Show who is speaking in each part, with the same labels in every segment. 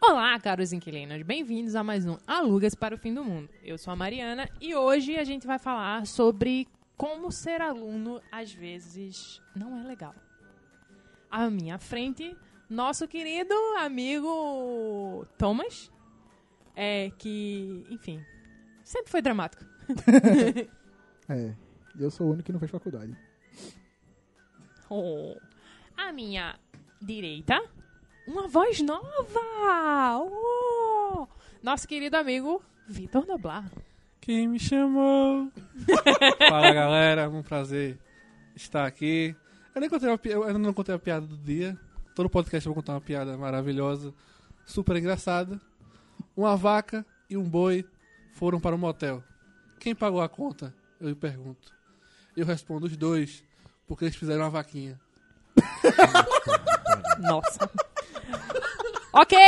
Speaker 1: Olá, caros inquilinos. Bem-vindos a mais um Alugas para o Fim do Mundo. Eu sou a Mariana e hoje a gente vai falar sobre como ser aluno às vezes não é legal. À minha frente, nosso querido amigo Thomas, é que, enfim, sempre foi dramático.
Speaker 2: É, eu sou o único que não fez faculdade.
Speaker 1: Oh. À minha direita, uma voz nova! Oh! Nosso querido amigo Vitor Noblar.
Speaker 3: Quem me chamou? Fala galera, um prazer estar aqui. Eu nem contei uma pi- eu ainda não contei a piada do dia. Todo podcast eu vou contar uma piada maravilhosa, super engraçada. Uma vaca e um boi foram para um motel. Quem pagou a conta? Eu lhe pergunto. Eu respondo os dois, porque eles fizeram uma vaquinha.
Speaker 1: Nossa. ok!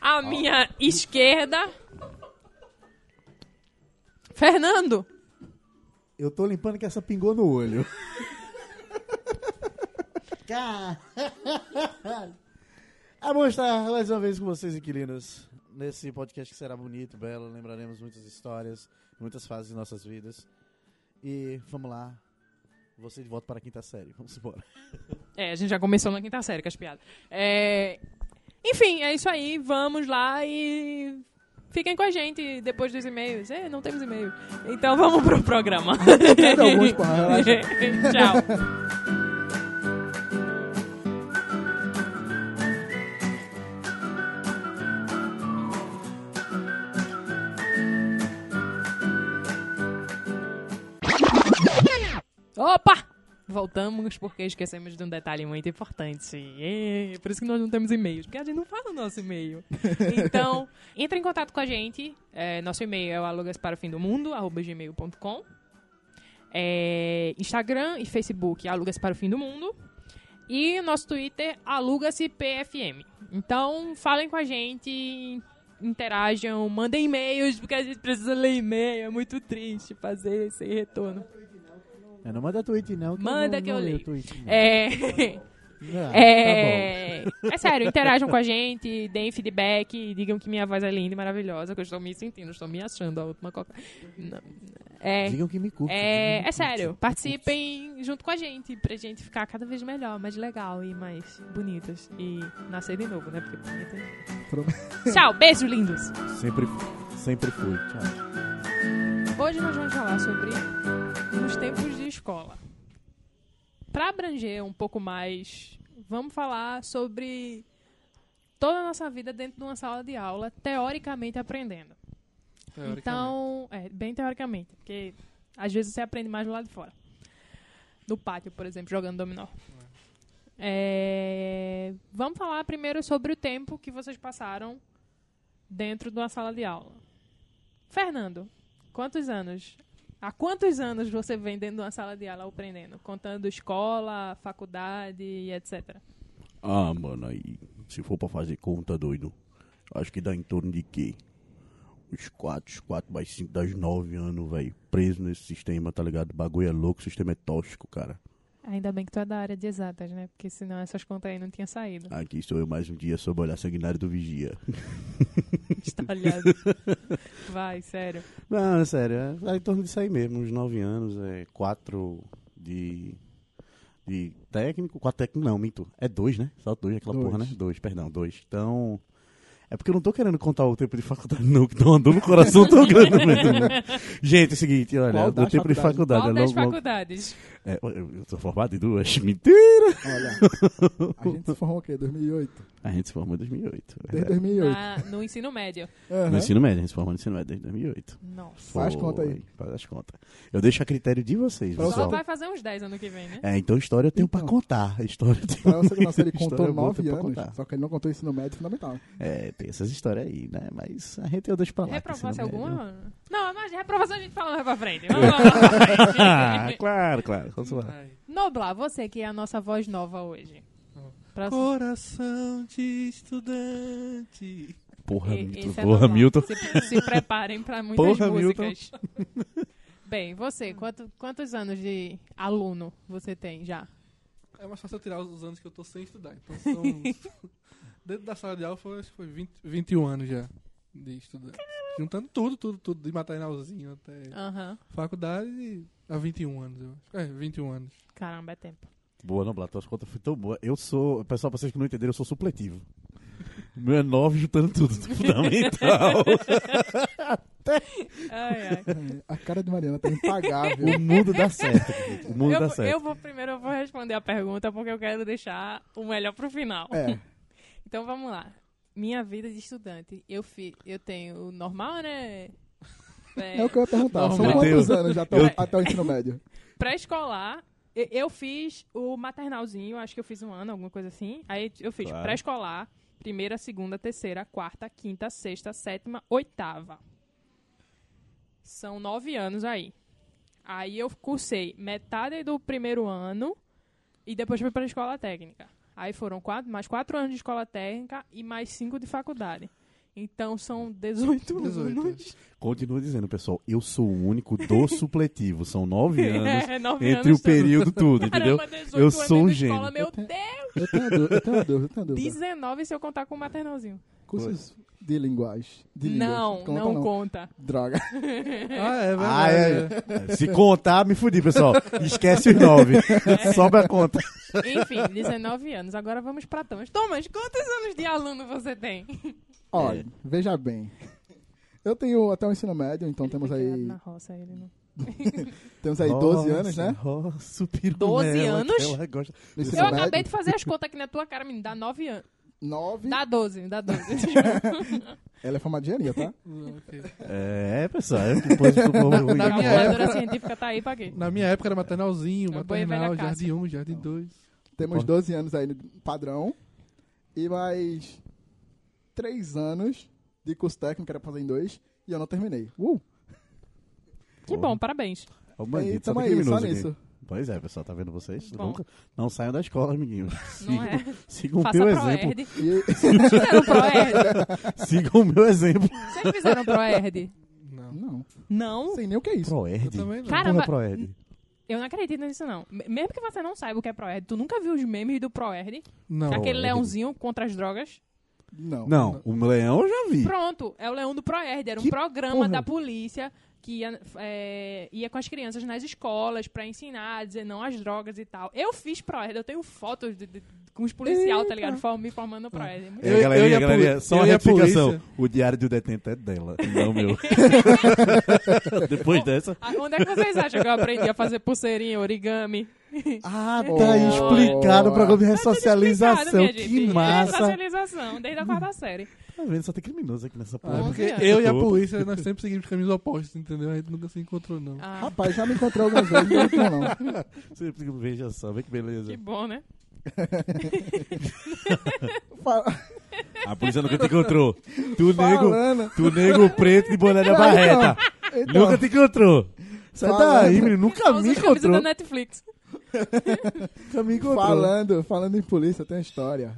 Speaker 1: À minha esquerda. Fernando!
Speaker 4: Eu tô limpando que essa pingou no olho. É bom estar mais uma vez com vocês, inquilinos. Nesse podcast que será bonito, belo, lembraremos muitas histórias, muitas fases de nossas vidas. E vamos lá. Você de volta para a quinta série. Vamos embora.
Speaker 1: É, a gente já começou na quinta série com as piadas. É, Enfim, é isso aí. Vamos lá e. Fiquem com a gente depois dos e-mails. É, não temos e-mail. Então vamos pro programa.
Speaker 2: Cada alguns, porra, relaxa.
Speaker 1: Tchau. Opa! Voltamos porque esquecemos de um detalhe muito importante. É, por isso que nós não temos e-mails, porque a gente não fala o nosso e-mail. Então, entre em contato com a gente. É, nosso e-mail é o alugasparaofimdomundo.com é, Instagram e Facebook Alugas para o Fim do Mundo. E nosso Twitter, Aluga-se PFM. Então, falem com a gente, interajam, mandem e-mails, porque a gente precisa ler e-mail. É muito triste fazer sem retorno.
Speaker 4: É, não manda tweet, não.
Speaker 1: que eu Manda não- que eu não leio leio.
Speaker 4: Tweet, Ah,
Speaker 1: É.
Speaker 4: Tá
Speaker 1: É, é sério, interajam com a gente, deem feedback, digam que minha voz é linda e maravilhosa, que eu estou me sentindo, estou me achando a última coca. Não. É,
Speaker 4: Digam que me curte.
Speaker 1: é, é sério, participem junto com a gente, pra gente ficar cada vez melhor, mais legal e mais bonitas. E nascer de novo, né? Porque bonita. Tchau, beijo lindos!
Speaker 4: Sempre, sempre fui. Tchau.
Speaker 1: Hoje nós vamos falar sobre os tempos de escola. Para abranger um pouco mais, vamos falar sobre toda a nossa vida dentro de uma sala de aula, teoricamente aprendendo.
Speaker 3: teoricamente.
Speaker 1: Então, é, bem teoricamente, porque às vezes você aprende mais do lado de fora. No pátio, por exemplo, jogando dominó. É, vamos falar primeiro sobre o tempo que vocês passaram dentro de uma sala de aula. Fernando, quantos anos? Há quantos anos você vem dentro de uma sala de aula aprendendo? Contando escola, faculdade e etc.
Speaker 5: Ah, mano, aí, se for pra fazer conta, doido, eu acho que dá em torno de quê? Uns 4, 4 mais 5, das 9 anos, velho, preso nesse sistema, tá ligado? O bagulho é louco, o sistema é tóxico, cara.
Speaker 1: Ainda bem que tu é da área de exatas, né? Porque senão essas contas aí não tinham saído.
Speaker 5: Aqui sou eu mais um dia sob o olhar sanguinário do vigia.
Speaker 1: Estalhado. Tá Vai, sério.
Speaker 5: Não, é sério, é, é em torno disso aí mesmo, uns 9 anos, é 4 de. de técnico. 4 técnico não, minto. É 2, né? Só 2 aquela
Speaker 2: Dois.
Speaker 5: porra, né? 2, perdão, 2. Então. É porque eu não tô querendo contar o tempo de faculdade, não, que não andou no coração tão grande mesmo. né? Gente, é o seguinte, olha,
Speaker 2: Qual
Speaker 5: o
Speaker 2: das
Speaker 5: tempo de faculdade
Speaker 1: Qual
Speaker 5: é
Speaker 1: das
Speaker 5: longo. longo-
Speaker 1: faculdades?
Speaker 5: é, eu, eu sou formado em duas, mentira!
Speaker 2: Olha, a gente se formou o quê? 2008?
Speaker 5: A gente se formou em 2008. é
Speaker 2: Desde
Speaker 5: verdade.
Speaker 2: 2008.
Speaker 1: Na- no ensino médio.
Speaker 2: Aham.
Speaker 5: No ensino médio, a gente se formou no ensino médio desde 2008.
Speaker 1: Nossa.
Speaker 2: Faz conta aí.
Speaker 5: Foi, Faz as contas. Eu deixo a critério de vocês,
Speaker 2: Só
Speaker 1: Só
Speaker 5: pessoal.
Speaker 1: vai fazer uns 10 ano que vem, né?
Speaker 5: É, então história eu tenho
Speaker 2: Então.
Speaker 5: pra contar. História eu tenho
Speaker 2: Pra você que nossa, ele
Speaker 5: muita
Speaker 2: contou
Speaker 5: história é boa,
Speaker 2: 9
Speaker 5: tenho pra
Speaker 2: anos,
Speaker 5: contar.
Speaker 2: só que ele não contou ensino médio fundamental.
Speaker 5: É, tem essas histórias aí, né? Mas a gente eu deixo pra lá. que
Speaker 1: Reprovasse
Speaker 5: senão é-
Speaker 1: alguma? Não, mas reprovação a gente fala mais pra frente. Vamos lá pra
Speaker 5: Ah,
Speaker 1: frente.
Speaker 5: claro, claro. Vamos lá.
Speaker 3: Ai.
Speaker 1: Noblar, você que é a nossa voz nova hoje. Pra...
Speaker 3: Coração de estudante.
Speaker 5: Porra,
Speaker 1: E-
Speaker 5: Milton.
Speaker 1: esse é
Speaker 5: Porra,
Speaker 1: Noblar.
Speaker 5: Milton.
Speaker 1: Se, se preparem pra muitas
Speaker 5: Porra,
Speaker 1: músicas. Bem, você, quanto- quantos anos de aluno você tem já?
Speaker 3: É mais fácil eu tirar os anos que eu tô sem estudar. Então são Dentro da sala de aula foi, acho que foi 20, 21 anos já de estudante. Juntando tudo, tudo, tudo, de maternalzinho até
Speaker 1: Aham.
Speaker 3: faculdade e há 21 anos, eu acho. É, 21 anos.
Speaker 1: Caramba, é tempo.
Speaker 4: Boa, não, Blato, as contas foi tão boa. Eu sou, pessoal, pra vocês que não entenderam, eu sou supletivo. O meu é 9 juntando tudo, do fundamental.
Speaker 1: Ai, ai.
Speaker 2: É, A cara de Mariana tá impagável.
Speaker 4: o mundo dá certo. gente. O mundo
Speaker 1: Eu,
Speaker 4: dá
Speaker 1: vou-
Speaker 4: certo.
Speaker 1: eu vou primeiro, eu vou responder a pergunta porque eu quero deixar o melhor pro final.
Speaker 2: É.
Speaker 1: Então vamos lá. Minha vida de estudante. Eu, fi, eu tenho o normal, né? É,
Speaker 2: É o que eu ia perguntar. São
Speaker 3: Normal.
Speaker 2: quantos
Speaker 4: Eu-
Speaker 2: anos já
Speaker 4: eu-
Speaker 2: estão até o ensino médio?
Speaker 1: Pré-escolar, e- eu fiz o maternalzinho, acho que eu fiz um ano, alguma coisa assim. Aí eu fiz
Speaker 4: Claro.
Speaker 1: pré-escolar, primeira, segunda, terceira, quarta, quinta, sexta, sétima, oitava. São nove anos aí. Aí eu cursei metade do primeiro ano e depois fui para a escola técnica. Aí foram quatro, mais quatro anos de escola técnica e mais cinco de faculdade. Então são 18,
Speaker 3: 18.
Speaker 1: anos.
Speaker 4: Continua dizendo, pessoal, eu sou o único do supletivo. São 9 anos
Speaker 1: É, nove
Speaker 4: entre o
Speaker 1: anos também.
Speaker 4: período tudo, entendeu?
Speaker 1: Caramba, 18
Speaker 4: Eu
Speaker 1: anos
Speaker 4: sou um
Speaker 1: de escola,
Speaker 4: gênio.
Speaker 1: meu Deus!
Speaker 2: Eu tenho uma dúvida, eu tenho uma dúvida, eu tenho uma dúvida.
Speaker 1: 19 se eu contar com o maternalzinho.
Speaker 2: Cursos de linguagem. De línguas.
Speaker 1: Não,
Speaker 2: Conta
Speaker 1: não
Speaker 2: ou
Speaker 1: conta.
Speaker 2: Droga.
Speaker 3: Ah, é
Speaker 4: Ah,
Speaker 3: verdade.
Speaker 4: é. Se contar, me fudi, pessoal. Esquece os 9.
Speaker 1: É.
Speaker 4: Sobe a conta.
Speaker 1: Enfim, 19 anos. Agora vamos pra Thomas. Thomas, quantos anos de aluno você tem?
Speaker 5: É.
Speaker 2: Olha, veja bem. Eu tenho até o ensino médio, então temos aí,
Speaker 1: Na roça, ele não.
Speaker 2: temos aí 12 anos, né?
Speaker 4: Nossa, né?
Speaker 1: 12 anos?
Speaker 4: Ela gosta.
Speaker 2: No ensino
Speaker 1: Eu
Speaker 2: médio,
Speaker 1: acabei de fazer as contas aqui na tua cara, me dá 9 anos.
Speaker 2: 9.
Speaker 1: Dá 12, dá 12.
Speaker 2: Ela é formada de engenharia, tá?
Speaker 3: Ah, ok.
Speaker 4: É, pessoal, é que depois eu vou- vou-
Speaker 3: Na
Speaker 1: a
Speaker 3: minha época-
Speaker 1: calculadora científica tá aí pra quê?
Speaker 3: Na minha época era maternalzinho,
Speaker 1: Uma É boa e
Speaker 3: maternal,
Speaker 1: velha
Speaker 3: jardim 1, jardim 2.
Speaker 2: Temos
Speaker 4: Porra.
Speaker 2: 12 anos aí no padrão. E mais 3 anos de curso técnico, era pra fazer em 2. E eu não terminei. Uh!
Speaker 1: Que bom, parabéns.
Speaker 4: Ô, bandido,
Speaker 2: e
Speaker 4: só
Speaker 2: tamo
Speaker 4: tem
Speaker 2: aí, só
Speaker 4: criminoso aqui.
Speaker 2: nisso.
Speaker 4: Pois é, pessoal, tá vendo vocês?
Speaker 1: Bom.
Speaker 4: Nunca- não saiam da escola, amiguinhos.
Speaker 1: Não é?
Speaker 4: Sigam o
Speaker 1: Faça
Speaker 4: meu exemplo.
Speaker 1: ProErd.
Speaker 2: E
Speaker 1: Fizeram ProErd?
Speaker 4: Sigam o meu exemplo.
Speaker 1: Vocês fizeram ProErd?
Speaker 3: Não.
Speaker 2: não,
Speaker 1: Não?
Speaker 2: sei nem o que é isso.
Speaker 3: Eu
Speaker 4: Proerd.
Speaker 3: também não.
Speaker 1: Cara, Caramba.
Speaker 4: Porra, Proerd.
Speaker 1: Eu não acredito nisso, não. Me- Mesmo que você não saiba o que é ProErd, tu nunca viu os memes do ProErd?
Speaker 3: Não.
Speaker 1: Aquele
Speaker 4: ProErd.
Speaker 1: leãozinho contra as drogas?
Speaker 2: Não.
Speaker 4: Não, o leão eu já vi.
Speaker 1: Pronto, é o Leão do Proerd. Era um
Speaker 4: Que
Speaker 1: programa
Speaker 4: porra.
Speaker 1: da polícia que ia, é, ia com as crianças nas escolas pra ensinar a dizer não às drogas e tal. Eu fiz Proerd, eu tenho fotos de- de- com os policial, tá ligado? Form- Me formando no Proerd. É muito
Speaker 4: É,
Speaker 3: Eu- eu
Speaker 4: galerinha,
Speaker 3: e a
Speaker 4: galerinha,
Speaker 3: poli-
Speaker 4: só
Speaker 3: eu
Speaker 4: uma
Speaker 3: e a
Speaker 4: retificação.
Speaker 3: polícia.
Speaker 4: O diário do detento é dela, não meu. Depois dessa.
Speaker 1: Ah, Onde é que vocês acham que eu aprendi a fazer pulseirinha, origami?
Speaker 4: Ah,
Speaker 2: tá aí explicado o programa
Speaker 4: de
Speaker 1: Tá Explicado, minha gente. Tá Ressocialização, desde a quarta série.
Speaker 4: Tá vendo? Só tem criminoso aqui nessa
Speaker 3: Ah, é
Speaker 4: porra.
Speaker 1: Onze
Speaker 3: porque
Speaker 1: anos.
Speaker 3: eu e a polícia, nós sempre seguimos caminhos opostos, entendeu? A gente nunca se encontrou, não.
Speaker 1: Ah,
Speaker 2: Rapaz, já me encontrei algumas vezes, mas não, não.
Speaker 4: Você Veja só, vê que beleza.
Speaker 1: que bom, né?
Speaker 2: Fa-
Speaker 4: A polícia nunca te encontrou. Tu nego,
Speaker 2: Falando.
Speaker 4: tu nego preto de boné da
Speaker 2: Não,
Speaker 4: barreta.
Speaker 2: Então, tá
Speaker 4: Nunca te encontrou. Sai
Speaker 2: Falando.
Speaker 4: daí, menino. Nunca
Speaker 1: Usa
Speaker 4: me
Speaker 1: a camisa da
Speaker 4: encontrou.
Speaker 1: Netflix.
Speaker 4: Nunca me encontrou.
Speaker 2: falando, falando em polícia, tem uma história.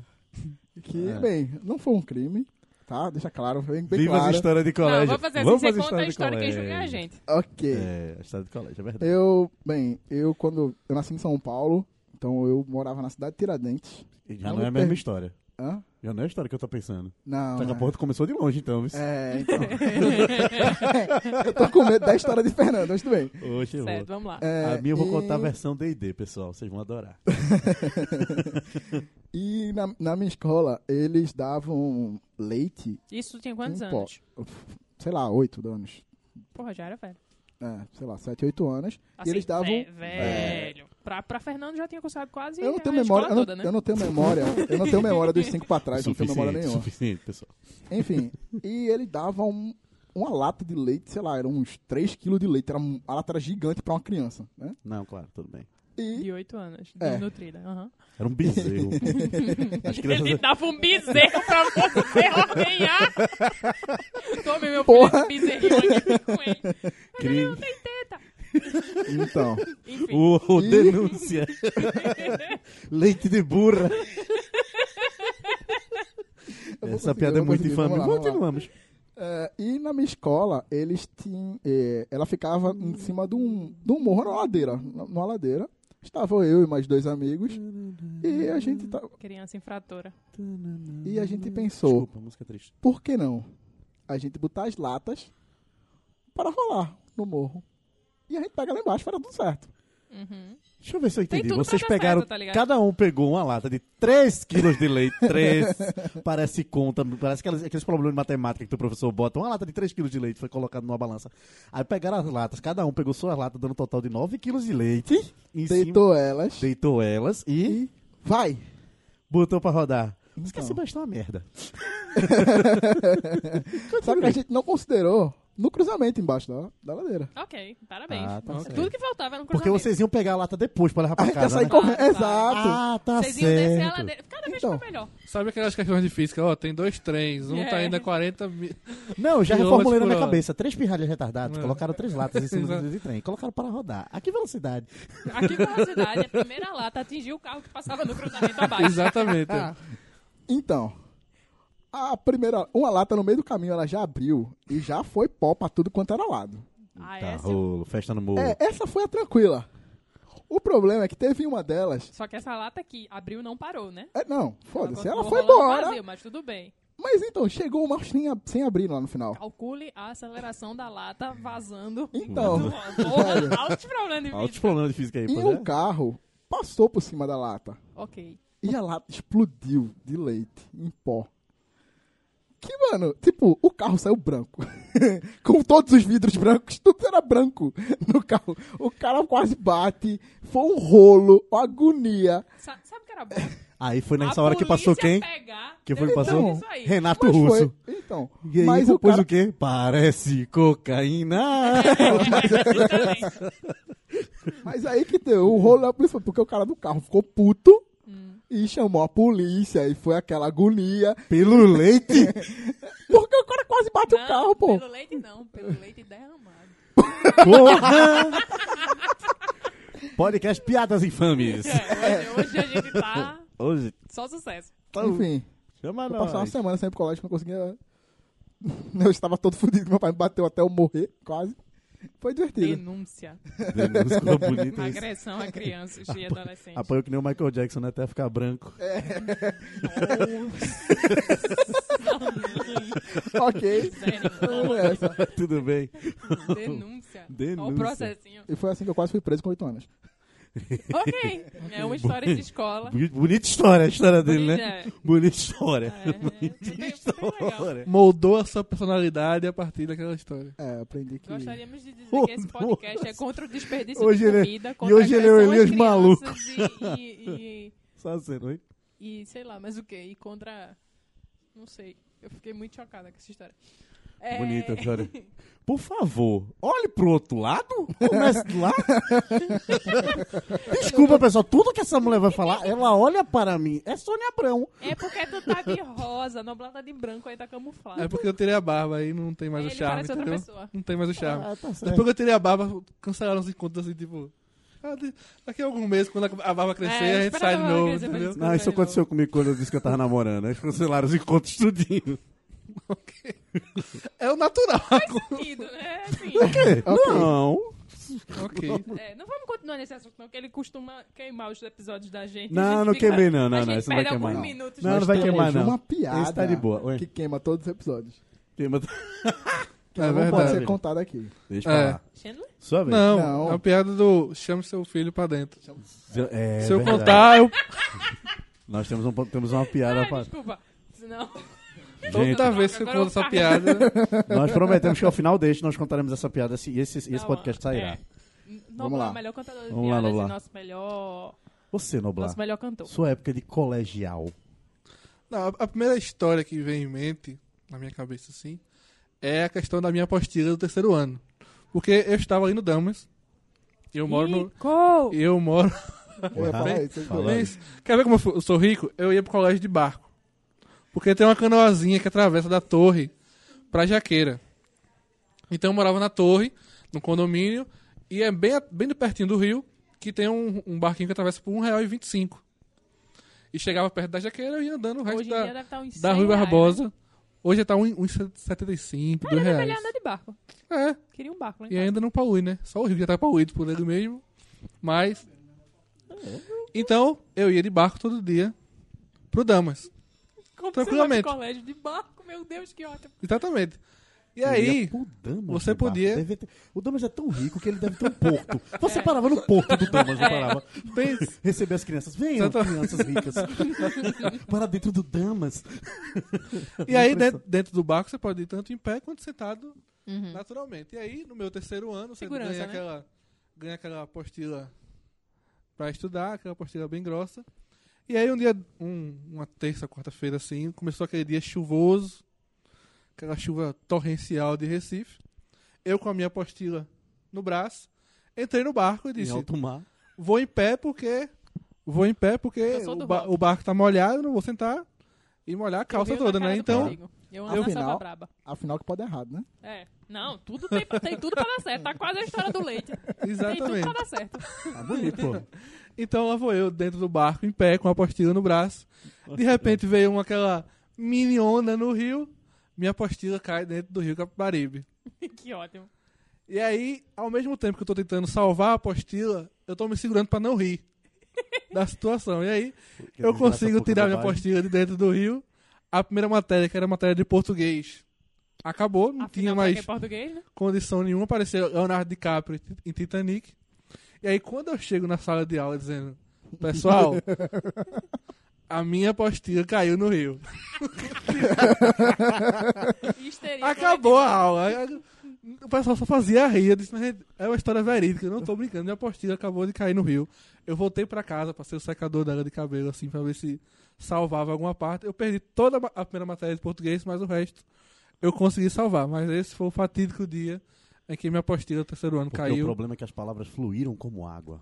Speaker 2: Que,
Speaker 4: É.
Speaker 2: bem, não foi um crime, tá? Deixa claro, bem, bem
Speaker 4: Viva as
Speaker 2: claro.
Speaker 4: histórias de
Speaker 1: Não,
Speaker 4: colégio.
Speaker 1: vou fazer assim,
Speaker 4: Vamos
Speaker 1: você
Speaker 4: fazer
Speaker 1: conta a
Speaker 4: de
Speaker 1: história que
Speaker 4: colégio.
Speaker 1: julga a gente.
Speaker 2: Ok.
Speaker 4: É, a história de colégio, é verdade.
Speaker 2: Eu, bem, eu quando. Eu nasci em São Paulo, então eu morava na cidade de Tiradentes.
Speaker 4: Já
Speaker 2: eu
Speaker 4: não é a
Speaker 2: per-
Speaker 4: mesma história.
Speaker 2: Hã?
Speaker 4: Já não é a história que eu tô pensando.
Speaker 2: Não.
Speaker 4: Daqui a
Speaker 2: é.
Speaker 4: pouco tu começou de longe, então. viu?
Speaker 2: É, então. eu tô com medo da história de Fernando, mas tudo bem.
Speaker 4: Oxe, eu vou.
Speaker 1: Certo, vamos lá.
Speaker 2: É,
Speaker 4: A minha eu vou
Speaker 2: e-
Speaker 4: contar a versão D&D, pessoal. Vocês vão adorar.
Speaker 2: E na, na minha escola, eles davam leite
Speaker 1: Isso tinha quantos
Speaker 2: em pó.
Speaker 1: anos?
Speaker 2: Uf, Sei lá, oito anos.
Speaker 1: Porra, já era velho.
Speaker 2: É, sei lá, sete, oito anos.
Speaker 1: Assim,
Speaker 2: e eles davam. É.
Speaker 1: ve- velho. Pra, pra Fernando já tinha cursado quase
Speaker 2: Eu não
Speaker 1: a
Speaker 2: tenho memória, eu
Speaker 1: escola
Speaker 2: não,
Speaker 1: toda, né?
Speaker 2: eu não tenho memória, eu não tenho memória dos cinco pra trás, não tenho memória
Speaker 4: suficiente,
Speaker 2: nenhuma.
Speaker 4: suficiente, pessoal.
Speaker 2: Enfim, e ele dava um- uma lata de leite, sei lá, eram uns 3 quilos de leite, era, um- a lata era gigante pra uma criança, né?
Speaker 4: Não, claro, tudo bem.
Speaker 2: E
Speaker 1: De 8 anos,
Speaker 2: É.
Speaker 1: desnutrida. aham.
Speaker 4: Era um bezerro. As
Speaker 1: Ele
Speaker 4: crianças...
Speaker 1: dava um bezerro pra você ordenhar. Tome meu
Speaker 2: Porra.
Speaker 1: filho, esse bezerrinho aqui com ele.
Speaker 4: Cri...
Speaker 2: então,
Speaker 1: Enfim.
Speaker 4: O, o
Speaker 2: Ih.
Speaker 4: denúncia. Leite de burra.
Speaker 2: vou
Speaker 4: Essa
Speaker 2: conseguir,
Speaker 4: piada é
Speaker 2: eu vou
Speaker 4: muito
Speaker 2: conseguir,
Speaker 4: infame.
Speaker 2: vamos lá, vamos lá.
Speaker 4: Continuamos.
Speaker 2: é, e na minha escola, eles tinham, é, ela ficava em cima de um, de um morro, numa ladeira, numa ladeira, Estavam eu e mais dois amigos. E a gente tava,
Speaker 1: Criança infratora.
Speaker 2: E a gente pensou,
Speaker 4: Desculpa, música é triste.
Speaker 2: por que não? A gente botar as latas para rolar no morro. E a gente pega lá embaixo, para tudo certo.
Speaker 1: Uhum.
Speaker 4: Deixa eu ver se eu entendi.
Speaker 1: tudo pra
Speaker 4: Vocês
Speaker 1: dar
Speaker 4: pegaram.
Speaker 1: certo, tá ligado?
Speaker 4: cada um pegou uma lata de 3 quilos de leite. 3. parece conta. Parece aqueles, aqueles problemas de matemática que o professor bota. Uma lata de 3 quilos de leite foi colocada numa balança. Aí pegaram as latas. Cada um pegou sua lata, dando um total de 9 quilos de leite. Em cima-
Speaker 2: Deitou elas.
Speaker 4: deitou elas e,
Speaker 2: E vai!
Speaker 4: botou pra rodar.
Speaker 2: Então,
Speaker 4: Esqueci, mas tá uma merda.
Speaker 2: só que a gente não considerou no cruzamento embaixo da, da ladeira.
Speaker 1: Ok, parabéns.
Speaker 4: Ah, tá certo.
Speaker 1: Tudo que faltava era um
Speaker 4: Porque
Speaker 1: cruzamento.
Speaker 4: vocês iam pegar a lata depois pra levar pra
Speaker 2: Aí quer
Speaker 4: casa.
Speaker 2: sair
Speaker 4: né?
Speaker 2: correndo.
Speaker 1: Ah,
Speaker 2: Exato!
Speaker 4: Ah, tá
Speaker 1: Vocês iam descer a
Speaker 4: certo.
Speaker 1: ladeira. Cada vez
Speaker 2: Então.
Speaker 1: foi melhor.
Speaker 3: Sabe aquelas questões de física? Ó, tem dois trens, um tá
Speaker 1: É.
Speaker 3: indo a 40 mil.
Speaker 4: Não, já
Speaker 3: Quilômetros
Speaker 4: reformulei
Speaker 3: por
Speaker 4: na minha
Speaker 3: hora.
Speaker 4: cabeça. Três pirralhas retardadas,
Speaker 3: É.
Speaker 4: colocaram três latas em cima
Speaker 3: Exato.
Speaker 4: do de trem. Colocaram para rodar. A que velocidade?
Speaker 1: Aqui na cidade, a primeira lata atingiu o carro que passava no cruzamento abaixo.
Speaker 3: Exatamente.
Speaker 2: Então, a primeira, uma lata no meio do caminho, ela já abriu e já foi pó pra tudo quanto era lado.
Speaker 1: Ah,
Speaker 4: tá,
Speaker 1: essa.
Speaker 4: rolo, festa no morro.
Speaker 2: É, essa foi a tranquila. O problema é que teve uma delas.
Speaker 1: Só que essa lata que abriu não parou, né?
Speaker 2: É, não, foda-se, ela
Speaker 1: continuou
Speaker 2: foi
Speaker 1: rolando
Speaker 2: embora.
Speaker 1: vazio, mas tudo bem.
Speaker 2: Mas então, chegou uma sem, ab- sem abrir lá no final.
Speaker 1: Calcule a aceleração da lata vazando.
Speaker 2: Então,
Speaker 1: Porra, altos problemas de
Speaker 4: Altos
Speaker 1: vídeo.
Speaker 4: problemas de física aí,
Speaker 2: e
Speaker 4: pois
Speaker 2: um
Speaker 4: é?
Speaker 2: carro passou por cima da lata.
Speaker 1: Ok.
Speaker 2: E a lata explodiu de leite em pó. Que, mano, tipo, o carro saiu branco. Com todos os vidros brancos, tudo era branco no carro. O cara quase bate, foi um rolo, uma agonia.
Speaker 1: Sa- sabe o que era bom?
Speaker 4: Aí foi nessa
Speaker 1: A
Speaker 4: hora que passou
Speaker 1: polícia
Speaker 4: quem?
Speaker 1: Pegar,
Speaker 4: Quem foi que passou?
Speaker 1: Isso aí.
Speaker 4: Renato
Speaker 2: Mas
Speaker 4: Russo.
Speaker 2: foi. Então,
Speaker 4: E aí
Speaker 2: mas o
Speaker 4: compôs
Speaker 2: cara...
Speaker 4: o quê? Parece cocaína.
Speaker 1: Exatamente.
Speaker 2: Mas aí que deu o rolo da polícia, porque o cara do carro ficou puto e chamou a polícia e foi aquela agonia.
Speaker 4: Pelo leite.
Speaker 2: Porque o cara quase bate o
Speaker 1: Não,
Speaker 2: carro, pô.
Speaker 1: Pelo leite não, pelo leite derramado.
Speaker 4: Porra. Podcast Piadas Infames.
Speaker 1: É, hoje, hoje a gente tá
Speaker 4: Hoje,
Speaker 1: só sucesso.
Speaker 4: tá-
Speaker 2: Enfim,
Speaker 4: chama
Speaker 2: eu passei uma
Speaker 4: nós.
Speaker 2: semana sem ir pro colégio, não conseguia. Eu estava todo fudido, meu pai me bateu até eu morrer, quase. Foi divertido.
Speaker 1: Denúncia.
Speaker 4: Ficou bonito isso.
Speaker 1: Agressão a crianças e adolescentes.
Speaker 4: Apanhou que nem o Michael Jackson né, até ficar branco.
Speaker 2: ok.
Speaker 1: Sério,
Speaker 2: Vamos nessa.
Speaker 1: É.
Speaker 4: Tudo bem.
Speaker 1: denúncia. Ó
Speaker 4: Denúncia.
Speaker 1: o processinho.
Speaker 2: E foi assim que eu quase fui preso com 8 anos.
Speaker 1: Ok. É uma história de escola.
Speaker 4: Boni- Bonita história a história dele,
Speaker 1: Bonita,
Speaker 4: né?
Speaker 1: é.
Speaker 4: Bonita história.
Speaker 1: É, foi bem- foi bem legal.
Speaker 4: História.
Speaker 3: Moldou a sua personalidade a partir daquela história.
Speaker 2: É, aprendi que.
Speaker 1: Gostaríamos de dizer
Speaker 4: Oh,
Speaker 1: que esse podcast é contra o desperdício
Speaker 4: Hoje
Speaker 1: de
Speaker 4: ele é-
Speaker 1: comida,
Speaker 4: e
Speaker 1: contra
Speaker 4: hoje ele é o
Speaker 1: agressão às
Speaker 4: Elias
Speaker 1: crianças E, e,
Speaker 4: Só assim, né? sendo, hein?
Speaker 1: e- e sei lá, mas o que? E contra... Não sei. Eu fiquei muito chocada com essa história. É,
Speaker 4: Bonita a história. Por favor, olhe pro outro lado. Comece lá. Desculpa, pessoal. Tudo que essa mulher vai falar, ela olha para mim. É Sônia Abrão.
Speaker 1: É porque tu tá de rosa, noblada de branco, aí tá camuflado.
Speaker 3: É porque eu tirei a barba aí não tem mais
Speaker 1: Ele
Speaker 3: o charme,
Speaker 1: parece outra
Speaker 3: entendeu?
Speaker 1: pessoa.
Speaker 3: Não tem mais o charme.
Speaker 4: Ah, tá certo.
Speaker 3: Depois que eu tirei a barba, cancelaram os encontros assim, tipo. ah, de- Daqui a algum mês, quando a barba crescer,
Speaker 1: É,
Speaker 3: a gente
Speaker 1: espera
Speaker 3: sai
Speaker 1: a
Speaker 3: de
Speaker 1: barba
Speaker 3: novo,
Speaker 1: crescer pra
Speaker 3: entendeu?
Speaker 1: gente-
Speaker 4: Não, isso aconteceu comigo quando eu disse que eu tava namorando. Eles cancelaram os encontros tudinho.
Speaker 3: É o natural.
Speaker 1: Sentido, né? Assim,
Speaker 4: Não.
Speaker 3: ok.
Speaker 1: é, não vamos continuar nesse assunto, não, que ele costuma queimar os episódios da gente.
Speaker 4: Não,
Speaker 1: A gente
Speaker 4: não
Speaker 1: fica-
Speaker 4: queimei, não, não,
Speaker 1: a
Speaker 4: não,
Speaker 1: gente
Speaker 4: isso não vai
Speaker 1: perde alguns
Speaker 4: queimar, não.
Speaker 1: minutos
Speaker 4: Não,
Speaker 1: no
Speaker 4: não vai
Speaker 2: Temos
Speaker 4: queimar, não.
Speaker 2: uma piada
Speaker 4: Esse tá de boa. Ué.
Speaker 2: que queima todos os episódios.
Speaker 4: Queima-
Speaker 2: Que
Speaker 3: É
Speaker 2: não pode
Speaker 3: verdade.
Speaker 2: ser contada aqui.
Speaker 4: tá- Deixa
Speaker 3: É.
Speaker 4: pra lá.
Speaker 1: Chandler?
Speaker 4: Sua vez.
Speaker 3: Não,
Speaker 2: Não.
Speaker 3: é uma piada do chame seu filho pra dentro.
Speaker 4: É
Speaker 3: Se eu
Speaker 4: verdade.
Speaker 3: contar, eu.
Speaker 4: Nós temos, um, temos uma piada
Speaker 1: Ah,
Speaker 4: pra.
Speaker 1: desculpa. Senão...
Speaker 4: Gente, tá
Speaker 3: Toda vez que eu
Speaker 1: Agora
Speaker 3: conto
Speaker 1: eu
Speaker 3: essa
Speaker 1: faço.
Speaker 3: piada,
Speaker 4: nós prometemos que ao final deste nós contaremos essa piada assim, e esse,
Speaker 3: Tá
Speaker 4: esse
Speaker 1: Não,
Speaker 4: podcast sairá.
Speaker 1: é.
Speaker 4: Vamos
Speaker 1: Noblar,
Speaker 4: lá.
Speaker 1: melhor cantador de
Speaker 4: Vamos lá,
Speaker 1: piadas e
Speaker 4: Noblar.
Speaker 1: nosso melhor...
Speaker 4: Você, Noblar,
Speaker 1: Nosso melhor cantor.
Speaker 4: sua época de colegial.
Speaker 3: Não, a- a primeira história que vem em mente, na minha cabeça, assim, é a questão da minha apostila do terceiro ano. Porque eu estava ali no Damas. e Eu moro no.
Speaker 1: Nico!
Speaker 3: Eu moro.
Speaker 2: Eu ia falar isso. vocês
Speaker 4: Fala.
Speaker 2: dois.
Speaker 3: Isso. Quer ver como eu fu- eu sou rico? Eu ia pro colégio de barco. Porque tem uma canoazinha que atravessa da torre pra Jaqueira. Então eu morava na torre, no condomínio, e é bem, a- bem do pertinho do rio, que tem um, um barquinho que atravessa por R$1,25. E chegava perto da Jaqueira, eu ia andando o resto
Speaker 1: Hoje em
Speaker 3: da,
Speaker 1: dia deve estar uns 100
Speaker 3: da Rui
Speaker 1: reais,
Speaker 3: Barbosa. Hoje tá
Speaker 1: Né?
Speaker 3: 1,75, 2
Speaker 1: Era melhor
Speaker 3: reais.
Speaker 1: andar de barco.
Speaker 3: É,
Speaker 1: Queria um barco, né?
Speaker 3: tipo, e ainda não paui, né? Só o Rio já tá pauído por ele mesmo. Mas Então, eu ia de barco todo dia pro Damas.
Speaker 1: Como você vai
Speaker 3: Tranquilamente.
Speaker 1: pro colégio de barco, meu Deus, que ótimo.
Speaker 3: Exatamente. E
Speaker 6: Ele ia
Speaker 3: aí,
Speaker 6: pro Damas,
Speaker 3: você
Speaker 6: meu barco.
Speaker 3: podia- É.
Speaker 6: Deve ter- O Damas é tão rico que ele deve ter um porto. Você parava no porto do Damas, não parava.
Speaker 3: bem,
Speaker 6: Receber as crianças. Venham,
Speaker 3: Exato.
Speaker 6: crianças ricas. Para dentro do Damas.
Speaker 3: e aí dentro, dentro do barco você pode ir tanto em pé quanto sentado Uhum. naturalmente. E aí, no meu terceiro ano, você
Speaker 1: Uhum. Segurança,
Speaker 3: ganha,
Speaker 1: né?
Speaker 3: aquela, ganha aquela apostila pra estudar, aquela apostila bem grossa. E aí um dia, um- uma terça, quarta-feira, assim, começou aquele dia chuvoso, aquela chuva torrencial de Recife. Eu com a minha apostila no braço, entrei no barco e
Speaker 4: Em
Speaker 3: disse,
Speaker 4: alto mar.
Speaker 3: vou em pé porque. Vou em pé porque
Speaker 1: Eu sou do
Speaker 3: o, ba-
Speaker 1: rock.
Speaker 3: o barco tá molhado, não vou sentar e molhar a calça
Speaker 1: Eu vejo
Speaker 3: toda,
Speaker 1: na cara do
Speaker 3: né? Então,
Speaker 1: perigo. Eu
Speaker 2: Eu
Speaker 1: amo
Speaker 2: vi,
Speaker 1: essa
Speaker 2: não.
Speaker 1: braba.
Speaker 2: Afinal, que pode dar errado, né?
Speaker 1: É. Não, tudo tem, tem tudo pra dar certo. Tá quase a história do leite. Tem tudo
Speaker 3: exatamente.
Speaker 1: pra dar certo.
Speaker 6: Ah, bonito, pô.
Speaker 3: Então lá vou eu dentro do barco, em pé, com a apostila no braço. De repente veio uma aquela mini onda no rio, minha apostila cai dentro do rio Capibaribe.
Speaker 1: que ótimo.
Speaker 3: E aí, ao mesmo tempo que eu tô tentando salvar a apostila, eu tô me segurando pra não rir da situação. E aí, eu
Speaker 6: um
Speaker 3: consigo tirar minha apostila de dentro do rio. A primeira matéria, que era a matéria de português, acabou, não
Speaker 1: Afinal,
Speaker 3: tinha
Speaker 1: pra quem é
Speaker 3: mais
Speaker 1: português, né?
Speaker 3: condição nenhuma. Apareceu Leonardo DiCaprio em Ti- em Titanic. E aí, quando eu chego na sala de aula dizendo, pessoal, a minha apostila caiu no rio.
Speaker 1: Histeria
Speaker 3: Acabou a aula. Aí, aí, O pessoal só fazia rir. Eu disse, mas é uma história verídica, eu não tô brincando. Minha apostila acabou de cair no rio. Eu voltei pra casa, passei o secador dela de cabelo, assim, pra ver se salvava alguma parte. Eu perdi toda a ma- a primeira matéria de português, mas o resto eu consegui salvar. Mas esse foi o fatídico dia em que minha apostila do terceiro ano
Speaker 4: Porque o
Speaker 3: caiu.
Speaker 4: problema é que as palavras fluíram como água.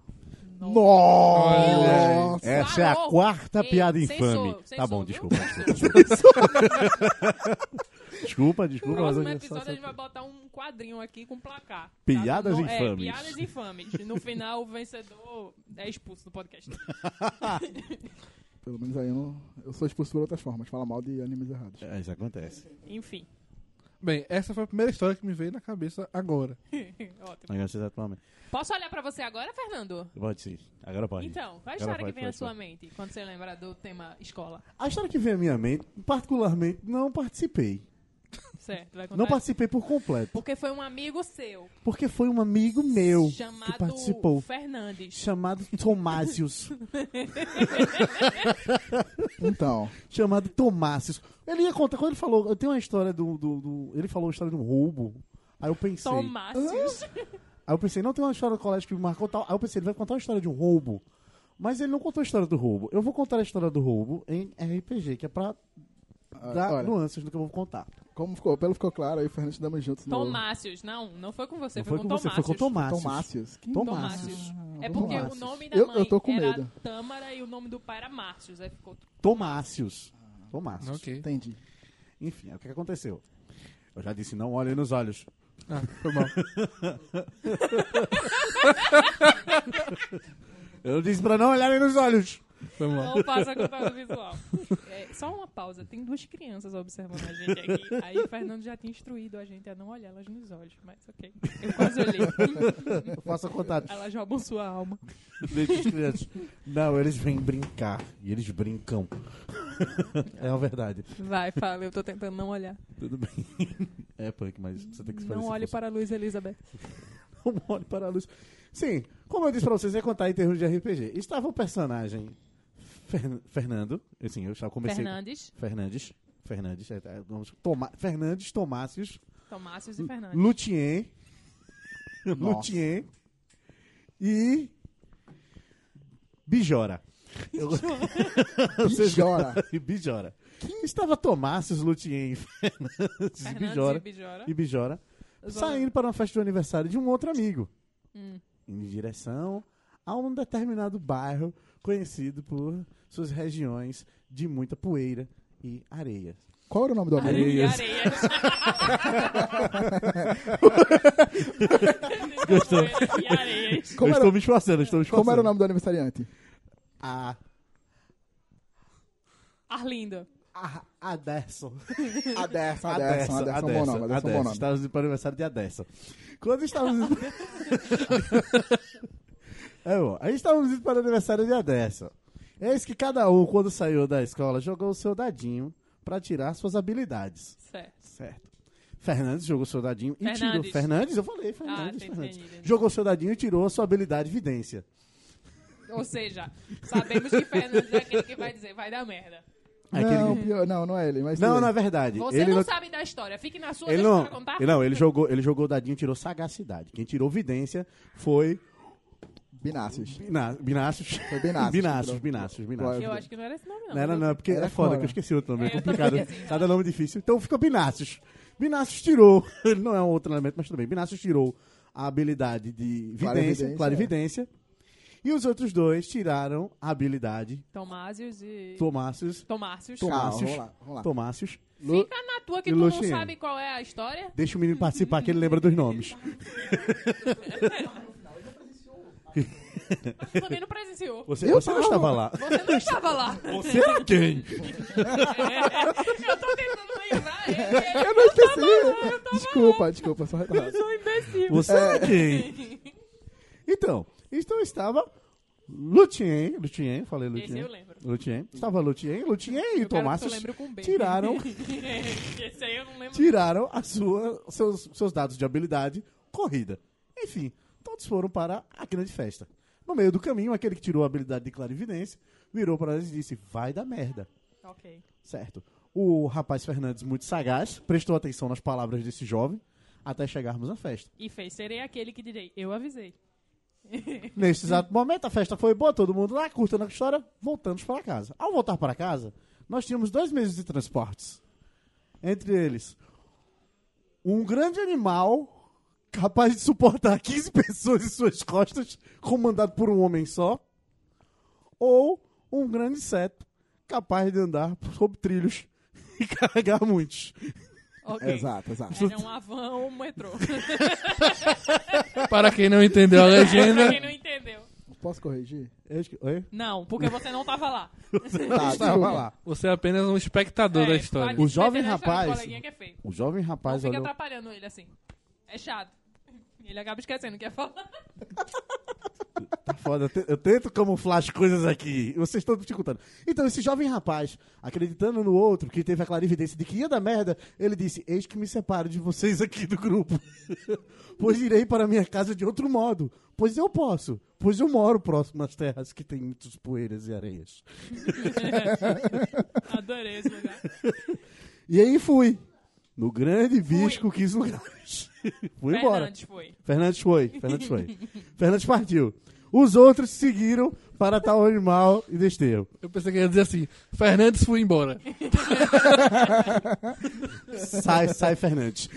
Speaker 2: Nossa!
Speaker 4: Essa é a
Speaker 1: Parou.
Speaker 4: quarta
Speaker 1: Ei,
Speaker 4: piada
Speaker 1: censou,
Speaker 4: infame. tá
Speaker 1: censou,
Speaker 4: bom,
Speaker 1: viu?
Speaker 4: desculpa. Desculpa,
Speaker 1: No
Speaker 4: desculpa.
Speaker 6: é
Speaker 1: próximo
Speaker 4: mas
Speaker 1: episódio a gente vai botar um quadrinho aqui com placar. tá?
Speaker 4: Piadas
Speaker 1: No- É,
Speaker 4: infames.
Speaker 1: piadas infames. No final, o vencedor é expulso do podcast.
Speaker 2: Pelo menos aí eu não. Eu sou expulso por outras formas. Fala mal de animes errados.
Speaker 4: É, isso acontece.
Speaker 1: Enfim.
Speaker 3: Bem, essa foi a primeira história que me veio na cabeça agora.
Speaker 1: Ótimo.
Speaker 4: Agora vocês atualmente.
Speaker 1: Posso olhar pra você agora, Fernando?
Speaker 4: Pode sim. Agora pode.
Speaker 1: Então, qual a
Speaker 4: Agora
Speaker 1: história que
Speaker 4: pode,
Speaker 1: vem à
Speaker 4: pode,
Speaker 1: sua
Speaker 4: pode.
Speaker 1: mente quando você lembra do tema escola?
Speaker 4: A história que vem à minha mente, particularmente, não participei.
Speaker 1: Certo, vai contar.
Speaker 4: Não participei por completo.
Speaker 1: Porque foi um amigo seu,
Speaker 4: Porque foi um amigo meu
Speaker 1: chamado
Speaker 4: que participou.
Speaker 1: Fernandes.
Speaker 4: Chamado Tomásios.
Speaker 2: Então,
Speaker 4: chamado Tomásios. Ele ia contar, quando ele falou, eu tenho uma história do. do- do- ele falou a história de um roubo. Aí eu pensei.
Speaker 1: Tomácios.
Speaker 4: Aí eu pensei, não tem uma história do colégio que me marcou tal. Aí eu pensei, ele vai contar uma história de um roubo. Mas ele não contou a história do roubo. Eu vou contar a história do roubo em RPG, que é pra
Speaker 2: ah,
Speaker 4: dar
Speaker 2: olha,
Speaker 4: nuances do que eu vou contar.
Speaker 2: como ficou, pelo ficou claro, aí o Fernando estamos juntos. no-
Speaker 1: Tomácios. Não, não foi com você,
Speaker 4: Não
Speaker 1: foi,
Speaker 4: foi com você, foi com Tomásios.
Speaker 2: Tomácios. Que
Speaker 4: Tom-
Speaker 1: Tomácios.
Speaker 2: Ah,
Speaker 1: É porque
Speaker 2: Tomácios.
Speaker 1: o nome da
Speaker 2: Eu-
Speaker 1: mãe
Speaker 2: eu tô com
Speaker 1: era
Speaker 2: medo.
Speaker 1: Tâmara e o nome do pai era Márcios. Aí ficou
Speaker 4: Tomácios.
Speaker 2: Ah,
Speaker 4: Tomácios.
Speaker 3: Ok.
Speaker 2: Entendi.
Speaker 4: Enfim, é o que que aconteceu. Eu já disse, não olhem nos olhos.
Speaker 3: Ah, foi mal.
Speaker 4: Eu disse pra não olharem nos olhos.
Speaker 3: Foi mal.
Speaker 1: Não passa a contato visual. É, só uma pausa. Tem duas crianças observando a gente aqui. Aí o Fernando já tinha instruído a gente a não olhar elas nos olhos. Mas ok. Eu quase olhei.
Speaker 4: Eu faço contato.
Speaker 1: Elas roubam sua alma.
Speaker 4: Deixa as crianças. Não, eles vêm brincar. E eles brincam. é a verdade.
Speaker 1: Vai, fala. Eu tô tentando não olhar.
Speaker 4: Tudo bem. É punk, mas você tem que se
Speaker 1: Não
Speaker 4: parecer
Speaker 1: olhe
Speaker 4: com
Speaker 1: para a luz, Elizabeth.
Speaker 4: Não olhe para a luz. Sim, como eu disse pra vocês, ia contar em termos de RPG. Estava o personagem Fer- Fernando, assim, eu já comecei...
Speaker 1: Fernandes,
Speaker 4: Fernandes. Fernandes, é, é, vamos- Toma- Fernandes, Tomácios,
Speaker 1: Tomácios e Fernandes.
Speaker 4: Lutien, Lutien e Bijora. Eu- Vocês-
Speaker 2: Bijora.
Speaker 4: e Bijora. Estava Tomácios, Lutien, Fernandes, e
Speaker 1: Fernandes
Speaker 4: Bijora,
Speaker 1: e Bijora.
Speaker 4: e Bijora
Speaker 1: Os
Speaker 4: saindo para uma festa de aniversário de um outro amigo.
Speaker 1: Hum.
Speaker 4: em direção a um determinado bairro conhecido por suas regiões de muita poeira e areia.
Speaker 2: Qual era o nome do amigo?
Speaker 1: E
Speaker 4: Areias.
Speaker 1: areias.
Speaker 4: Gostou?
Speaker 1: E areias.
Speaker 2: Como
Speaker 4: eu
Speaker 2: era-
Speaker 4: estou me esforçando, eu estou me esforçando.
Speaker 2: Como era o nome do aniversariante?
Speaker 4: A,
Speaker 1: Arlindo.
Speaker 4: a, Aderson.
Speaker 2: Adessa, Adessa,
Speaker 4: Aderson,
Speaker 2: Adessa, é um bom nome, Adessa
Speaker 4: Aderson,
Speaker 2: é um bom
Speaker 4: Aderson.
Speaker 2: nome.
Speaker 4: Estávamos indo para o aniversário de Aderson. Quando estávamos... É, bom. A gente estávamos indo para o aniversário dia 10. ó. Eis que cada um, quando saiu da escola, jogou o seu dadinho para tirar suas habilidades.
Speaker 1: Certo.
Speaker 4: Certo. Fernandes jogou seu dadinho e tirou.
Speaker 1: Fernandes.
Speaker 4: Fernandes, eu falei,
Speaker 1: Ah,
Speaker 4: Fernandes.
Speaker 1: tem
Speaker 4: Fernandes.
Speaker 1: entendido.
Speaker 4: Jogou seu dadinho e tirou a sua habilidade vidência.
Speaker 1: Ou seja, sabemos que Fernandes é aquele que vai dizer, vai dar merda.
Speaker 4: Aquele-
Speaker 2: Não, pior, não, não é ele. Mas
Speaker 4: Não,
Speaker 2: tudo
Speaker 4: não é
Speaker 2: bem.
Speaker 4: verdade.
Speaker 1: Você
Speaker 4: ele
Speaker 1: não,
Speaker 4: não,
Speaker 1: sabe da história, fique na sua,
Speaker 4: ele
Speaker 1: deixa o
Speaker 4: não,
Speaker 1: cara contar.
Speaker 4: ele não, ele jogou, ele jogou o dadinho e tirou sagacidade. Quem tirou vidência foi
Speaker 2: Binácios.
Speaker 4: Bina- Binácios.
Speaker 2: Foi Binácios.
Speaker 4: Binácios,
Speaker 2: Pronto.
Speaker 4: Binácios, Binácios.
Speaker 1: Eu acho que não era esse nome, não.
Speaker 4: Não, não, não, porque
Speaker 2: Era
Speaker 4: é foda
Speaker 2: fora.
Speaker 4: que eu esqueci outro nome, é
Speaker 1: É, eu
Speaker 4: complicado.
Speaker 1: também esqueci.
Speaker 4: Cada nome difícil. Então ficou Binácios. Binácios tirou, ele não é um outro elemento, mas tudo bem. Binácios tirou a habilidade de vidência,
Speaker 2: Clarividência,
Speaker 4: clarividência. E os outros dois tiraram a habilidade
Speaker 1: Tomásios e...
Speaker 4: Tomácios,
Speaker 1: Tomásios.
Speaker 2: Calma,
Speaker 4: Tomácios.
Speaker 2: Ah, vamos lá, vamos lá.
Speaker 4: Tomácios.
Speaker 1: Fica na tua que
Speaker 4: E
Speaker 1: tu não
Speaker 4: Luciano.
Speaker 1: sabe qual é a história.
Speaker 4: Deixa o menino participar que ele lembra dos nomes.
Speaker 1: Mas tu também não presenciou.
Speaker 4: Você,
Speaker 2: Eu
Speaker 4: você não
Speaker 2: tava.
Speaker 4: estava lá.
Speaker 1: Você não estava lá.
Speaker 4: Você era quem?
Speaker 1: É, eu tô tentando lembrar. é, é,
Speaker 2: Eu não
Speaker 4: é
Speaker 2: esqueci. Desculpa, desculpa, só
Speaker 1: Eu
Speaker 2: retardado.
Speaker 1: sou um imbecil.
Speaker 4: Você era quem? É. Então, então estava Lutien, Lutien, falei Lutien.
Speaker 1: Esse eu lembro.
Speaker 4: Lutien. Estava Lutien, Lutien e
Speaker 1: Eu quero que eu
Speaker 4: Tomácios
Speaker 1: lembro com B.
Speaker 4: tiraram,
Speaker 1: Esse aí eu não lembro.
Speaker 4: tiraram a sua, seus, seus dados de habilidade corrida. Enfim, todos foram para a grande festa. No meio do caminho, aquele que tirou a habilidade de clarividência virou para nós e disse: vai dar merda.
Speaker 1: Ok.
Speaker 4: Certo. O rapaz Fernandes, muito sagaz, prestou atenção nas palavras desse jovem até chegarmos à festa.
Speaker 1: E fez, serei aquele que direi. Eu avisei.
Speaker 4: Nesse exato momento, a festa foi boa, todo mundo lá, curtindo a história, voltamos para casa. Ao voltar para casa, nós tínhamos dois meses de transportes. Entre eles, um grande animal capaz de suportar 15 pessoas em suas costas, comandado por um homem só, ou um grande inseto capaz de andar sob trilhos e carregar muitos.
Speaker 1: Ok.
Speaker 2: Exato, exato.
Speaker 1: Era uma van ou um metrô.
Speaker 3: Para quem não entendeu a
Speaker 1: pra
Speaker 3: legenda,
Speaker 1: quem não entendeu.
Speaker 2: Posso corrigir?
Speaker 4: Eu acho que- Oi?
Speaker 1: Não, porque você não tava lá.
Speaker 2: Tá,
Speaker 4: Estava
Speaker 2: desculpa.
Speaker 4: lá.
Speaker 3: você é apenas um espectador da
Speaker 1: É,
Speaker 3: história.
Speaker 1: pode
Speaker 4: O jovem
Speaker 1: meter na história do
Speaker 4: rapaz-
Speaker 1: coleguinha que é feio.
Speaker 4: O jovem
Speaker 1: Não
Speaker 4: rapaz
Speaker 1: fica
Speaker 4: olhou...
Speaker 1: atrapalhando ele assim. É chato. Ele acaba esquecendo o que ia falar.
Speaker 4: Tá foda, eu te- eu tento camuflar as coisas aqui. Vocês estão dificultando. Então, esse jovem rapaz, acreditando no outro, que teve a clarividência de que ia dar merda, ele disse: Eis que me separo de vocês aqui do grupo. pois irei para minha casa de outro modo. Pois eu posso. Pois eu moro próximo às terras que tem muitos poeiras e areias.
Speaker 1: Adorei esse lugar.
Speaker 4: E aí fui. No grande bisco, 15 lugares. fui embora.
Speaker 1: Fernandes foi.
Speaker 4: Fernandes foi, Fernandes foi. Fernandes partiu. Os outros seguiram para tal animal e desterro.
Speaker 3: Eu pensei que ia dizer assim, Fernandes foi embora.
Speaker 4: Sai, sai, Fernandes.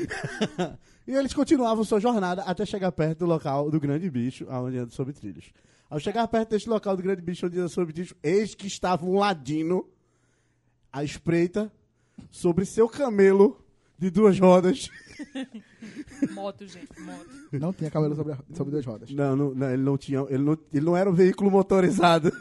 Speaker 4: e eles continuavam sua jornada até chegar perto do local do grande bicho, onde anda sobre trilhos. Ao chegar perto deste local do grande bicho, onde anda sobre trilhos, eis que estava um ladino à espreita sobre seu camelo de duas rodas.
Speaker 1: Moto, gente, moto.
Speaker 2: Não tinha cabelo sobre, a- sobre duas rodas.
Speaker 4: Não, não, não, ele não tinha. Ele não, ele não era um veículo motorizado.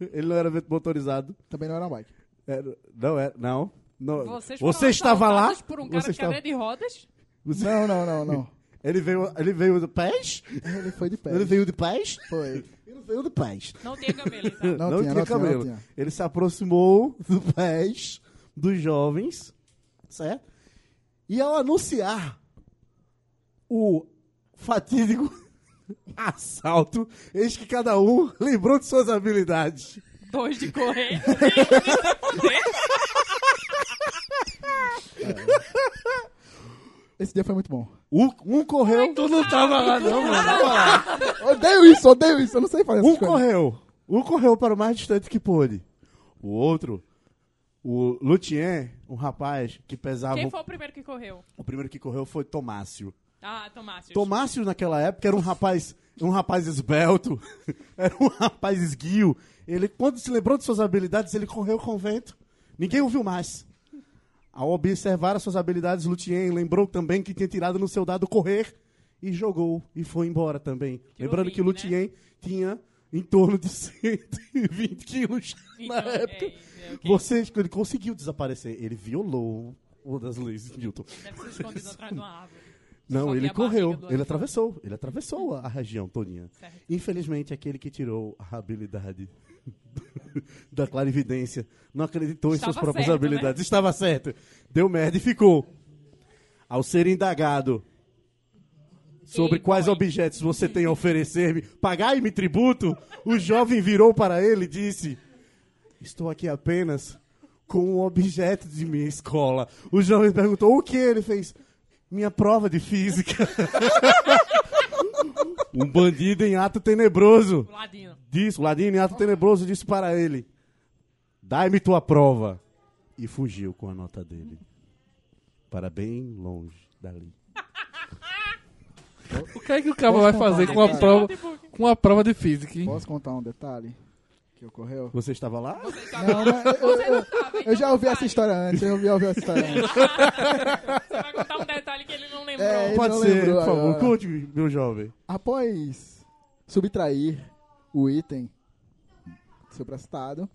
Speaker 4: ele não era veículo motorizado.
Speaker 2: Também não era um bike.
Speaker 4: Era- não era. Não. não.
Speaker 1: Vocês
Speaker 4: você
Speaker 1: foram
Speaker 4: estava lá.
Speaker 1: assaltados por um cara
Speaker 4: você
Speaker 1: de
Speaker 4: estava-
Speaker 1: cadeira de rodas?
Speaker 4: você-
Speaker 2: Não, não, não, não.
Speaker 4: ele veio, ele veio de pés?
Speaker 2: Ele foi de pé.
Speaker 4: Ele veio de pés?
Speaker 2: Foi.
Speaker 4: Ele veio de pés.
Speaker 1: Não tinha cabelo, então.
Speaker 2: Não tinha, não tinha, não tinha.
Speaker 4: Ele se aproximou do pés dos jovens, certo? E ao anunciar o fatídico assalto, eis que cada um lembrou de suas habilidades.
Speaker 1: Dois de correr.
Speaker 2: Esse dia foi muito bom.
Speaker 4: O- Um correu,
Speaker 3: Tu não tava lá, não, mano.
Speaker 2: Odeio isso, odeio isso. Eu não sei fazer
Speaker 4: um
Speaker 2: essas coisas.
Speaker 4: correu, um correu para o mais distante que pôde. O outro, o Lutien, um rapaz que pesava.
Speaker 1: Quem foi o primeiro que correu?
Speaker 4: O primeiro que correu foi Tomácio.
Speaker 1: Ah, Tomácio.
Speaker 4: Tomácio naquela época era um rapaz, um rapaz esbelto, era um rapaz esguio. Ele, quando se lembrou de suas habilidades, ele correu com o vento. Ninguém o viu mais. Ao observar as suas habilidades, Lutien lembrou também que tinha tirado no seu dado correr e jogou e foi embora também. Lembrando que
Speaker 1: bem, né?
Speaker 4: Lutien tinha em torno de 120 quilos
Speaker 1: Então,
Speaker 4: na época.
Speaker 1: É, é, ok.
Speaker 4: Você, ele conseguiu desaparecer. Ele violou uma das leis de Newton.
Speaker 1: Deve ser escondido atrás de uma árvore.
Speaker 4: Não,
Speaker 1: Só vi
Speaker 4: ele
Speaker 1: a barriga do
Speaker 4: correu. Ele
Speaker 1: avião.
Speaker 4: atravessou. Ele atravessou a a região todinha.
Speaker 1: Certo.
Speaker 4: Infelizmente, aquele que tirou a habilidade da clarividência não acreditou em
Speaker 1: Estava
Speaker 4: suas próprias
Speaker 1: certo, né?
Speaker 4: habilidades. Estava certo. Deu merda e ficou. Ao ser indagado sobre
Speaker 1: Ei,
Speaker 4: quais
Speaker 1: boy.
Speaker 4: objetos você tem a oferecer-me, pagai-me tributo, o jovem virou para ele e disse: Estou aqui apenas com um objeto de minha escola. O jovem perguntou: O que? Ele fez: Minha prova de física. um bandido em ato tenebroso
Speaker 1: O ladino.
Speaker 4: disse, o ladino em ato tenebroso disse para ele: Dai-me tua prova. E fugiu com a nota dele. Para bem longe dali.
Speaker 3: O que é que o cara vai fazer com a prova,
Speaker 2: tipo,
Speaker 3: com a prova de física, hein?
Speaker 2: Posso contar um detalhe que ocorreu?
Speaker 4: Você estava lá?
Speaker 2: Não, mas eu, eu- eu já
Speaker 1: então
Speaker 2: ouvi essa história antes, eu já ouvi essa história antes.
Speaker 1: Você vai contar um detalhe que ele não lembrou.
Speaker 2: É, ele
Speaker 4: Pode
Speaker 2: não
Speaker 4: ser,
Speaker 2: lembrou
Speaker 4: por favor.
Speaker 2: agora.
Speaker 4: Conte, meu jovem.
Speaker 2: Após subtrair o item sobracitado,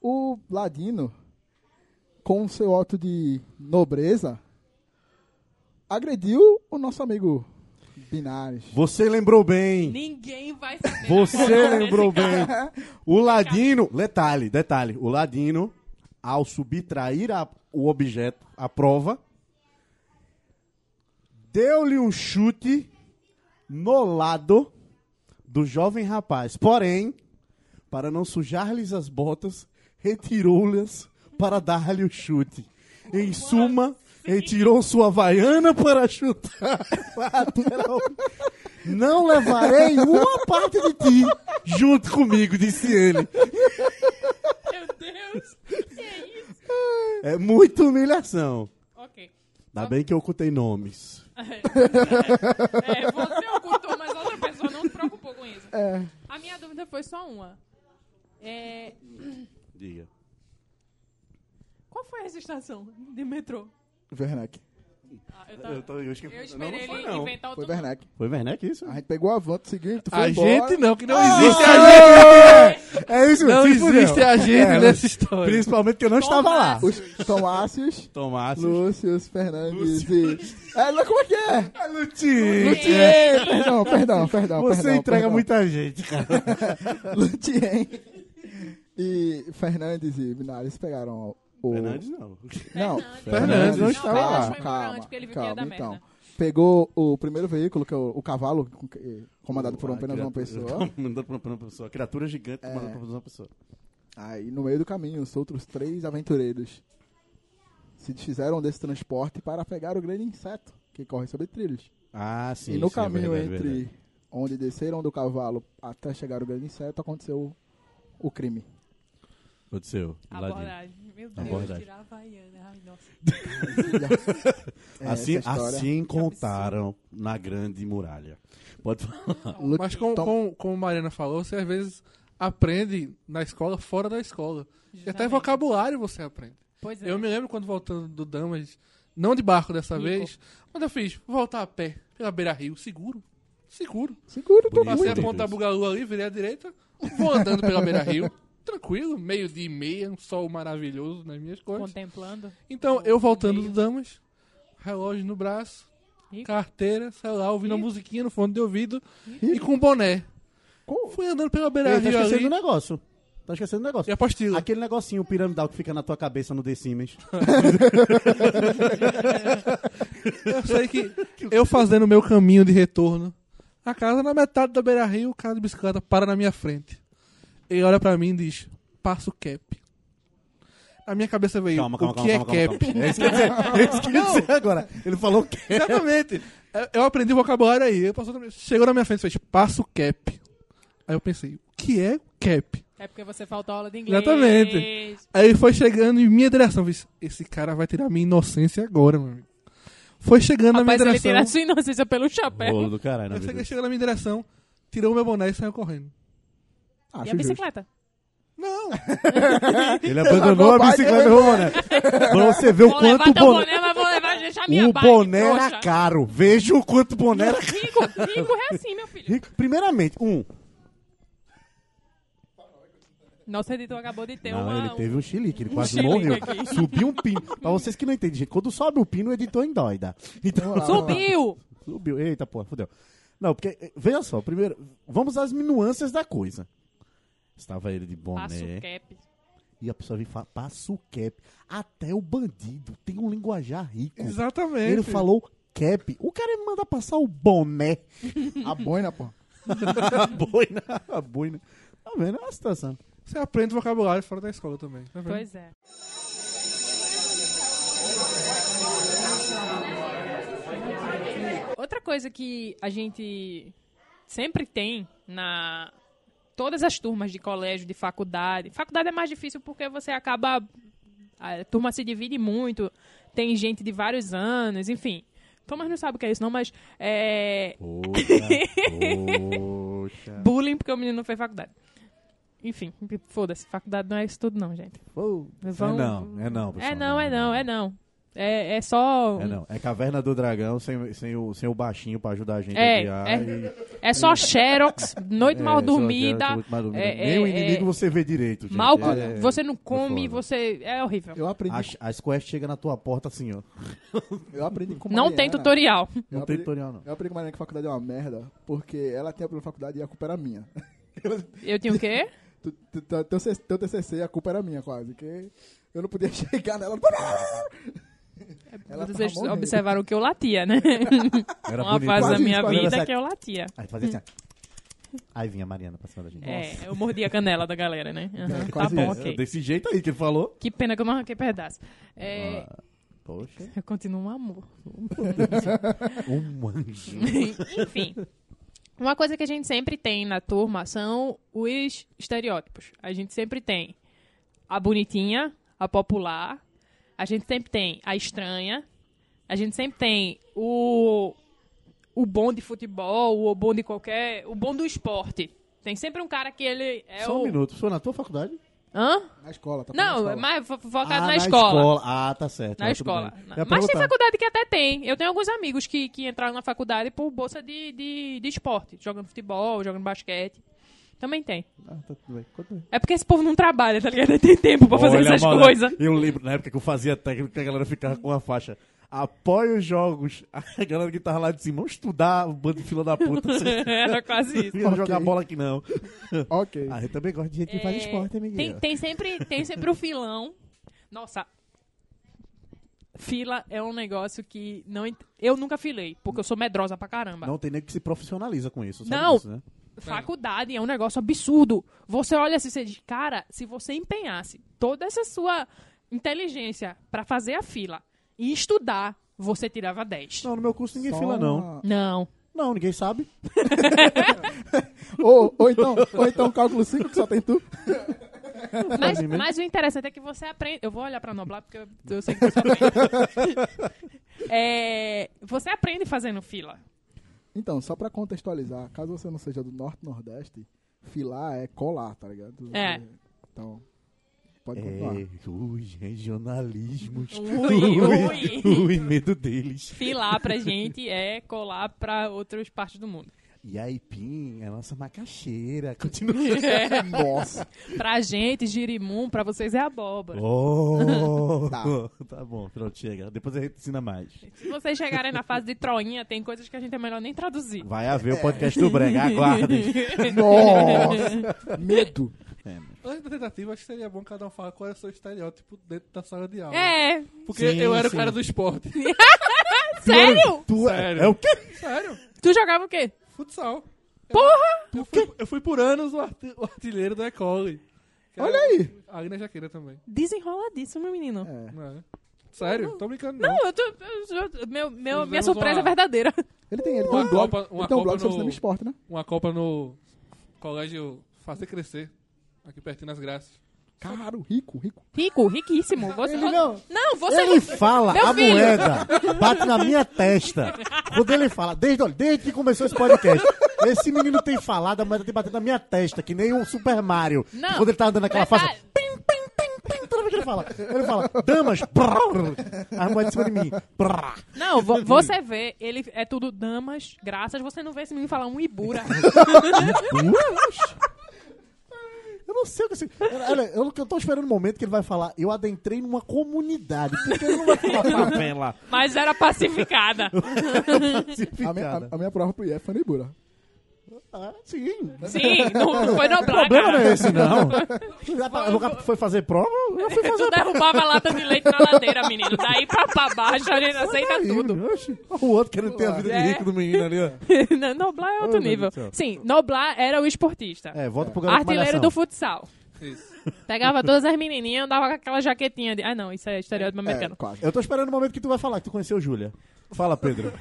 Speaker 2: o Ladino, com o seu ato de nobreza, agrediu o nosso amigo Binares.
Speaker 4: Você lembrou bem.
Speaker 1: Ninguém vai saber.
Speaker 4: Você
Speaker 1: Esse
Speaker 4: lembrou bem.
Speaker 1: cara.
Speaker 4: O ladino. Detalhe, detalhe. O ladino, ao subtrair a- o objeto, a prova, deu-lhe um chute no lado do jovem rapaz. Porém, para não sujar-lhes as botas, retirou-lhes para dar-lhe o chute. Em suma, retirou sua vaiana para chutar. lateral. Não levarei uma parte de ti junto comigo, disse ele.
Speaker 1: Meu Deus. Que é isso?
Speaker 4: É muita humilhação.
Speaker 1: Ok.
Speaker 4: Ainda bem que eu ocultei nomes.
Speaker 1: É, você ocultou, mas outra pessoa não se preocupou com isso.
Speaker 2: É,
Speaker 1: A minha dúvida foi só uma. É,
Speaker 4: Diga.
Speaker 1: qual foi essa estação de metrô?
Speaker 2: Werneck.
Speaker 1: Ah, eu, tava- eu esperei
Speaker 4: não,
Speaker 1: ele
Speaker 4: foi, não.
Speaker 1: inventar
Speaker 2: Foi
Speaker 1: outro nome.
Speaker 2: Werneck.
Speaker 4: Foi Werneck isso?
Speaker 2: A gente pegou a van, tu seguiu, tu foi
Speaker 3: A
Speaker 2: embora.
Speaker 3: gente não, que não existe a gente.
Speaker 4: É isso,
Speaker 3: Não
Speaker 4: se fudeu.
Speaker 3: existe a gente
Speaker 4: É,
Speaker 3: nessa história.
Speaker 4: Principalmente que eu não estava lá.
Speaker 1: Tomás.
Speaker 2: Os Tomácios,
Speaker 4: Tomás.
Speaker 2: Lúcius, Fernandes e... É, não, como é que é?
Speaker 4: Lutien.
Speaker 2: Lutien! Perdão, perdão, perdão.
Speaker 4: Você
Speaker 2: perdão,
Speaker 4: entrega
Speaker 2: perdão.
Speaker 4: muita gente, cara.
Speaker 2: Lutien e Fernandes e Binares pegaram o.
Speaker 4: Fernandes É não.
Speaker 2: Não,
Speaker 1: Fernandes.
Speaker 4: Fernandes não
Speaker 1: Não,
Speaker 4: estava
Speaker 1: Fernandes
Speaker 4: lá.
Speaker 1: foi embora antes,
Speaker 2: Calma,
Speaker 1: porque ele vivia da
Speaker 2: calma,
Speaker 1: merda.
Speaker 2: então. Pegou o primeiro veículo, que é o, o cavalo, com que- comandado por um
Speaker 4: Ah,
Speaker 2: apenas uma
Speaker 4: criatura-
Speaker 2: pessoa.
Speaker 4: Comandado por apenas uma pessoa. Criatura gigante comandada por apenas uma pessoa.
Speaker 2: Aí, no meio do caminho, os outros três aventureiros se desfizeram desse transporte para pegar o grande inseto que corre sobre trilhos.
Speaker 4: Ah, sim.
Speaker 2: e no
Speaker 4: sim, é
Speaker 2: caminho
Speaker 4: verdade,
Speaker 2: entre
Speaker 4: verdade.
Speaker 2: onde desceram do cavalo até chegar o grande inseto, aconteceu o, o crime.
Speaker 4: Aconteceu. Ladino.
Speaker 1: Abordagem. Meu Deus,
Speaker 4: Abordagem.
Speaker 1: tirar a Havaiana. Ai, nossa.
Speaker 2: É,
Speaker 4: Assim,
Speaker 2: essa história-
Speaker 4: assim contaram na grande muralha. Pode falar.
Speaker 2: Lu-
Speaker 3: Mas com,
Speaker 2: Tom-
Speaker 3: com, como a Mariana falou, você às vezes aprende na escola, fora da escola. E até
Speaker 1: Justamente.
Speaker 3: vocabulário você aprende.
Speaker 1: Pois é.
Speaker 3: Eu me lembro quando voltando do Damas, não de barco dessa
Speaker 1: Rico.
Speaker 3: vez, mas eu fiz voltar a pé pela beira-rio, seguro. Seguro.
Speaker 2: Segura tua
Speaker 4: Bonito.
Speaker 3: Passei a
Speaker 4: Deus.
Speaker 3: ponta bugalu ali, virei à direita, vou andando pela beira-rio, tranquilo, meio dia e meia, um sol maravilhoso nas minhas costas.
Speaker 1: Contemplando.
Speaker 3: Então, eu voltando do
Speaker 1: Meio.
Speaker 3: Damas, relógio no braço,
Speaker 1: Rico.
Speaker 3: carteira, celular, ouvindo a
Speaker 1: Rico.
Speaker 3: musiquinha no fone de ouvido e
Speaker 2: Rico.
Speaker 3: com boné.
Speaker 2: Como?
Speaker 3: Fui andando pela
Speaker 4: Ei, tá
Speaker 3: beira-rio
Speaker 4: esquecendo do
Speaker 3: ali
Speaker 4: negócio. Tá esquecendo do negócio.
Speaker 3: e apostila.
Speaker 4: Aquele negocinho piramidal que fica na tua cabeça no The Siemens.
Speaker 3: Eu sei que eu fazendo o meu caminho de retorno, a casa na metade da beira rio, o cara de bicicleta para na minha frente. Ele olha pra mim e diz, passa o cap. Na minha cabeça veio,
Speaker 4: Calma, calma,
Speaker 3: o
Speaker 4: calma,
Speaker 3: que
Speaker 4: calma,
Speaker 3: é
Speaker 4: calma,
Speaker 3: cap?
Speaker 4: calma. É isso que eu ia dizer, é isso que eu ia dizer agora. Ele falou que
Speaker 3: Exatamente. Eu- Eu aprendi o vocabulário aí. Ele passou na minha- Chegou na minha frente e fez, passa o cap. Aí eu pensei, o que é cap?
Speaker 1: É porque você faltou aula de inglês.
Speaker 3: Exatamente. Aí ele foi chegando em minha direção. Eu disse, Esse cara vai tirar minha inocência agora, meu amigo. Foi chegando na minha
Speaker 1: Rapaz, ele
Speaker 3: direção.
Speaker 1: tira a sua inocência pelo chapéu.
Speaker 4: Rolo do caralho, né, na
Speaker 3: Eu sei que ele
Speaker 4: verdade.
Speaker 3: chegou na minha direção, tirou meu boné e saiu correndo.
Speaker 1: Ah, E
Speaker 2: Acho
Speaker 1: a
Speaker 2: justo.
Speaker 1: bicicleta?
Speaker 3: Não!
Speaker 4: Ele abandonou a
Speaker 2: Vai,
Speaker 4: bicicleta e o boné. Pra você ver o
Speaker 1: Vou levar
Speaker 4: quanto o
Speaker 1: teu
Speaker 4: boné...
Speaker 1: boné, mas vou levar, deixar minha
Speaker 4: O
Speaker 1: bike,
Speaker 4: boné
Speaker 1: trouxa.
Speaker 4: era caro. Veja o quanto o boné era caro.
Speaker 1: Rico, rico é assim, meu filho.
Speaker 4: Rico, Primeiramente, um.
Speaker 1: Nosso editor acabou de ter
Speaker 4: não,
Speaker 1: uma.
Speaker 4: ele teve um chilique, ele
Speaker 1: um
Speaker 4: quase
Speaker 1: chilique
Speaker 4: morreu.
Speaker 1: aqui.
Speaker 4: Subiu um pino. Pra vocês que não entendem, gente, quando sobe o pino, o editor endoida. Então,
Speaker 1: um- Subiu!
Speaker 4: Subiu. Eita, porra, fudeu. Não, porque, eh, veja só, primeiro, vamos às nuances da coisa. Estava ele de boné.
Speaker 1: Passa o cap.
Speaker 4: E a pessoa vem e fala, passa o cap. Até o bandido tem um linguajar rico.
Speaker 3: Exatamente.
Speaker 4: Ele falou cap. O cara me manda passar o boné.
Speaker 2: A boina, pô.
Speaker 4: a boina. A boina. Tá vendo? É uma situação.
Speaker 3: Você aprende vocabulário fora da escola também. Tá vendo?
Speaker 1: Pois é. Outra coisa que a gente sempre tem na todas as turmas de colégio, de faculdade. Faculdade é mais difícil porque você acaba a turma se divide muito, tem gente de vários anos, enfim. Thomas não sabe o que é isso não, mas é,
Speaker 4: Poxa.
Speaker 1: bullying porque o menino não fez faculdade. Enfim, foda-se, faculdade não é isso tudo não, gente.
Speaker 4: Poxa.
Speaker 1: Vão-
Speaker 4: É não, é não, pessoal.
Speaker 1: É não, é não, é não. É, é só.
Speaker 4: É não. É Caverna do Dragão sem, sem, o, sem o baixinho pra ajudar a gente
Speaker 1: É,
Speaker 4: a criar.
Speaker 1: é.
Speaker 4: e-
Speaker 1: É só Xerox, noite
Speaker 4: é,
Speaker 1: mal
Speaker 4: só-
Speaker 1: dormida,
Speaker 4: muito mal dormida.
Speaker 1: é,
Speaker 4: Nem o
Speaker 1: é,
Speaker 4: inimigo
Speaker 1: é.
Speaker 4: você vê direito. gente.
Speaker 1: mal.
Speaker 4: É, é.
Speaker 1: você não come,
Speaker 4: foda.
Speaker 1: você. É horrível.
Speaker 2: Eu aprendi,
Speaker 4: As, as quests chegam na tua porta assim, ó.
Speaker 2: eu aprendi com
Speaker 1: Não
Speaker 2: Mariana.
Speaker 1: tem tutorial.
Speaker 2: Eu
Speaker 4: Não tem
Speaker 2: aprendi,
Speaker 4: tutorial, não.
Speaker 2: eu aprendi com Mariana que a faculdade é uma merda, porque ela tem a primeira faculdade e a culpa era minha.
Speaker 1: Eu tinha o quê?
Speaker 2: Tu- tu- tu- Teu C- teu TCC, a culpa era minha quase, que eu não podia chegar
Speaker 1: É
Speaker 2: nela. Ela tava
Speaker 1: Vocês
Speaker 2: morrendo.
Speaker 1: observaram que eu latia, né?
Speaker 4: Era
Speaker 1: Uma
Speaker 4: bonito.
Speaker 1: fase da
Speaker 2: Quase
Speaker 1: minha
Speaker 2: isso,
Speaker 4: quase
Speaker 1: vida
Speaker 4: isso.
Speaker 1: que eu latia.
Speaker 4: Aí tu fazia assim, ó. Aí vinha a Mariana pra cima da gente.
Speaker 1: É, eu mordi a canela da galera, né? Aham,
Speaker 2: É,
Speaker 1: tá
Speaker 2: quase
Speaker 1: bom,
Speaker 2: isso.
Speaker 1: ok.
Speaker 4: Desse jeito aí que ele falou.
Speaker 1: Que pena que eu não arranquei pedaço. É,
Speaker 4: Ah, Poxa,
Speaker 1: eu continuo um amor.
Speaker 4: um anjo.
Speaker 1: Enfim. Uma coisa que a gente sempre tem na turma são os estereótipos. A gente sempre tem a bonitinha, a popular, a gente sempre tem a estranha, a gente sempre tem o o bom de futebol, o bom de qualquer, o bom do esporte. Tem sempre um cara que ele é
Speaker 4: Só um
Speaker 1: o
Speaker 4: minuto. Foi na tua faculdade?
Speaker 1: Hã?
Speaker 2: Na escola, tá falando
Speaker 1: Não,
Speaker 2: na
Speaker 1: é
Speaker 2: escola.
Speaker 1: mais fo-
Speaker 4: Ah,
Speaker 1: focado
Speaker 4: na
Speaker 1: na escola.
Speaker 4: Ah, tá certo.
Speaker 1: Na
Speaker 4: Ah, tudo
Speaker 1: escola.
Speaker 4: bem. Eu
Speaker 1: Na-
Speaker 4: ia
Speaker 1: Mas tem
Speaker 4: perguntar.
Speaker 1: faculdade que até tem. Eu tenho alguns amigos que, que entraram na faculdade por bolsa de, de, de esporte, jogando futebol, jogando basquete. Também tem.
Speaker 4: Ah, tá tudo bem. Quanto é?
Speaker 1: É porque esse povo não trabalha, tá ligado? Ele tem tempo pra fazer
Speaker 4: Olha,
Speaker 1: essas
Speaker 4: malandro,
Speaker 1: coisas.
Speaker 4: Eu lembro, na época que eu fazia técnica, a galera ficava com a faixa. Apoia os jogos. A galera que tava lá de cima, vamos estudar, o bando de fila da puta. Vocês
Speaker 1: Era quase É, isso.
Speaker 4: não iam
Speaker 2: Ok.
Speaker 4: jogar bola aqui, não.
Speaker 2: Ok.
Speaker 4: Ah, eu também gosto de gente que
Speaker 1: É,
Speaker 4: faz esporte, amiguinho.
Speaker 1: Tem, tem, sempre, tem sempre o filão. Nossa. Fila é um negócio que não ent- eu nunca filei, porque eu sou medrosa pra caramba.
Speaker 4: Não, tem nem que se profissionaliza com isso. Sabe
Speaker 1: Não.
Speaker 4: disso, né?
Speaker 1: Faculdade é um negócio absurdo. Você olha assim, você diz, cara, se você empenhasse toda essa sua inteligência pra fazer a fila e estudar, você tirava 10.
Speaker 4: Não, no meu curso ninguém
Speaker 2: Só
Speaker 4: fila, não.
Speaker 2: uma-
Speaker 1: Não.
Speaker 4: Não, ninguém sabe.
Speaker 2: Ou, ou então, ou então cálculo 5 que só tem tu.
Speaker 1: Mas, mas o interessante é que você aprende. Eu vou olhar pra Noblar porque eu, eu sei que você aprende. É, você aprende fazendo fila.
Speaker 2: Então, só pra contextualizar, caso você não seja do norte nordeste, filar é colar, tá ligado?
Speaker 1: É.
Speaker 2: Então, pode continuar.
Speaker 4: É, os regionalismos.
Speaker 1: Ui, ui.
Speaker 4: ui, medo deles.
Speaker 1: Filar pra gente é colar pra outras partes do mundo.
Speaker 4: E a Aipim, a nossa macaxeira. Continua.
Speaker 2: Nossa,
Speaker 1: Tá. Pra gente, girimum, pra vocês é abóbora.
Speaker 4: Oh, tá. bom, pronto, chega. Depois a gente ensina mais.
Speaker 1: Se vocês chegarem na fase de troinha, tem coisas que a gente é melhor nem traduzir.
Speaker 4: Vai haver o podcast do Brega, aguardem.
Speaker 2: nossa, medo.
Speaker 3: Antes da tentativa, acho que seria bom cada um falar qual era o seu estereótipo dentro da sala de aula.
Speaker 1: É,
Speaker 3: Porque
Speaker 4: Sim,
Speaker 3: eu era
Speaker 4: sim.
Speaker 3: o cara do esporte.
Speaker 1: sério?
Speaker 4: Tu
Speaker 3: Sério?
Speaker 4: É, o quê?
Speaker 3: Sério,
Speaker 1: Tu jogava o quê?
Speaker 3: futsal.
Speaker 1: Porra!
Speaker 3: Eu fui, eu fui por anos o, arti- o artilheiro da Ecole. Que
Speaker 2: Olha
Speaker 3: era
Speaker 2: aí.
Speaker 3: A Agnes Jaqueira também.
Speaker 1: Desenrola disso, meu menino.
Speaker 2: É,
Speaker 3: Não é? Sério, tô brincando.
Speaker 1: Não, eu tô. eu- eu- meu, meu- minha
Speaker 3: Usamos
Speaker 1: surpresa
Speaker 3: uma-
Speaker 1: é verdadeira.
Speaker 2: Ele tem, ele tem
Speaker 3: Uma
Speaker 2: um blog,
Speaker 3: Copa- uma
Speaker 2: ele tem um
Speaker 3: Copa
Speaker 2: blog sobre
Speaker 3: no-
Speaker 2: cinema e esporte, né?
Speaker 3: Uma Copa no colégio Fazer Crescer, aqui pertinho nas Graças.
Speaker 2: Caro, rico, rico.
Speaker 1: Rico, riquíssimo. Você,
Speaker 4: Ele não.
Speaker 1: Não, você
Speaker 4: Ele fala
Speaker 1: Meu
Speaker 4: a
Speaker 1: filho.
Speaker 4: moeda, bate na minha testa. Quando ele fala, desde, olha, desde que começou esse podcast, esse menino tem falado, a moeda tem batido na minha testa, que nem um Super Mario.
Speaker 1: Não. é-
Speaker 4: Quando ele tá andando naquela faixa,
Speaker 1: Verdade.
Speaker 4: pim, pim, pim, pim, toda vez Então, é que ele fala, ele fala, damas, brrr, a moeda em cima de mim, brrr.
Speaker 1: Não, vo- você vê, ele é tudo damas, graças, você não vê esse menino falar um Ibura.
Speaker 4: Eu não sei o que esse. Olha, eu, eu tô esperando o momento que ele vai falar. Eu adentrei numa comunidade. Porque ele não vai falar favela.
Speaker 1: Mas era pacificada.
Speaker 2: A minha,
Speaker 4: né?
Speaker 2: a, a minha prova pro é IEF foi no Ibura.
Speaker 4: Ah, sim.
Speaker 1: Sim, não, não foi dobrar,
Speaker 4: problema não é
Speaker 1: cara.
Speaker 4: esse, não. Já tá- nunca foi fazer prova? Já fui fazer
Speaker 1: Tu derrubava a lata de leite na ladeira, menino. Daí pra, pra baixo, a gente aceita
Speaker 4: aí,
Speaker 1: tudo.
Speaker 4: menino. Oxi. Olha O outro querendo ter a vida de
Speaker 1: É.
Speaker 4: rico do menino ali, ó.
Speaker 1: Não, Noblar é outro
Speaker 4: Oh, meu
Speaker 1: nível.
Speaker 4: Deus do céu.
Speaker 1: Sim, Noblar era o esportista.
Speaker 4: É, volta pro garoto
Speaker 1: Artilheiro
Speaker 4: Malhação.
Speaker 1: do futsal.
Speaker 3: Isso.
Speaker 1: Pegava todas as menininhas, andava com aquela jaquetinha de. Ah, não, isso é estereótipo americano.
Speaker 2: quase.
Speaker 4: Eu tô esperando o momento que tu vai falar que tu conheceu Júlia. Fala, Pedro.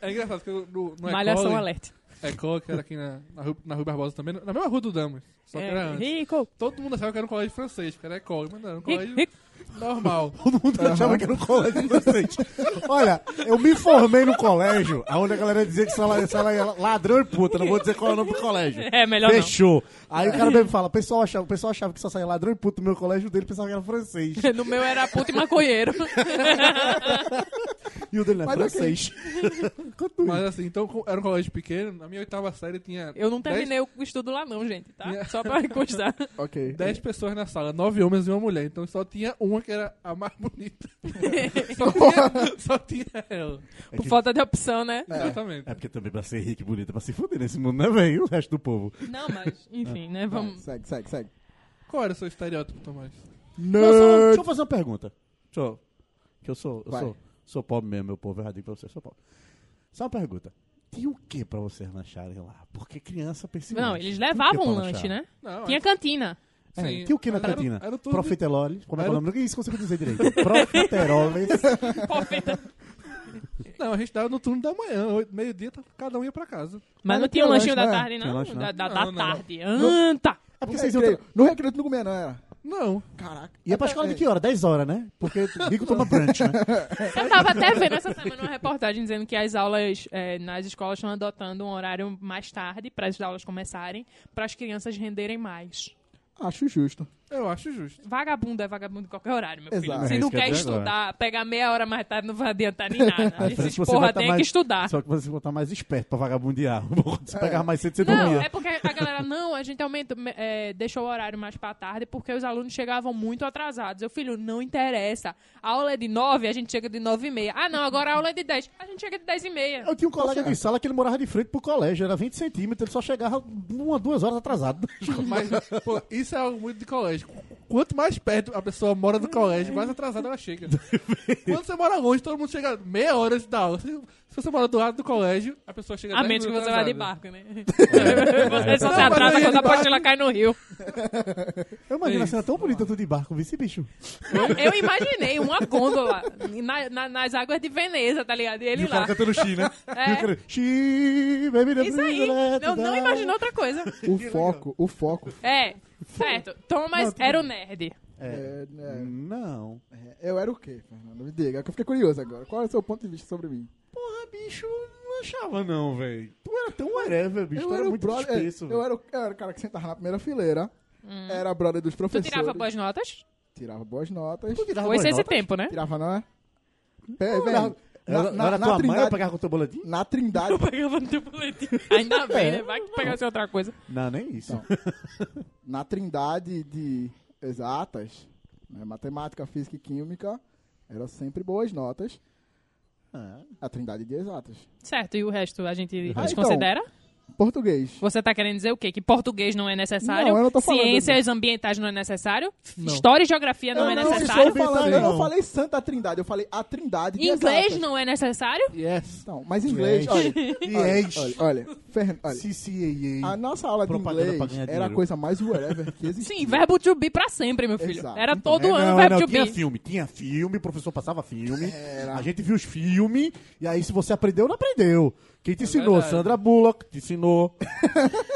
Speaker 3: É engraçado que eu, no, no
Speaker 1: Malhação
Speaker 3: Ecole,
Speaker 1: alert.
Speaker 3: Ecole, que era aqui na, na, Rui, na Rui Barbosa também, na mesma rua do Damas. Só que
Speaker 1: É,
Speaker 3: era antes.
Speaker 1: rico,
Speaker 3: Todo mundo achava que era um colégio francês, porque era Ecole, mas não, era um
Speaker 1: rico,
Speaker 3: colégio
Speaker 1: rico.
Speaker 3: normal.
Speaker 4: Todo mundo achava que era um colégio inocente. Olha, eu me formei no colégio, onde a galera dizia que sala, sala era ladrão e puta. Não vou dizer qual é o nome do colégio.
Speaker 1: É, melhor
Speaker 4: Fechou. Aí o cara mesmo fala, o pessoal achava, o pessoal achava que só saía ladrão e puta do meu colégio, o dele pensava que era francês.
Speaker 1: não. No meu era puto e maconheiro.
Speaker 4: E o dele não
Speaker 2: Mas
Speaker 4: é
Speaker 2: ok.
Speaker 4: francês.
Speaker 3: Mas assim, então co- era um colégio pequeno. Na minha oitava série tinha
Speaker 1: Eu não
Speaker 3: 10
Speaker 1: terminei o estudo lá, não, gente, tá?
Speaker 4: É.
Speaker 3: Yeah.
Speaker 1: Só pra constar.
Speaker 2: Ok.
Speaker 3: 10 pessoas na sala, 9 homens e uma mulher. Então só tinha uma que era a mais bonita. só, tinha, só tinha ela.
Speaker 1: Por falta de opção, né?
Speaker 3: Exatamente.
Speaker 4: É porque também pra ser rico e bonito, é pra se fuder nesse mundo, né, velho? E O resto do povo.
Speaker 1: Não, mas, enfim, né? Vamos.
Speaker 2: Segue, segue, segue.
Speaker 3: Qual era o seu estereótipo, Tomás?
Speaker 4: Não, só-
Speaker 1: um-
Speaker 2: Nerd.
Speaker 4: deixa eu fazer uma pergunta. Deixa eu, que eu sou, eu
Speaker 2: Vai.
Speaker 4: sou, sou pobre mesmo, meu povo, é erradinho pra você, eu sou pobre. Só uma pergunta. Tinha o que pra vocês lancharem lá? Porque criança pensa em
Speaker 1: Não,
Speaker 4: lanche.
Speaker 1: eles
Speaker 4: Tinha o quê
Speaker 1: levavam
Speaker 4: pra
Speaker 1: um
Speaker 4: lanchar?
Speaker 1: lanche, né?
Speaker 3: Não,
Speaker 1: Tinha cantina.
Speaker 4: É,
Speaker 3: Sim.
Speaker 4: tinha o que na
Speaker 3: Era-
Speaker 4: cantina?
Speaker 3: era tudo-
Speaker 4: Profiteroles. Como é que é o
Speaker 3: era-
Speaker 4: nome? Isso eu consigo dizer direito.
Speaker 1: É
Speaker 4: Profiteroles.
Speaker 3: Não, a gente tava no turno da manhã, oito- meio-dia, tá- cada um ia pra casa.
Speaker 1: Mas não tinha um lanchinho da
Speaker 2: né?
Speaker 1: tarde,
Speaker 4: Tinha
Speaker 1: não.
Speaker 4: lanche, não.
Speaker 1: Da, da,
Speaker 3: Não,
Speaker 1: da
Speaker 3: não, não.
Speaker 1: tarde. Anta!
Speaker 4: É porque
Speaker 2: No
Speaker 4: vocês
Speaker 2: recreio-
Speaker 4: iam...
Speaker 2: No recreio tu não comia, não era?
Speaker 3: Não.
Speaker 2: né, Caraca. é
Speaker 4: Ia pra escola de que hora? 10 horas, né? Porque rico toma brunch, né?
Speaker 1: Eu tava até vendo essa semana uma reportagem dizendo que as aulas eh, nas escolas estão adotando um horário mais tarde para as aulas começarem, para as crianças renderem mais.
Speaker 2: Acho justo.
Speaker 3: Eu acho justo.
Speaker 1: Vagabundo é vagabundo em qualquer horário, meu filho.
Speaker 2: Exato.
Speaker 1: Se
Speaker 4: É
Speaker 1: não
Speaker 4: isso que eu
Speaker 1: quer
Speaker 4: ia dizer agora.
Speaker 1: estudar, pegar meia hora mais tarde não vai adiantar nem nada.
Speaker 4: Parece
Speaker 1: Esses
Speaker 4: que você
Speaker 1: porra
Speaker 4: vai tá
Speaker 1: tem
Speaker 4: mais-
Speaker 1: que estudar.
Speaker 4: Só que você botar mais esperto pra vagabundear. Você pegava mais cedo, você
Speaker 1: É. Não,
Speaker 4: dormia.
Speaker 1: é porque a galera, não, a gente aumenta, me- é, deixou o horário mais pra tarde porque os alunos chegavam muito atrasados. Eu, filho, não interessa. A aula é de nove, a gente chega de nove e meia. Ah, não, agora a aula é de dez. A gente chega de dez e meia.
Speaker 4: Eu tinha um colega de sala que ele morava de frente pro colégio, era 20 centímetros, ele só chegava uma, duas horas atrasado.
Speaker 3: Mas, pô, isso é algo muito de colégio. Quanto mais perto a pessoa mora do colégio, mais atrasada ela chega. Quando você mora longe, todo mundo chega meia hora antes da aula. Se, se você mora do lado do colégio, a pessoa chega
Speaker 1: A
Speaker 3: 10
Speaker 1: menos que
Speaker 3: minutos
Speaker 1: você vá de
Speaker 3: atrasada.
Speaker 1: barco, né?
Speaker 2: É,
Speaker 1: você
Speaker 2: tá
Speaker 1: só se
Speaker 3: Não, mas
Speaker 1: atrasa
Speaker 3: aí
Speaker 1: quando a
Speaker 3: de barco-
Speaker 1: apostila cai no rio.
Speaker 4: Eu imagino a cena tão bonita tu de barco, viu esse bicho?
Speaker 1: Eu imaginei uma gôndola na- na- nas águas de Veneza, tá ligado? E ele lá.
Speaker 4: cantando Xi, né?
Speaker 1: É.
Speaker 4: E o cara, Xi, baby, the
Speaker 1: Isso aí.
Speaker 2: né?
Speaker 4: blue,
Speaker 1: Não, não
Speaker 4: da-
Speaker 1: imagino outra coisa.
Speaker 2: O foco, o foco.
Speaker 1: É, certo. Thomas era o nerd.
Speaker 2: É, né,
Speaker 4: Não.
Speaker 2: eu era o quê, Fernando? Me diga, que eu fiquei curioso agora. Qual é o seu ponto de vista sobre mim?
Speaker 4: Porra, bicho, não achava não, velho. Tu era tão whatever, bicho, tu
Speaker 2: eu
Speaker 4: era é,
Speaker 2: o
Speaker 4: muito
Speaker 2: brother-
Speaker 4: espesso.
Speaker 2: eu, era o, eu era o cara que sentava na primeira fileira. Era brother dos
Speaker 1: Tu
Speaker 2: professores.
Speaker 1: tirava boas notas?
Speaker 2: Tirava boas notas.
Speaker 1: Foi esse tempo, né?
Speaker 2: Tirava, não é? Peraí,
Speaker 4: tá- Era,
Speaker 2: velho.
Speaker 4: era,
Speaker 2: na-
Speaker 4: era
Speaker 2: na
Speaker 4: tua mãe
Speaker 2: Trindade-
Speaker 4: eu pegava com o teu boletim?
Speaker 2: Na Trindade.
Speaker 1: Eu pegava no teu boletim. Ainda bem, né? Vai que pegasse outra coisa.
Speaker 4: Não, nem isso.
Speaker 2: Então. na Trindade de exatas, né, matemática, física e química, eram sempre boas notas.
Speaker 4: Ah.
Speaker 2: A Trindade de exatas.
Speaker 1: Certo, e o resto a gente
Speaker 2: Ah,
Speaker 1: desconsidera?
Speaker 2: Português.
Speaker 1: Você tá querendo dizer o quê? Que português não é necessário?
Speaker 2: Não, eu não tô falando-
Speaker 1: Ciências ambientais não é necessário? História e geografia não
Speaker 2: eu
Speaker 1: é
Speaker 2: não
Speaker 1: necessário?
Speaker 2: estou falando, eu não
Speaker 4: Não.
Speaker 2: falei Santa Trindade, eu falei a Trindade de
Speaker 1: Inglês
Speaker 2: exatas.
Speaker 1: não é necessário?
Speaker 4: Yes.
Speaker 2: Então, mas inglês, olha,
Speaker 4: Yes.
Speaker 2: olha, olha, Fern- olha,
Speaker 4: CCAA.
Speaker 2: a nossa aula de
Speaker 4: Propaganda pra
Speaker 2: inglês
Speaker 4: ganhar
Speaker 2: era a
Speaker 4: dinheiro.
Speaker 2: coisa mais whatever que existia.
Speaker 1: Sim, verbo to be pra sempre, meu filho.
Speaker 2: Exato.
Speaker 1: Era
Speaker 2: Então,
Speaker 1: todo
Speaker 4: É,
Speaker 1: ano
Speaker 4: não,
Speaker 1: verbo
Speaker 4: não,
Speaker 1: to
Speaker 4: tinha
Speaker 1: be.
Speaker 4: filme, tinha filme, o professor passava filme, a gente viu os filmes, e aí se você aprendeu, não aprendeu. Quem
Speaker 1: É
Speaker 4: te ensinou?
Speaker 3: verdade.
Speaker 4: Sandra Bullock te ensinou,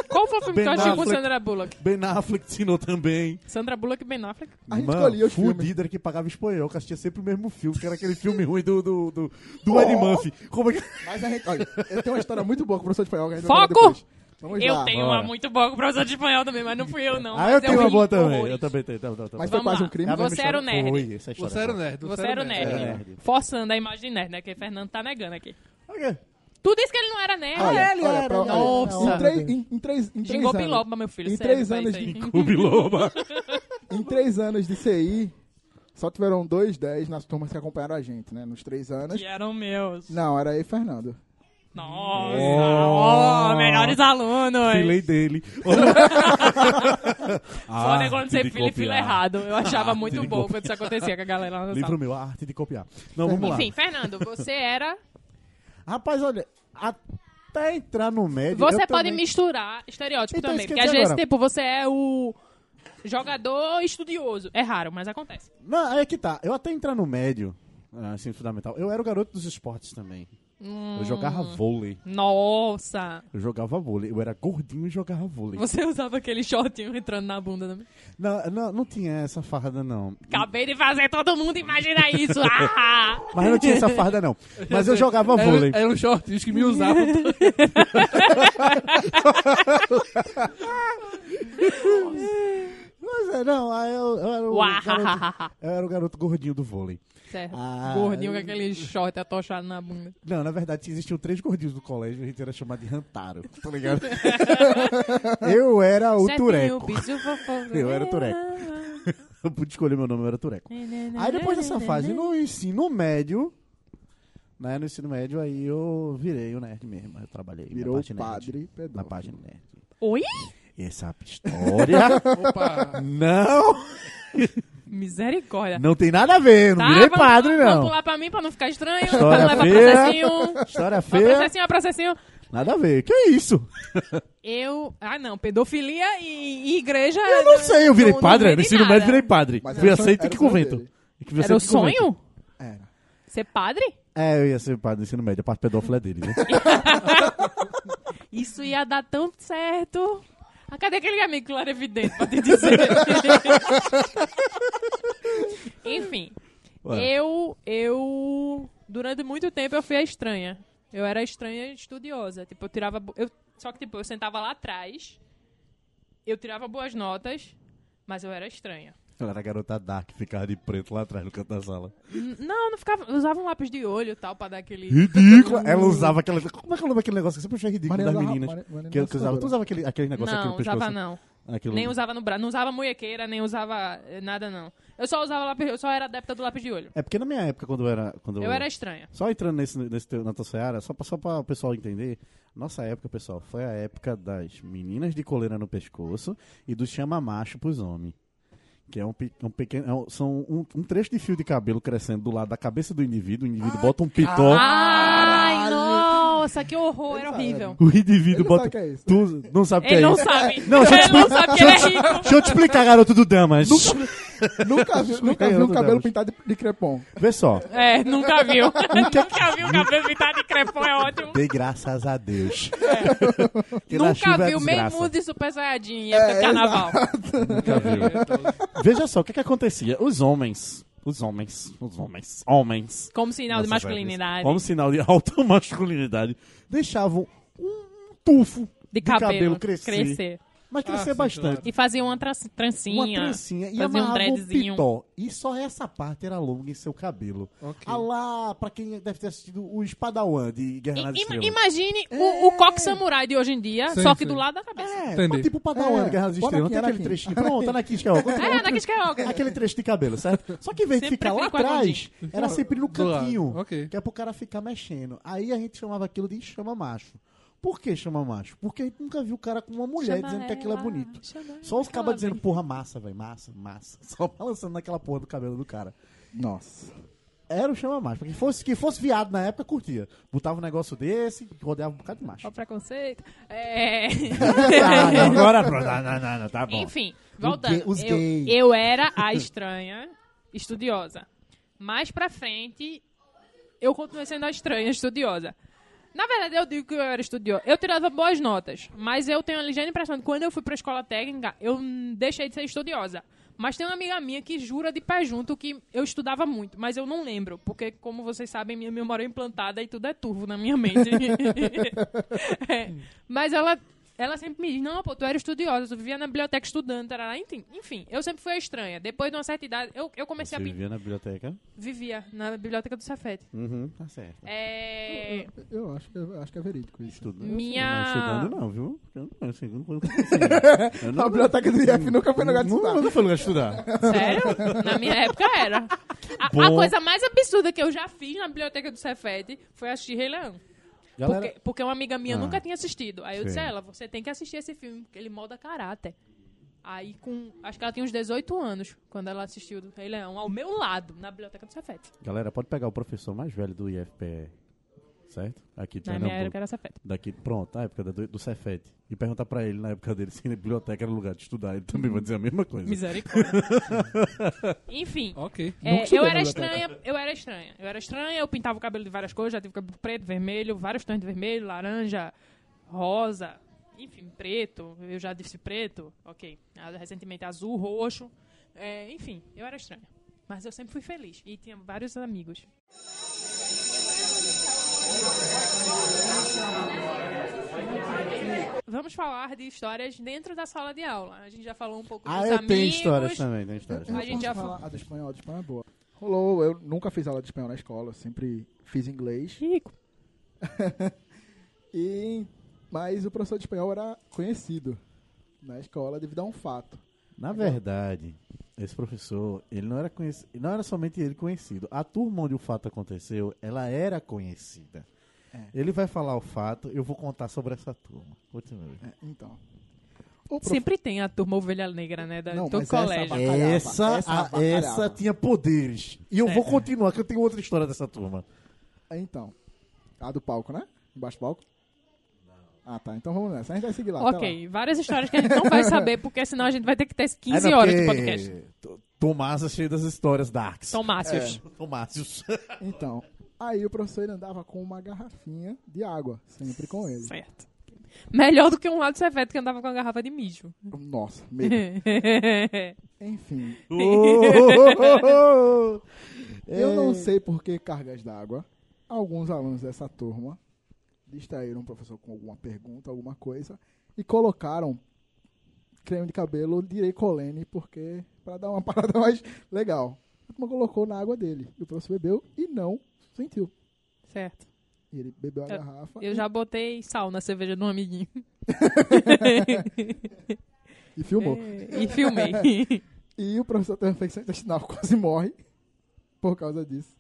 Speaker 1: Qual foi o filme que eu
Speaker 4: Ben
Speaker 1: assisti com
Speaker 4: Affleck.
Speaker 1: Sandra Bullock?
Speaker 4: Ben Affleck te ensinou também.
Speaker 1: Sandra Bullock e Ben Affleck.
Speaker 2: A gente
Speaker 4: Mano,
Speaker 2: escolhia os
Speaker 4: fudido
Speaker 2: filmes.
Speaker 4: era que pagava espanhol, que assistia sempre o mesmo filme, que era aquele filme ruim do, do, do,
Speaker 2: Oh!
Speaker 4: do Eddie Murphy. Como é que...
Speaker 2: Mas a gente, olha, eu tenho uma história muito boa com o professor de espanhol que a gente vai
Speaker 1: Foco!
Speaker 2: contar depois. Vamos
Speaker 1: eu
Speaker 2: lá.
Speaker 1: tenho
Speaker 4: bora.
Speaker 1: uma muito boa com o professor de espanhol também, mas não fui eu, não.
Speaker 4: ah,
Speaker 1: Mas é
Speaker 4: eu tenho uma
Speaker 1: ri
Speaker 4: boa também,
Speaker 1: horrores.
Speaker 4: eu também tenho. Tá, tá, tá,
Speaker 2: Mas foi
Speaker 4: tá.
Speaker 1: Vamos
Speaker 2: quase
Speaker 1: lá.
Speaker 2: um crime.
Speaker 4: É a mesma
Speaker 1: Você era o
Speaker 4: história?
Speaker 1: nerd.
Speaker 4: Foi, essa é história
Speaker 3: Você era o
Speaker 4: foi.
Speaker 3: nerd.
Speaker 1: Você era o nerd.
Speaker 4: Era nerd.
Speaker 1: Forçando a imagem de nerd, né? Que Fernando tá negando aqui.
Speaker 4: Ok.
Speaker 1: Tu disse que É, ele não era nerd.
Speaker 2: Olha,
Speaker 4: Ah, ele
Speaker 2: olha,
Speaker 4: era,
Speaker 2: pra- olha,
Speaker 4: ele
Speaker 1: era. Nossa.
Speaker 2: Em três, em, em três, em três
Speaker 1: Xingou
Speaker 2: anos.
Speaker 1: Biloba, meu filho.
Speaker 2: Em
Speaker 1: sério,
Speaker 2: três
Speaker 1: pra
Speaker 2: anos
Speaker 1: isso aí.
Speaker 2: de
Speaker 5: Clube Loba.
Speaker 2: Em três anos de CI, só tiveram dois 10 nas turmas que acompanharam a gente, né? Nos três anos.
Speaker 1: Que é eram meus.
Speaker 2: Não, era aí Fernando.
Speaker 1: Nossa,
Speaker 5: Oh.
Speaker 1: oh, melhores alunos.
Speaker 5: Filei dele.
Speaker 1: Foda
Speaker 5: ah,
Speaker 1: é quando você
Speaker 5: de
Speaker 1: fila, fila
Speaker 5: copiar.
Speaker 1: errado. Eu achava
Speaker 5: Ah,
Speaker 1: muito
Speaker 5: de
Speaker 1: bom
Speaker 5: copiar.
Speaker 1: quando isso acontecia com a galera lá na
Speaker 5: Livro
Speaker 1: sala.
Speaker 5: meu, a arte de copiar. Não, vamos lá.
Speaker 1: Enfim, Fernando, você era...
Speaker 4: Rapaz, olha, até entrar no médio.
Speaker 1: Você
Speaker 4: eu
Speaker 1: pode
Speaker 4: também-
Speaker 1: misturar estereótipo
Speaker 4: Então,
Speaker 1: também.
Speaker 4: isso que eu
Speaker 1: Porque às
Speaker 4: ia dizer
Speaker 1: vezes,
Speaker 4: agora.
Speaker 1: tipo, você é o jogador estudioso. É raro, mas acontece.
Speaker 4: Não, é que tá. Eu até entrar no médio, ah, assim, fundamental. Eu era o garoto dos esportes também. Eu jogava
Speaker 1: Hum.
Speaker 4: vôlei.
Speaker 1: Nossa!
Speaker 4: Eu jogava vôlei. Eu era gordinho e jogava vôlei.
Speaker 1: Você usava aquele shortinho entrando na bunda também.
Speaker 4: Não, não, não tinha essa farda, não.
Speaker 1: Acabei de fazer todo mundo imaginar isso. Ah!
Speaker 4: Mas não tinha essa farda, não. Mas eu jogava vôlei.
Speaker 3: Era, era um shortinho que me usavam.
Speaker 4: Mas é, não, aí eu, eu era o
Speaker 1: ah,
Speaker 4: garoto,
Speaker 1: Uahahaha.
Speaker 4: eu era o garoto gordinho do vôlei.
Speaker 1: Certo.
Speaker 4: Ah.
Speaker 1: Gordinho com aquele short atochado na bunda.
Speaker 4: Não, na verdade, existiam três gordinhos no colégio, a gente era chamado de Rantaro, tá ligado? eu era
Speaker 1: é
Speaker 4: o Tureco. Eu era o Tureco. Eu pude escolher meu nome, eu era Tureco. Aí depois dessa fase, no ensino médio, né, no ensino médio, aí eu virei o nerd mesmo. Eu trabalhei
Speaker 2: Virou
Speaker 4: na
Speaker 2: o
Speaker 4: parte
Speaker 2: padre
Speaker 4: nerd, né, na
Speaker 2: pedófilo.
Speaker 4: página nerd.
Speaker 1: Oi?
Speaker 4: Essa história,
Speaker 3: Opa.
Speaker 4: não,
Speaker 1: Misericórdia.
Speaker 4: não tem nada a ver, não virei
Speaker 1: Tá, vamos-
Speaker 4: padre,
Speaker 1: Vamos
Speaker 4: não.
Speaker 1: pular pra mim pra não ficar estranho, pra
Speaker 4: História
Speaker 1: não levar
Speaker 4: feia.
Speaker 1: processinho.
Speaker 4: História
Speaker 1: Vai
Speaker 4: feia,
Speaker 1: processinho, vai processinho.
Speaker 4: nada a ver, que isso?
Speaker 1: Eu. Ah, não. Pedofilia e, e igreja.
Speaker 4: Eu não sei, eu virei
Speaker 1: não
Speaker 4: padre,
Speaker 1: vem
Speaker 4: no
Speaker 1: de
Speaker 4: ensino
Speaker 1: nada.
Speaker 4: médio virei padre.
Speaker 2: Mas
Speaker 4: Fui
Speaker 2: era o sonho-
Speaker 4: aceito em
Speaker 2: era
Speaker 4: que
Speaker 2: o sonho
Speaker 4: convento?
Speaker 2: dele.
Speaker 4: Em que
Speaker 1: Era o
Speaker 4: aceito que convento.
Speaker 1: sonho?
Speaker 4: Era.
Speaker 1: Ser padre?
Speaker 4: É, eu ia ser padre no ensino médio, a parte pedófila é dele, né?
Speaker 1: Isso ia dar tão certo. Ah, cadê aquele amigo que era evidente pra te dizer? Enfim,
Speaker 4: Ué.
Speaker 1: eu, eu. Durante muito tempo eu fui a estranha. Eu era estranha estudiosa. Tipo, eu tirava. bo- Eu, só que, tipo, eu sentava lá atrás. Eu tirava boas notas. Mas eu era estranha.
Speaker 4: Ela era a garota dark, ficava de preto lá atrás no canto da sala.
Speaker 1: N- Não, não ficava. Eu usava um lápis de olho e tal pra dar aquele.
Speaker 4: Ridícula! Ela usava aquela. Como é que é o nome daquele negócio que você puxa ridículo
Speaker 2: Mariana
Speaker 4: das
Speaker 2: da-
Speaker 4: meninas?
Speaker 2: Mari- Mariana
Speaker 4: que,
Speaker 2: da
Speaker 4: que usava, tu
Speaker 2: Salvador.
Speaker 4: usava aquele, aquele negócio aqui no
Speaker 1: Não,
Speaker 4: pescoço?
Speaker 1: usava não.
Speaker 4: Aquilo-
Speaker 1: Nem usava no braço. Não usava munhequeira, nem usava eh, nada, não. Eu só usava lápis. Eu só era adepta do lápis de olho.
Speaker 4: É porque na minha época, quando eu era. Quando
Speaker 1: Eu era estranha.
Speaker 4: Só entrando nesse, nesse teu, na tua seara, só, pra- só pra o pessoal entender, nossa época, pessoal, foi a época das meninas de coleira no pescoço e do chama macho pros homens. Que é um, pe- um pequeno. é um- são um, um trecho de fio de cabelo crescendo do lado da cabeça do indivíduo. O indivíduo bota um pitó.
Speaker 1: ah. Ai, nossa, que horror, era horrível.
Speaker 4: O indivíduo
Speaker 2: Ele
Speaker 4: bota.
Speaker 2: sabe que é isso.
Speaker 4: Tu não sabe o que
Speaker 1: Ele
Speaker 4: é
Speaker 1: não
Speaker 4: isso.
Speaker 1: sabe.
Speaker 4: Não, deixa eu te
Speaker 1: ele não
Speaker 4: explicar.
Speaker 1: sabe que ele é rico.
Speaker 4: Deixa eu te explicar, garoto do Damas.
Speaker 2: Nunca vi, nunca vi
Speaker 4: Ganhou
Speaker 2: um
Speaker 4: do
Speaker 2: cabelo
Speaker 4: Deus.
Speaker 2: pintado de, de crepom.
Speaker 4: Vê só.
Speaker 1: É, nunca viu. nunca viu o cabelo pintado de crepom, é ótimo.
Speaker 4: Dê graças a Deus. Que na
Speaker 1: Nunca
Speaker 4: chuva é
Speaker 1: viu meio
Speaker 4: desgraça. É,
Speaker 1: mundo de Super Saiyajin em época de carnaval.
Speaker 4: Nunca viu. Tá Veja só, o que, que acontecia? Os homens. Os homens. Os homens. Homens.
Speaker 1: Como sinal de
Speaker 4: Nossa,
Speaker 1: masculinidade.
Speaker 4: velho, Como sinal de alta masculinidade. Deixavam um tufo
Speaker 1: de cabelo,
Speaker 4: crescer.
Speaker 1: crescer. Ah,
Speaker 4: Mas crescer
Speaker 3: sim,
Speaker 4: bastante.
Speaker 3: claro.
Speaker 1: E fazia uma tran-
Speaker 4: Uma
Speaker 1: trancinha.
Speaker 4: trancinha e
Speaker 1: fazia um
Speaker 4: amarrava um
Speaker 1: dreadzinho.
Speaker 4: pitó. E só essa parte era longa em seu cabelo. Ah lá, pra quem deve ter assistido o Espadawan de Guerra nas
Speaker 1: I- ima-
Speaker 4: Estrelas.
Speaker 1: imagine o, o coque samurai de hoje em dia,
Speaker 3: Sim,
Speaker 1: só que
Speaker 3: sim.
Speaker 1: do lado da cabeça.
Speaker 4: É,
Speaker 3: Entendi.
Speaker 4: mas tipo o Padawan
Speaker 2: É,
Speaker 4: de Guerra nas
Speaker 2: bora
Speaker 4: Estrelas. Não
Speaker 2: aqui,
Speaker 4: tem
Speaker 2: era
Speaker 4: aquele
Speaker 2: aqui.
Speaker 4: trechinho. Pronto, tá na Kiskel.
Speaker 1: É, na Kiskeoka.
Speaker 4: Aquele trecho de cabelo, certo? Só que em vez de
Speaker 1: Sempre
Speaker 4: ficar lá
Speaker 1: fica com a
Speaker 4: atrás, era sempre no
Speaker 3: Do lado,
Speaker 4: cantinho.
Speaker 3: ok.
Speaker 4: Que é pro cara ficar mexendo. Aí a gente chamava aquilo de chama macho. Por que chama macho? Porque a gente nunca viu o cara com uma mulher
Speaker 1: Chama
Speaker 4: dizendo que aquilo é
Speaker 1: ela,
Speaker 4: bonito.
Speaker 1: chama
Speaker 4: Só os
Speaker 1: ela,
Speaker 4: cabas dizendo,
Speaker 1: vem.
Speaker 4: porra, massa, velho, massa, massa. Só balançando naquela porra do cabelo do cara.
Speaker 2: Nossa.
Speaker 4: Era o chama macho. Quem fosse, quem fosse viado na época, curtia. Botava um negócio desse, rodeava um bocado de
Speaker 1: Ó,
Speaker 4: macho.
Speaker 1: o preconceito. É.
Speaker 4: Ah, não, agora, pronto, não, não, não, não, tá bom.
Speaker 1: Enfim, voltando.
Speaker 4: gay- os
Speaker 1: eu,
Speaker 4: gay.
Speaker 1: eu era a estranha estudiosa. Mais pra frente, eu continuei sendo a estranha estudiosa. Na verdade, eu digo que eu era estudiosa. Eu tirava boas notas, mas eu tenho a ligeira impressão de que quando eu fui pra escola técnica, eu hum, deixei de ser estudiosa. Mas tem uma amiga minha que jura de pé junto que eu estudava muito, mas eu não lembro, porque, como vocês sabem, minha memória é implantada e tudo é turvo na minha mente. É, Mas ela Ela sempre me diz, não, pô, tu era estudiosa, tu vivia na biblioteca estudando, tarará. Enfim, enfim, eu sempre fui a estranha. Depois de uma certa idade, eu, eu comecei
Speaker 4: Você
Speaker 1: a... pe-
Speaker 4: vivia na biblioteca?
Speaker 1: Vivia na biblioteca do Safete.
Speaker 4: Uhum, tá certo.
Speaker 1: É...
Speaker 2: Eu, eu acho, que é- acho que é verídico isso.
Speaker 5: Estudando.
Speaker 1: Minha-
Speaker 5: Não, estudando não, viu? Eu não, eu sei, eu não vou eu
Speaker 2: A biblioteca do
Speaker 4: Hum.
Speaker 2: IF nunca foi lugar de
Speaker 4: Não,
Speaker 2: estudar.
Speaker 4: não foi lugar de estudar.
Speaker 1: Sério? Na minha época era. A, a
Speaker 4: Bom.
Speaker 1: coisa mais absurda que eu já fiz na biblioteca do Cefete foi assistir Rei Leão.
Speaker 4: Galera,
Speaker 1: Porque, porque uma amiga minha
Speaker 4: Ah.
Speaker 1: nunca tinha assistido. Aí eu disse
Speaker 4: Sim.
Speaker 1: a ela, você tem que assistir esse filme, porque ele molda caráter. Aí com. Acho que ela tinha uns 18 anos quando ela assistiu do Rei Leão, ao meu lado, na biblioteca do Cefete.
Speaker 4: galera, pode pegar o professor mais velho do IFPE, certo? Aqui de
Speaker 1: Na minha
Speaker 4: Pernambuco.
Speaker 1: época era Cefete.
Speaker 4: Daqui, pronto, na época do, do Cefete. E perguntar pra ele, na época dele, se a biblioteca era um lugar de estudar. Ele também vai dizer a mesma coisa.
Speaker 1: Misericórdia. Enfim.
Speaker 3: Ok.
Speaker 1: É, eu era estranha, eu era estranha. Eu era estranha, eu pintava o cabelo de várias cores, já tive cabelo preto, vermelho, vários tons de vermelho, laranja, rosa, enfim, preto. Eu já disse preto, ok. Ah, Recentemente azul, roxo. É, enfim, eu era estranha. Mas eu sempre fui feliz e tinha vários amigos. Vamos falar de histórias dentro da sala de aula. A gente já falou um pouco
Speaker 4: Ah,
Speaker 1: dos
Speaker 4: eu
Speaker 1: amigos.
Speaker 4: tenho histórias também, tem histórias.
Speaker 1: A gente já
Speaker 2: A do espanhol, a do espanhol é boa. Rolou, eu nunca fiz aula de espanhol na escola, sempre fiz inglês.
Speaker 1: Chico,
Speaker 2: E, mas o professor de espanhol era conhecido na escola devido a um fato.
Speaker 4: Na verdade, esse professor, ele não era conhecido, não era somente ele conhecido. A turma onde o fato aconteceu, ela era conhecida.
Speaker 2: É.
Speaker 4: Ele vai falar o fato, eu vou contar sobre essa turma. Continue.
Speaker 2: É, então. O prof-
Speaker 1: Sempre tem a turma ovelha negra, né? Da,
Speaker 2: Não,
Speaker 1: do
Speaker 2: mas
Speaker 1: colégio.
Speaker 2: essa- Batalhava,
Speaker 4: Essa,
Speaker 2: essa
Speaker 4: a-
Speaker 2: batalhava.
Speaker 4: essa tinha poderes. E eu vou
Speaker 1: É.
Speaker 4: continuar, que eu tenho outra história dessa turma.
Speaker 2: Então. A do palco, né? Embaixo do palco? Ah, tá. Então vamos nessa. A gente vai seguir lá. até lá.
Speaker 1: ok, várias histórias que a gente não vai saber, porque senão a gente vai ter que ter 15
Speaker 4: É, não,
Speaker 1: horas de
Speaker 4: porque
Speaker 1: podcast.
Speaker 4: T- Tomás é cheio das histórias darks.
Speaker 1: São Márcios.
Speaker 4: Tomásios.
Speaker 2: Então, aí o professor ele andava com uma garrafinha de água, sempre com
Speaker 4: É.
Speaker 2: ele.
Speaker 1: Certo. Melhor do que um lado cefeto que andava com a garrafa de mijo.
Speaker 2: Nossa, medo. Enfim, eu
Speaker 4: É.
Speaker 2: não sei por que cargas d'água. Alguns alunos dessa turma distraíram o professor com alguma pergunta, alguma coisa, e colocaram creme de cabelo direi colene, porque para dar uma parada mais legal. A turma colocou na água dele. E o professor bebeu e não sentiu.
Speaker 1: certo.
Speaker 2: E ele bebeu a
Speaker 1: Eu-
Speaker 2: garrafa.
Speaker 1: Eu
Speaker 2: e-
Speaker 1: já botei sal na cerveja de um amiguinho.
Speaker 2: E filmou.
Speaker 1: e filmei.
Speaker 2: E o professor teve uma infecção intestinal, quase morre por causa disso.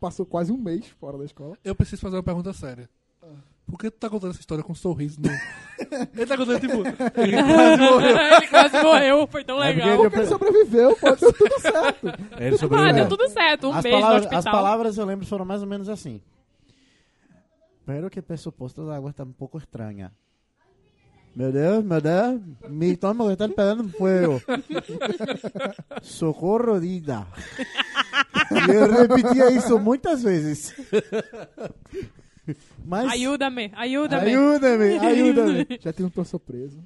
Speaker 2: Passou quase um mês fora da escola.
Speaker 3: Eu preciso fazer uma pergunta séria. Por que tu tá contando essa história com um sorriso no... Ele tá contando, tipo... Ele quase morreu.
Speaker 1: Ele quase morreu, foi tão
Speaker 4: É porque
Speaker 1: legal.
Speaker 4: ele-
Speaker 2: Porque ele sobreviveu, pô, deu tudo certo.
Speaker 4: Ele
Speaker 1: Ah,
Speaker 4: sobreviveu.
Speaker 1: deu tudo certo. Um
Speaker 4: as,
Speaker 1: beijo
Speaker 4: palavras,
Speaker 1: no
Speaker 4: as
Speaker 1: hospital.
Speaker 4: palavras eu lembro foram mais ou menos assim. Pero que presupuesto da água está um pouco estranha. Meu Deus, meu Deus, mi estômago está pegando fogo. Socorro, vida. E eu repetia isso muitas vezes. Mas.
Speaker 1: Ajuda-me, ajuda-me.
Speaker 4: Ajuda-me, ajuda-me.
Speaker 2: Já teve um professor preso.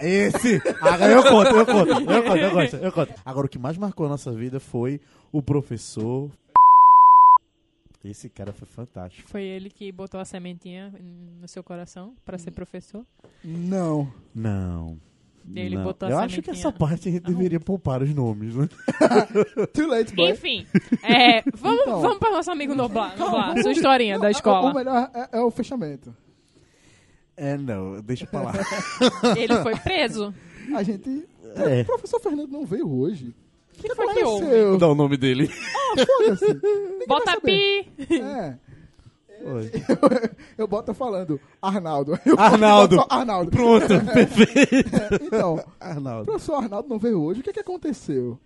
Speaker 4: Esse! Agora eu conto, eu conto, eu conto, eu conto, eu conto. Agora o que mais marcou a nossa vida foi o professor. Esse cara foi fantástico.
Speaker 1: Foi ele que botou a sementinha no seu coração pra ser professor.
Speaker 2: Não.
Speaker 4: Não.
Speaker 1: Ele
Speaker 4: não.
Speaker 1: botou a
Speaker 4: eu acho que
Speaker 1: sementinha.
Speaker 4: essa parte a gente deveria poupar os nomes, né?
Speaker 2: Too late, boy.
Speaker 1: Enfim, é, vamos,
Speaker 2: Então.
Speaker 1: vamos para nosso amigo Noblar, Noblar sua historinha da
Speaker 2: O
Speaker 1: escola.
Speaker 2: melhor é, é o fechamento.
Speaker 4: É, não, deixa pra lá.
Speaker 1: Ele foi preso.
Speaker 2: A gente...
Speaker 4: É.
Speaker 2: O professor Fernando não veio hoje.
Speaker 1: O que foi que houve?
Speaker 2: Seu...
Speaker 4: Dá o nome dele.
Speaker 2: Foda-se. Ninguém vai
Speaker 1: Bota
Speaker 2: saber.
Speaker 1: pi!
Speaker 2: É. Eu boto falando Arnaldo. Eu boto
Speaker 4: Arnaldo.
Speaker 2: só Arnaldo.
Speaker 4: Pronto,
Speaker 2: Então, o
Speaker 4: Arnaldo.
Speaker 2: professor Arnaldo não veio hoje. O que, que aconteceu?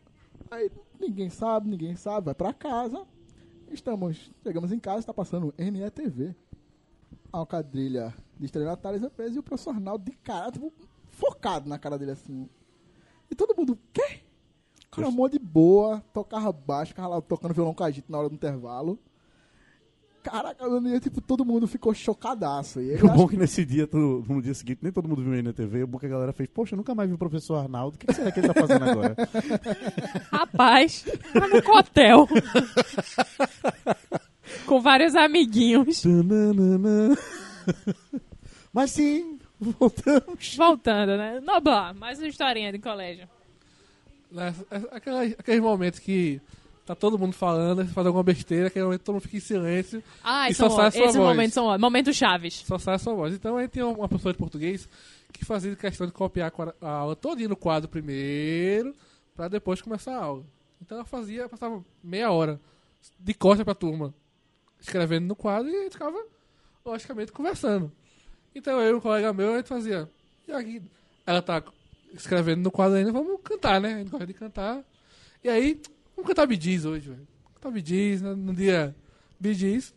Speaker 2: Aí ninguém sabe, ninguém sabe, vai pra casa. Estamos, chegamos em casa, está passando NETV. A Alcadrilha de Estrela Thales é presa e o professor Arnaldo de cara, tipo, focado na cara dele assim. E todo mundo, quê? O cara mó de boa, tocava baixo, ficava lá tocando violão com a gente na hora do intervalo. Caraca, eu, tipo, todo mundo ficou chocadaço. E ele
Speaker 4: O
Speaker 2: acha
Speaker 4: bom que nesse dia, todo- no dia seguinte, nem todo mundo viu ele na TV. O bom que a galera fez, poxa, eu nunca mais vi o professor Arnaldo. O que será que ele tá fazendo agora?
Speaker 1: Rapaz, tá no cotel. Com vários amiguinhos.
Speaker 4: Tananana. Mas sim, Voltamos.
Speaker 1: Voltando, né? Noblar, mais uma historinha de colégio.
Speaker 3: Né? Aquelas- Aqueles momentos que tá todo mundo falando, aí você faz alguma besteira, aquele momento todo mundo fica em silêncio,
Speaker 1: Ah,
Speaker 3: E
Speaker 1: são
Speaker 3: só sai a
Speaker 1: ótimos.
Speaker 3: sua
Speaker 1: Esses
Speaker 3: voz.
Speaker 1: momentos são ótimos. Momentos chaves.
Speaker 3: só sai a sua voz. Então aí tem uma pessoa de português que fazia questão de copiar a quadra- a aula todinha no quadro primeiro, pra depois começar a aula. Então ela fazia, passava meia hora de costa pra turma, escrevendo no quadro e a gente ficava, logicamente, conversando. Então eu e um colega meu, a gente fazia, e aqui, ela tá escrevendo no quadro ainda, vamos cantar, né? A gente gosta de cantar. E aí, vamos cantar Bee Gees hoje, velho. Cantar Bee Gees, né? no dia Bee Gees.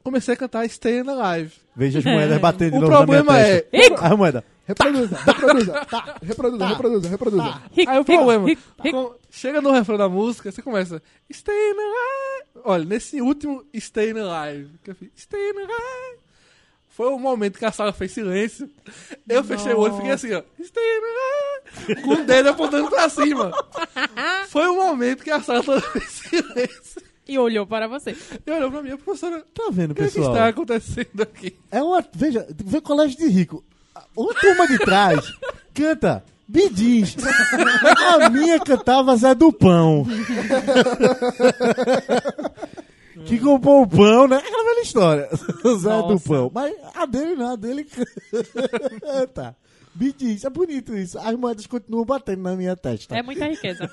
Speaker 3: Comecei a cantar Stay Alive.
Speaker 4: Veja as moedas batendo de
Speaker 3: É, O
Speaker 4: novo na minha
Speaker 3: problema é.
Speaker 4: testa. A moeda.
Speaker 2: Reproduza, reproduza, tá, reproduza, reproduza, reproduza.
Speaker 1: Ric,
Speaker 3: Aí o
Speaker 1: ric,
Speaker 3: problema.
Speaker 1: ric, ric.
Speaker 3: com- chega no refrão da música, você começa. Stay Alive. Olha, nesse último Stay Alive. Que eu fiz. Stay Alive. Foi o momento que a sala fez silêncio. Eu fechei o olho e fiquei assim, ó. Stay Alive. Com o dedo apontando pra cima. Foi o momento que a sala toda fez silêncio.
Speaker 1: E olhou para você.
Speaker 3: E olhou pra mim, a professora.
Speaker 4: Tá vendo,
Speaker 3: O que, é que está
Speaker 4: pessoal?
Speaker 3: acontecendo aqui?
Speaker 4: É uma. Veja, vê colégio de rico. Uma turma de trás canta Bidiz. A minha cantava Zé do Pão. Que comprou o pão, né? Aquela velha história. O Zé do
Speaker 1: Nossa.
Speaker 4: Pão. Mas a dele não, a dele canta. Bidiz, é bonito isso. As moedas continuam batendo na minha testa.
Speaker 1: É muita riqueza.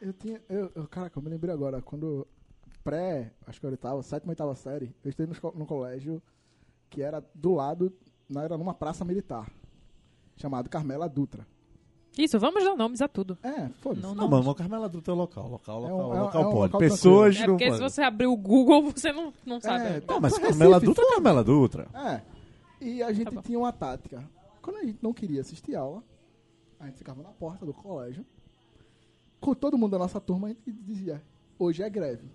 Speaker 2: Eu tinha. Eu, eu- caraca, eu me lembrei agora. Quando. Pré, acho que eu oitava, sétima, oitava série, eu estudei no, esco- no colégio que era do lado, na- era numa praça militar, chamado Carmela Dutra.
Speaker 1: Isso, vamos dar nomes a tudo.
Speaker 2: É, foda-se.
Speaker 1: Não,
Speaker 4: Não,
Speaker 1: não.
Speaker 4: mano, o Carmela do teu local. Local,
Speaker 2: É um-
Speaker 4: local,
Speaker 2: é um-
Speaker 4: local
Speaker 2: é um
Speaker 4: pode.
Speaker 2: local
Speaker 4: Pessoas
Speaker 1: É
Speaker 4: não
Speaker 1: porque se
Speaker 4: podem.
Speaker 1: você abrir o Google, você não, não sabe.
Speaker 2: É,
Speaker 4: Não, mas
Speaker 2: Foi
Speaker 4: Carmela
Speaker 2: Recife,
Speaker 4: Dutra é Carmela Dutra.
Speaker 2: É. E a gente
Speaker 1: Tá bom.
Speaker 2: tinha uma tática. Quando a gente não queria assistir aula, a gente ficava na porta do colégio. Com todo mundo da nossa turma, a gente dizia: hoje é greve.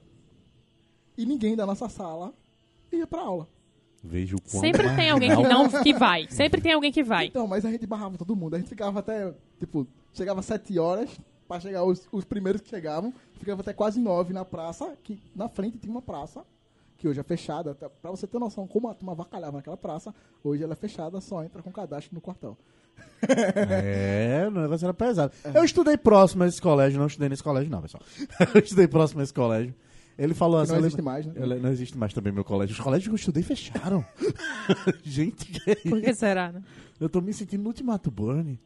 Speaker 2: E ninguém da nossa sala ia pra aula.
Speaker 5: Vejo o
Speaker 1: Sempre tem alguém que não que vai. Sempre tem alguém que vai.
Speaker 2: Então, mas a gente barrava todo mundo. A gente ficava até, tipo, chegava às 7 horas pra chegar os, os primeiros que chegavam. Ficava até quase nove na praça, que na frente tinha uma praça, que hoje é fechada. Tá- Pra você ter noção como a turma vacalhava naquela praça, hoje ela é fechada, só entra com cadastro no quartel.
Speaker 4: É, o negócio era pesado.
Speaker 2: É.
Speaker 4: Eu estudei próximo a esse colégio, não estudei nesse colégio, não, pessoal. Eu estudei próximo a esse colégio. Ele falou assim.
Speaker 2: não
Speaker 4: eu
Speaker 2: existe
Speaker 4: lembro-
Speaker 2: mais, né?
Speaker 4: eu le- não existe mais também meu colégio. Os colégios que eu estudei fecharam. Gente, que é
Speaker 1: Por que será, né?
Speaker 4: eu tô me sentindo no Ultimato Burn.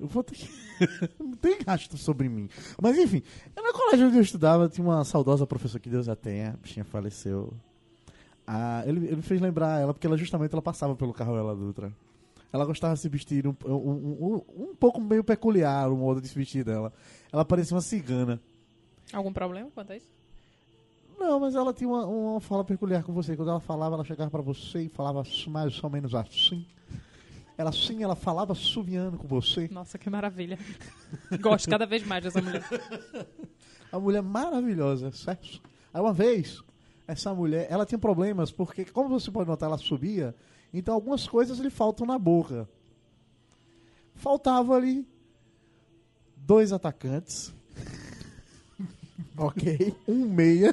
Speaker 4: Eu vou ter que... Não tem gasto sobre mim. Mas enfim, eu no colégio onde eu estudava, tinha uma saudosa professora que Deus a tenha, a bichinha faleceu. Ah, ele, ele me fez lembrar ela, porque ela justamente ela passava pelo carro ela Dutra. Ela gostava de se vestir um, um, um, um- um pouco meio peculiar, o modo de se vestir dela. Ela parecia uma cigana.
Speaker 1: Algum problema quanto a isso?
Speaker 4: Não, mas ela tinha uma, uma fala peculiar com você. Quando ela falava, ela chegava pra você e falava mais ou menos assim. Ela assim, ela falava suviando com você.
Speaker 1: Nossa, que maravilha. Gosto cada vez mais dessa mulher.
Speaker 4: Uma mulher maravilhosa, certo? Aí uma vez, essa mulher, ela tinha problemas, porque, como você pode notar, ela subia, então algumas coisas lhe faltam na boca. Faltava ali dois atacantes. ok. Um meia.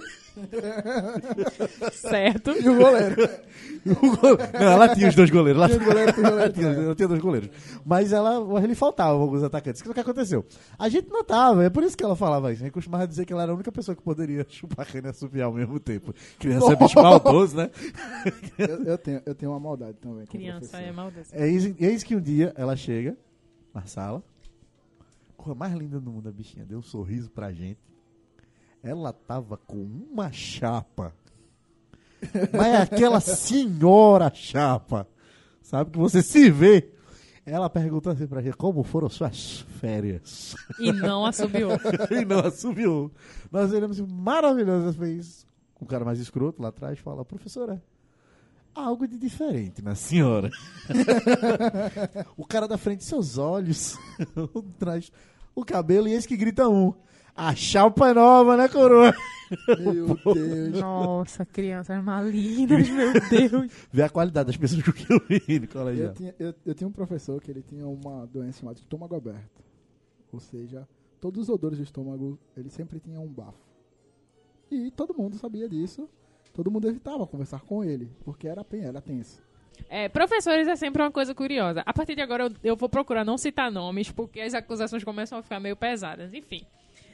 Speaker 1: Certo.
Speaker 2: E o goleiro.
Speaker 4: O um gole- Não, ela tinha os dois goleiros. Ela,
Speaker 2: Tinha os goleiros, tinha os goleiros.
Speaker 4: Ela tinha- ela tinha dois goleiros. Mas ela, mas lhe faltavam alguns atacantes. O que aconteceu? A gente notava, é por isso que ela falava isso. A gente costumava dizer que ela era a única pessoa que poderia chupar cana e assobiar ao mesmo tempo. Criança é bicho maldoso, né?
Speaker 2: eu, eu tenho, eu tenho uma maldade também. com o
Speaker 1: Criança
Speaker 2: professor.
Speaker 1: é maldoso.
Speaker 4: É eis, eis que um dia ela chega na sala, coisa mais linda do mundo, a bichinha, deu um sorriso pra gente. Ela tava com uma chapa. Mas é aquela senhora chapa. Sabe que você se vê. Ela perguntou assim pra gente, como foram suas férias?
Speaker 1: E não assobiou.
Speaker 4: e não assumiu. Nós olhamos assim, maravilhoso. Ela fez o cara mais escroto lá atrás fala, professora, há algo de diferente na senhora. o cara da frente, seus olhos, o trás, o cabelo, e esse que grita um. A chapa é nova, né, coroa?
Speaker 2: Meu Deus.
Speaker 1: Nossa, crianças malignas, meu Deus.
Speaker 4: Vê a qualidade das pessoas que eu vi no
Speaker 2: Eu
Speaker 4: colegial.
Speaker 2: tinha, eu, eu tinha um professor que ele tinha uma doença chamada estômago aberto. Ou seja, todos os odores do estômago, ele sempre tinha um bafo. E todo mundo sabia disso. Todo mundo evitava conversar com ele, porque era, pen- era tenso.
Speaker 1: É, professores é sempre uma coisa curiosa. A partir de agora eu, eu vou procurar não citar nomes, porque as acusações começam a ficar meio pesadas. Enfim,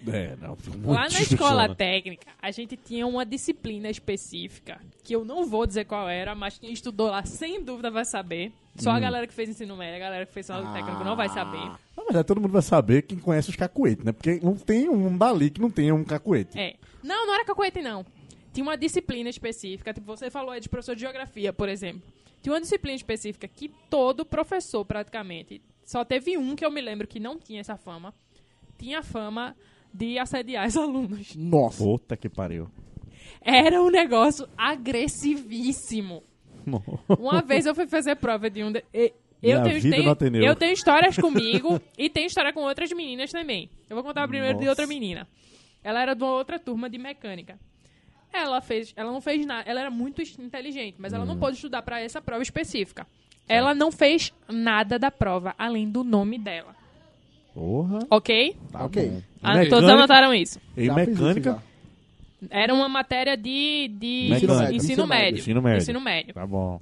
Speaker 5: É, não.
Speaker 1: lá na escola técnica, a gente tinha uma disciplina específica, que eu não vou dizer qual era, mas quem estudou lá sem dúvida vai saber. Só a galera que fez ensino médio, a galera que fez ensino técnico não vai saber.
Speaker 4: Na verdade, todo mundo vai saber quem conhece os cacuetes, né? Porque não tem um dali que não tenha um cacuete.
Speaker 1: É. Não, não era cacoete, não. Tinha uma disciplina específica, tipo, você falou aí de professor de geografia, por exemplo. Tinha uma disciplina específica que todo professor, praticamente, só teve um que eu me lembro que não tinha essa fama, tinha a fama de assediar os alunos.
Speaker 2: Nossa.
Speaker 4: Puta que pariu.
Speaker 1: Era um negócio agressivíssimo. Uma vez eu fui fazer prova de um. de- e- Eu
Speaker 4: Minha
Speaker 1: tenho,
Speaker 4: vida
Speaker 1: tenho-
Speaker 4: no Ateneu.
Speaker 1: eu tenho histórias comigo e tenho história com outras meninas também. Eu vou contar primeiro de
Speaker 4: Nossa.
Speaker 1: outra menina. Ela era de uma outra turma de mecânica. Ela fez, ela não fez nada. Ela era muito es- inteligente, mas ela não pôde estudar para essa prova específica. Ela não fez nada da prova além do nome dela.
Speaker 4: Porra.
Speaker 1: Ok?
Speaker 4: Tá
Speaker 2: Ok.
Speaker 4: bom.
Speaker 1: Ah,
Speaker 3: Mecânica.
Speaker 1: todos anotaram isso.
Speaker 4: Em
Speaker 2: Já fiz isso
Speaker 4: mecânica.
Speaker 2: já.
Speaker 1: Era uma matéria de, de
Speaker 4: Ensino
Speaker 1: ensino,
Speaker 4: médio.
Speaker 1: médio.
Speaker 2: Ensino médio.
Speaker 4: Ensino médio.
Speaker 1: Ensino médio.
Speaker 4: Tá bom.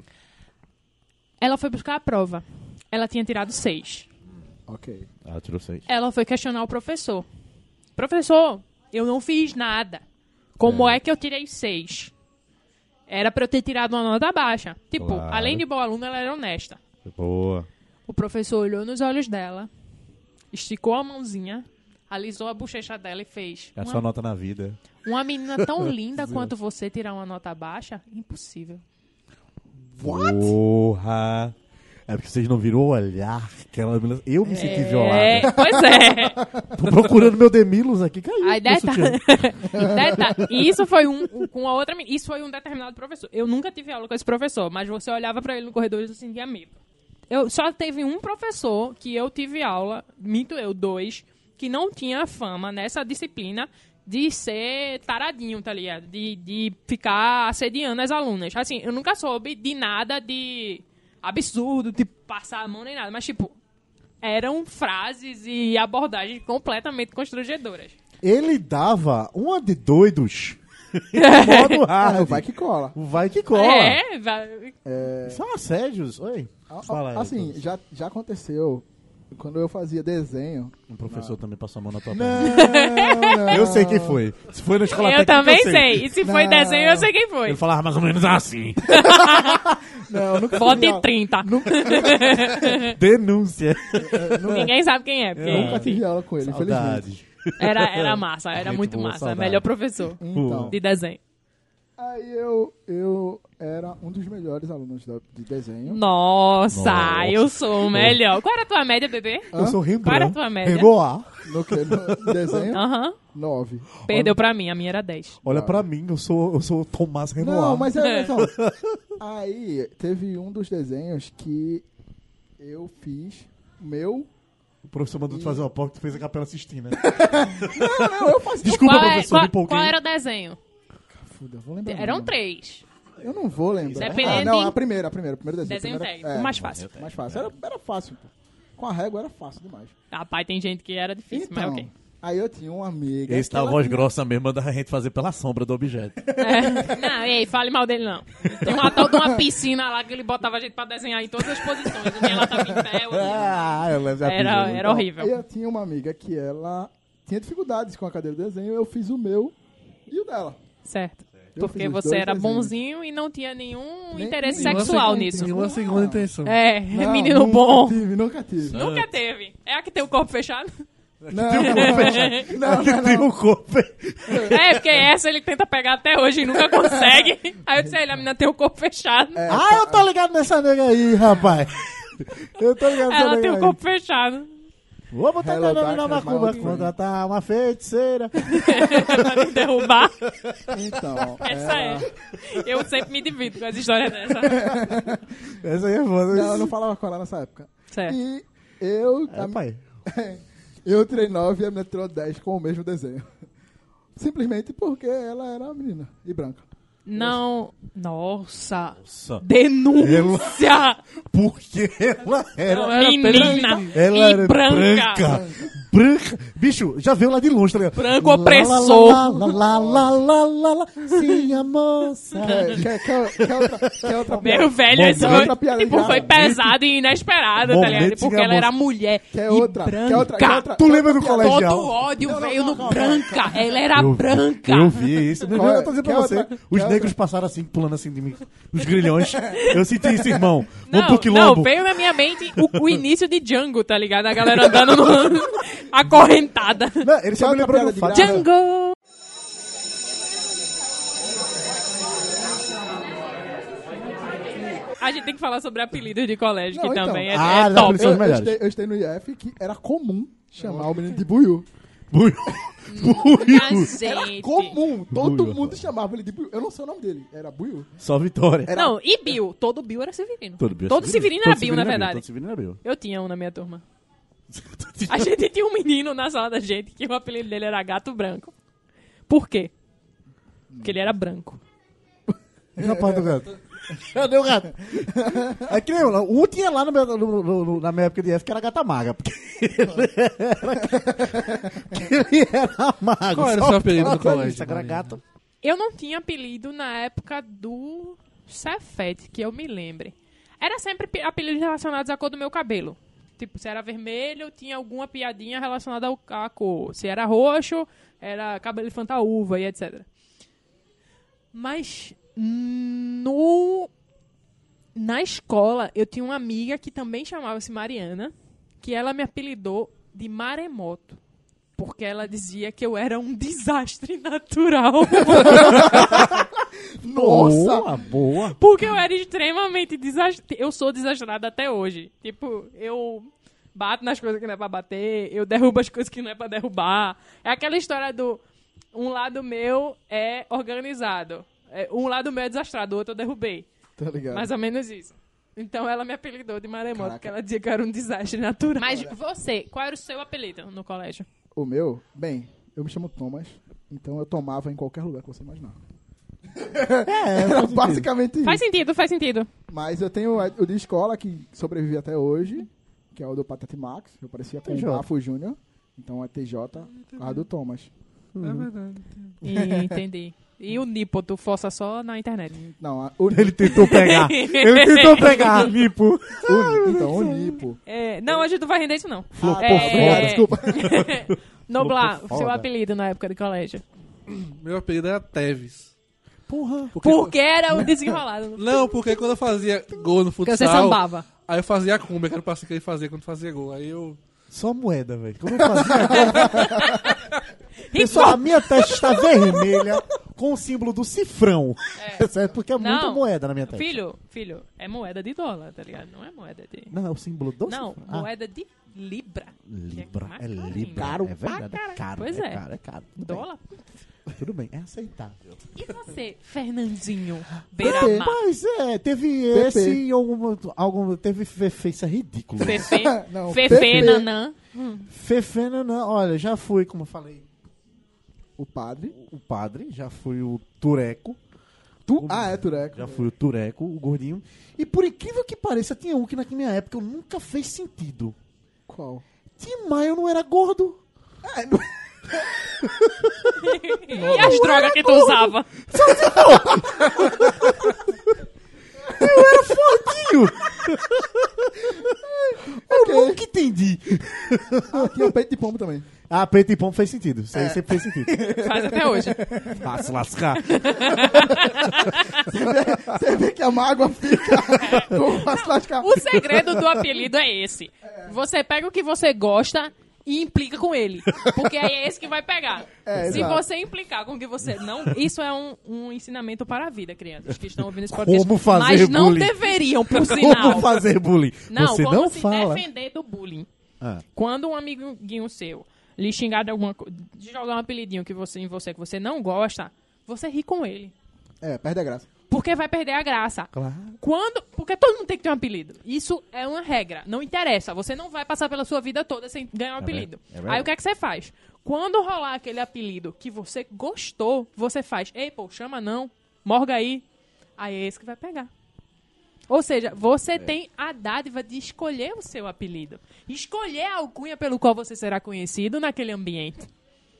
Speaker 1: Ela foi buscar a prova. Ela tinha tirado seis.
Speaker 2: Ok.
Speaker 4: Ah, tirou seis.
Speaker 1: Ela foi questionar o professor. Professor, eu não fiz nada. Como é, que eu tirei seis? Era pra eu ter tirado uma nota baixa. Tipo,
Speaker 4: Claro.
Speaker 1: além de boa aluna, ela era honesta.
Speaker 4: Boa.
Speaker 1: O professor olhou nos olhos dela, esticou a mãozinha, alisou a bochecha dela e fez.
Speaker 4: É a sua
Speaker 1: uma,
Speaker 4: nota na vida.
Speaker 1: uma menina tão linda quanto você tirar uma nota baixa? Impossível.
Speaker 4: Porra. É porque vocês não viram o olhar que ela me lan- Eu me senti violado.
Speaker 1: É, pois é.
Speaker 4: Tô procurando meu Demilos aqui. Caiu.
Speaker 1: Aí
Speaker 4: meu sutiã.
Speaker 1: detalhe. detalhe. E Isso foi um um- com a outra, men- isso foi um determinado professor. Eu nunca tive aula com esse professor, mas você olhava pra ele no corredor e você sentia medo. Eu só teve um professor que eu tive aula, minto eu, dois, que não tinha fama nessa disciplina de ser taradinho, tá ligado? De, de ficar assediando as alunas. Assim, eu nunca soube de nada de absurdo, de passar a mão nem nada, mas tipo, eram frases e abordagens completamente constrangedoras.
Speaker 4: Ele dava uma de doidos. modo
Speaker 2: Ah,
Speaker 4: hard.
Speaker 2: vai que cola.
Speaker 4: É,
Speaker 2: É,
Speaker 4: Vai que cola.
Speaker 1: É, vai-
Speaker 4: São assédios. Oi.
Speaker 2: A- a-
Speaker 4: Fala aí,
Speaker 2: assim,
Speaker 4: Douglas.
Speaker 2: já, já aconteceu quando eu fazia desenho.
Speaker 4: Um professor também passou a mão na tua
Speaker 2: Não,
Speaker 4: Eu sei quem foi. Se foi na escola
Speaker 1: eu
Speaker 4: técnica,
Speaker 1: também
Speaker 4: eu
Speaker 1: sei. E se foi
Speaker 2: Não.
Speaker 1: desenho, eu sei quem foi.
Speaker 4: Ele falava mais ou menos assim.
Speaker 2: não, eu nunca tive
Speaker 1: Bote
Speaker 2: aula,
Speaker 1: 30.
Speaker 4: Denúncia.
Speaker 1: Ninguém sabe quem é. porque
Speaker 2: nunca tive aula com ele, infelizmente.
Speaker 4: Saudades.
Speaker 1: Era, era massa, era
Speaker 4: Muito
Speaker 1: muito,
Speaker 4: boa,
Speaker 1: massa.
Speaker 4: saudade. Hum.
Speaker 1: Melhor professor
Speaker 2: Então,
Speaker 1: de desenho.
Speaker 2: aí eu, eu era um dos melhores alunos da- de desenho.
Speaker 1: Nossa,
Speaker 4: Nossa.
Speaker 1: eu sou o melhor. Qual era a tua média, bebê?
Speaker 4: Eu sou Rembrandt.
Speaker 1: Para a tua média.
Speaker 4: Reboar.
Speaker 2: No que? No
Speaker 4: Ah.
Speaker 2: desenho?
Speaker 1: Aham.
Speaker 2: nove
Speaker 1: Perdeu pra mim, a minha era 10.
Speaker 4: Olha
Speaker 5: Ah.
Speaker 4: pra mim, eu sou, eu sou o Tomás Renoir.
Speaker 2: Não, mas é. Então, aí teve um dos desenhos que eu fiz. Meu.
Speaker 4: O professor mandou tu fazer uma porta e tu fez a capela né? Sistina.
Speaker 2: Não, Ah, não, eu fazia.
Speaker 4: Desculpa,
Speaker 1: qual, é-
Speaker 4: professor,
Speaker 1: qual-
Speaker 4: me empolguei. Hum.
Speaker 1: qual era o desenho?
Speaker 2: Fuda, vou lembrar. o
Speaker 1: Eram
Speaker 2: nome.
Speaker 1: três.
Speaker 2: Eu não vou lembrar.
Speaker 1: um Dependendo
Speaker 2: ah, não,
Speaker 1: em-
Speaker 2: a primeira, a primeira, o primeiro desenho.
Speaker 1: Desenho
Speaker 2: a primeira, é,
Speaker 1: técnico,
Speaker 4: É,
Speaker 1: o mais fácil.
Speaker 2: Mais fácil. Era, era fácil, pô. Com a régua era fácil demais.
Speaker 1: Rapaz, tem gente que era difícil, mas
Speaker 2: Então,
Speaker 1: ok.
Speaker 2: aí eu tinha uma amiga.
Speaker 5: Esse
Speaker 2: que
Speaker 5: tá a
Speaker 2: ela-
Speaker 5: voz grossa mesmo, manda a gente fazer pela sombra do objeto.
Speaker 1: É. Não, ei, fale mal dele não. Tem uma tal de uma piscina lá que ele botava a gente pra desenhar em todas as posições. A minha lá tava em pé, eu
Speaker 4: ah, eu lembro. já fiz
Speaker 1: Era-
Speaker 4: isso.
Speaker 1: era horrível.
Speaker 2: É, Aí eu tinha uma amiga que ela tinha dificuldades com a cadeira de desenho, eu fiz o meu e o dela.
Speaker 1: Certo.
Speaker 2: Eu
Speaker 1: Porque
Speaker 2: fiz os
Speaker 1: você
Speaker 2: dois
Speaker 1: era
Speaker 2: desenhos.
Speaker 1: bonzinho e não tinha nenhum
Speaker 2: Nem-
Speaker 1: interesse
Speaker 2: nenhuma
Speaker 1: sexual
Speaker 2: segunda-
Speaker 1: nisso.
Speaker 3: Nenhuma segunda intenção.
Speaker 1: É,
Speaker 2: Não,
Speaker 1: menino
Speaker 2: nunca
Speaker 1: bom.
Speaker 2: Tive, nunca tive.
Speaker 1: Nunca teve. É a que tem o corpo fechado?
Speaker 2: Não, não, não,
Speaker 4: Tem o corpo.
Speaker 1: É, porque essa ele tenta pegar até hoje e nunca consegue. Aí eu disse a ele, a menina tem o corpo fechado.
Speaker 5: É,
Speaker 2: É,
Speaker 5: tá.
Speaker 4: Ah, eu tô ligado nessa nega aí, rapaz. Eu tô ligado nessa
Speaker 1: Ela tem
Speaker 4: nega
Speaker 1: o
Speaker 4: aí.
Speaker 1: corpo fechado.
Speaker 4: Vou botar
Speaker 2: Hello,
Speaker 4: meu
Speaker 5: tá
Speaker 4: nome na
Speaker 2: darkness, my
Speaker 4: macumba.
Speaker 2: old friend.
Speaker 4: Contratar uma feiticeira.
Speaker 1: pra me derrubar.
Speaker 2: Então,
Speaker 1: Essa é. Eu sempre me divido com as histórias dessa.
Speaker 4: Essa aí é foda.
Speaker 2: não, eu não falava com ela nessa época.
Speaker 1: Certo.
Speaker 2: E eu,
Speaker 4: É, pai.
Speaker 2: eu tirei 9 e a menina tirou 10 com o mesmo desenho. Simplesmente porque ela era uma menina e branca.
Speaker 1: Não. Nossa.
Speaker 5: Tá Nossa.
Speaker 1: Denúncia!
Speaker 4: Porque ela era.
Speaker 3: era
Speaker 1: Menina
Speaker 3: pedra-
Speaker 4: Ela
Speaker 1: e
Speaker 4: era
Speaker 1: branca.
Speaker 4: branca. Branca. Bicho, já veio lá de longe, tá ligado?
Speaker 1: Branco opressor.
Speaker 4: Lá, lá, lá, lá, lá, lá, lá, sim, a moça.
Speaker 2: É, quer, quer, quer outra, quer
Speaker 1: Meu
Speaker 2: outra piada?
Speaker 1: velho,
Speaker 4: Bom,
Speaker 1: esse
Speaker 2: outra
Speaker 1: foi,
Speaker 2: piada
Speaker 1: tipo,
Speaker 2: já.
Speaker 1: foi pesado e inesperado, tá ligado?
Speaker 4: Momento
Speaker 1: Porque
Speaker 4: de
Speaker 1: ela era
Speaker 4: amor.
Speaker 1: mulher
Speaker 2: Quer
Speaker 1: e
Speaker 2: outra, quer
Speaker 1: branca.
Speaker 2: outra, quer outra.
Speaker 4: Tu lembra do colegial?
Speaker 1: Todo ódio veio no branca. Ela era branca.
Speaker 4: Eu vi isso. Meu
Speaker 2: Qual é?
Speaker 4: eu tô dizendo pra
Speaker 2: Quer
Speaker 4: você.
Speaker 2: outra?
Speaker 4: Os
Speaker 2: Quer
Speaker 4: negros passaram assim, pulando assim de mim, nos grilhões. Eu senti isso, irmão. Vamos
Speaker 1: Não,
Speaker 4: pro quilombo.
Speaker 1: não, veio na minha mente o, o início de Django, tá ligado? A galera andando no, acorrentada.
Speaker 4: Não, ele só
Speaker 2: Quer
Speaker 4: me
Speaker 2: outra piada
Speaker 4: lembrou do
Speaker 2: de
Speaker 4: fato.
Speaker 2: graça?
Speaker 1: Django! A gente tem que falar sobre apelidos de colégio,
Speaker 2: Não,
Speaker 1: que
Speaker 2: então.
Speaker 1: também é,
Speaker 4: Ah,
Speaker 1: é
Speaker 4: dá
Speaker 1: top.
Speaker 4: pra- São os
Speaker 2: Eu, eu,
Speaker 4: melhores.
Speaker 2: estudei, eu estudei no IF que era comum chamar o menino de buiu.
Speaker 4: Buio. Buio.
Speaker 1: gente.
Speaker 2: Comum. Todo
Speaker 4: Buiu.
Speaker 2: mundo chamava ele de buiu. Eu não sei o nome dele. Era buiu.
Speaker 4: Só vitória.
Speaker 2: Era
Speaker 1: Não, e Bill. Todo Bill era Severino.
Speaker 4: Todo Bill
Speaker 1: É
Speaker 4: é
Speaker 1: Todo Severino era
Speaker 4: Todo
Speaker 1: Bill, na verdade.
Speaker 4: Todo Severino era Bill.
Speaker 1: Eu tinha um na minha turma. A gente tinha um menino na sala da gente que o apelido dele era Gato Branco. Por quê? Porque ele era branco.
Speaker 4: E na parte do gato?
Speaker 7: Cadê o gato?
Speaker 4: É que nem eu, um tinha lá no meu- no- no- no- na minha época de F que era gata magra. Porque ele era, que ele era magro.
Speaker 3: Qual era
Speaker 4: Só
Speaker 3: o seu apelido
Speaker 4: fala
Speaker 3: do colégio,
Speaker 4: isso, Era
Speaker 3: Maria?
Speaker 4: gata.
Speaker 1: Eu não tinha apelido na época do Cefete, que eu me lembre. Era sempre pi- apelidos relacionados à cor do meu cabelo. Tipo, se era vermelho, tinha alguma piadinha relacionada ao- à cor. Se era roxo, era cabelo de fantaúva e etc. Mas no na escola, eu tinha uma amiga que também chamava-se Mariana, que ela me apelidou de maremoto. Porque ela dizia que eu era um desastre natural.
Speaker 2: Nossa!
Speaker 4: Boa, boa.
Speaker 1: Porque eu era extremamente desastrada. Eu sou desastrada até hoje. Tipo, eu bato nas coisas que não é pra bater, eu derrubo as coisas que não é pra derrubar. É aquela história do um lado meu é organizado. É, um lado meu é desastrado, o outro eu derrubei.
Speaker 2: Tá ligado?
Speaker 1: Mais ou menos isso. Então ela me apelidou de maremoto,
Speaker 2: Caraca.
Speaker 1: porque ela dizia que eu era um desastre natural. Mas você, qual era o seu apelido no colégio?
Speaker 2: O meu? Bem, eu me chamo Thomas. Então eu tomava em qualquer lugar que você imaginar. era basicamente isso.
Speaker 1: Faz sentido, faz sentido.
Speaker 2: Mas eu tenho a- o de escola que sobrevive até hoje, que é o do Patati Max. Eu parecia com
Speaker 4: TJ.
Speaker 2: o Bafo Júnior. Então é TJ, a do Thomas.
Speaker 3: É verdade.
Speaker 1: E, entendi. E o Nipo, tu força só na internet.
Speaker 2: Não, a, o,
Speaker 4: Ele tentou pegar. Ele tentou pegar, Nipo.
Speaker 2: o, então o Nipo.
Speaker 1: É, não, hoje tu vai render isso não.
Speaker 2: Flopou
Speaker 1: É,
Speaker 2: foda, desculpa.
Speaker 1: Noblar,
Speaker 4: Flopou
Speaker 1: seu
Speaker 4: foda.
Speaker 1: apelido na época de colégio.
Speaker 3: Meu apelido era Teves.
Speaker 4: Porra.
Speaker 3: Porque-
Speaker 1: Porque era o desenrolado.
Speaker 3: Não, porque quando eu fazia gol no
Speaker 1: Porque
Speaker 3: futsal...
Speaker 1: você sambava.
Speaker 3: Aí eu fazia a cumbia, que era o passeio que ele fazia quando fazia gol. Aí eu...
Speaker 4: Só moeda, velho. Como eu fazia agora? Pessoal, a minha testa está vermelha com o símbolo do cifrão. Certo? Porque é muita
Speaker 1: Não.
Speaker 4: moeda na minha testa.
Speaker 1: Filho, filho, é moeda de dólar, tá ligado? Não é moeda de.
Speaker 4: Não, é o símbolo do
Speaker 1: Não,
Speaker 4: cifrão. Ah,
Speaker 1: moeda de libra. que
Speaker 4: Libra.
Speaker 1: mais
Speaker 4: É
Speaker 1: carinho.
Speaker 4: Libra.
Speaker 2: Caro
Speaker 4: é verdade.
Speaker 1: pra
Speaker 4: É caro.
Speaker 1: Pois é.
Speaker 4: é. Caro, é caro. Tudo bem,
Speaker 1: Dólar.
Speaker 4: tudo bem. É aceitável.
Speaker 1: E você, Fernandinho
Speaker 2: Pepe.
Speaker 1: Beiramar?
Speaker 4: Mas é, teve
Speaker 2: Pepe.
Speaker 4: esse e algum, algum. Teve fefeiça ridícula.
Speaker 1: Fefe,
Speaker 2: Não,
Speaker 1: Fefe,
Speaker 2: Pepe.
Speaker 1: Nanã.
Speaker 4: Fefe, não, não. Olha, já fui, como eu falei,
Speaker 2: O padre.
Speaker 4: o padre, já fui o Tureco.
Speaker 2: Tu, ah, é Tureco.
Speaker 4: Já fui o Tureco, o gordinho. E por incrível que pareça, tinha um que na minha época eu nunca fez sentido.
Speaker 2: Qual?
Speaker 4: Tim Maio não era gordo.
Speaker 1: E as drogas
Speaker 4: é
Speaker 1: que tu usava?
Speaker 4: Eu nunca entendi.
Speaker 2: Ah, tinha peito de pombo também.
Speaker 4: Ah, preto e pão fez sentido. Isso
Speaker 2: É.
Speaker 4: aí sempre fez sentido.
Speaker 1: Faz até hoje.
Speaker 4: Ah, se lascar.
Speaker 2: Você vê que a mágoa fica com as lascas.
Speaker 1: O segredo do apelido é esse. Você pega o que você gosta e implica com ele. Porque aí é esse que vai pegar.
Speaker 2: É,
Speaker 1: Se
Speaker 2: exato.
Speaker 1: você implicar com o que você não. Isso é um, um ensinamento para a vida, crianças que estão ouvindo esse
Speaker 4: Como
Speaker 1: podcast.
Speaker 4: fazer
Speaker 1: mas não
Speaker 4: bullying?
Speaker 1: deveriam, por
Speaker 4: Como
Speaker 1: sinal.
Speaker 4: fazer bullying?
Speaker 1: Não,
Speaker 4: Você
Speaker 1: como
Speaker 4: não
Speaker 1: se
Speaker 4: fala.
Speaker 1: defender do bullying.
Speaker 4: Ah.
Speaker 1: Quando um amiguinho seu lhe xingar de alguma coisa, jogar um apelidinho que você, em você que você não gosta, você ri com ele.
Speaker 2: É, perde a graça.
Speaker 1: Porque vai perder a graça.
Speaker 4: Claro.
Speaker 1: Quando. Porque todo mundo tem que ter um apelido. Isso é uma regra. Não interessa. Você não vai passar pela sua vida toda sem ganhar um apelido.
Speaker 4: é verdade.
Speaker 1: Aí o que é que você faz? Quando rolar aquele apelido que você gostou, você faz. Ei, pô, chama não. Morga aí. Aí é esse que vai pegar. Ou seja, você tem a dádiva de escolher o seu apelido. Escolher a alcunha pelo qual você será conhecido naquele ambiente.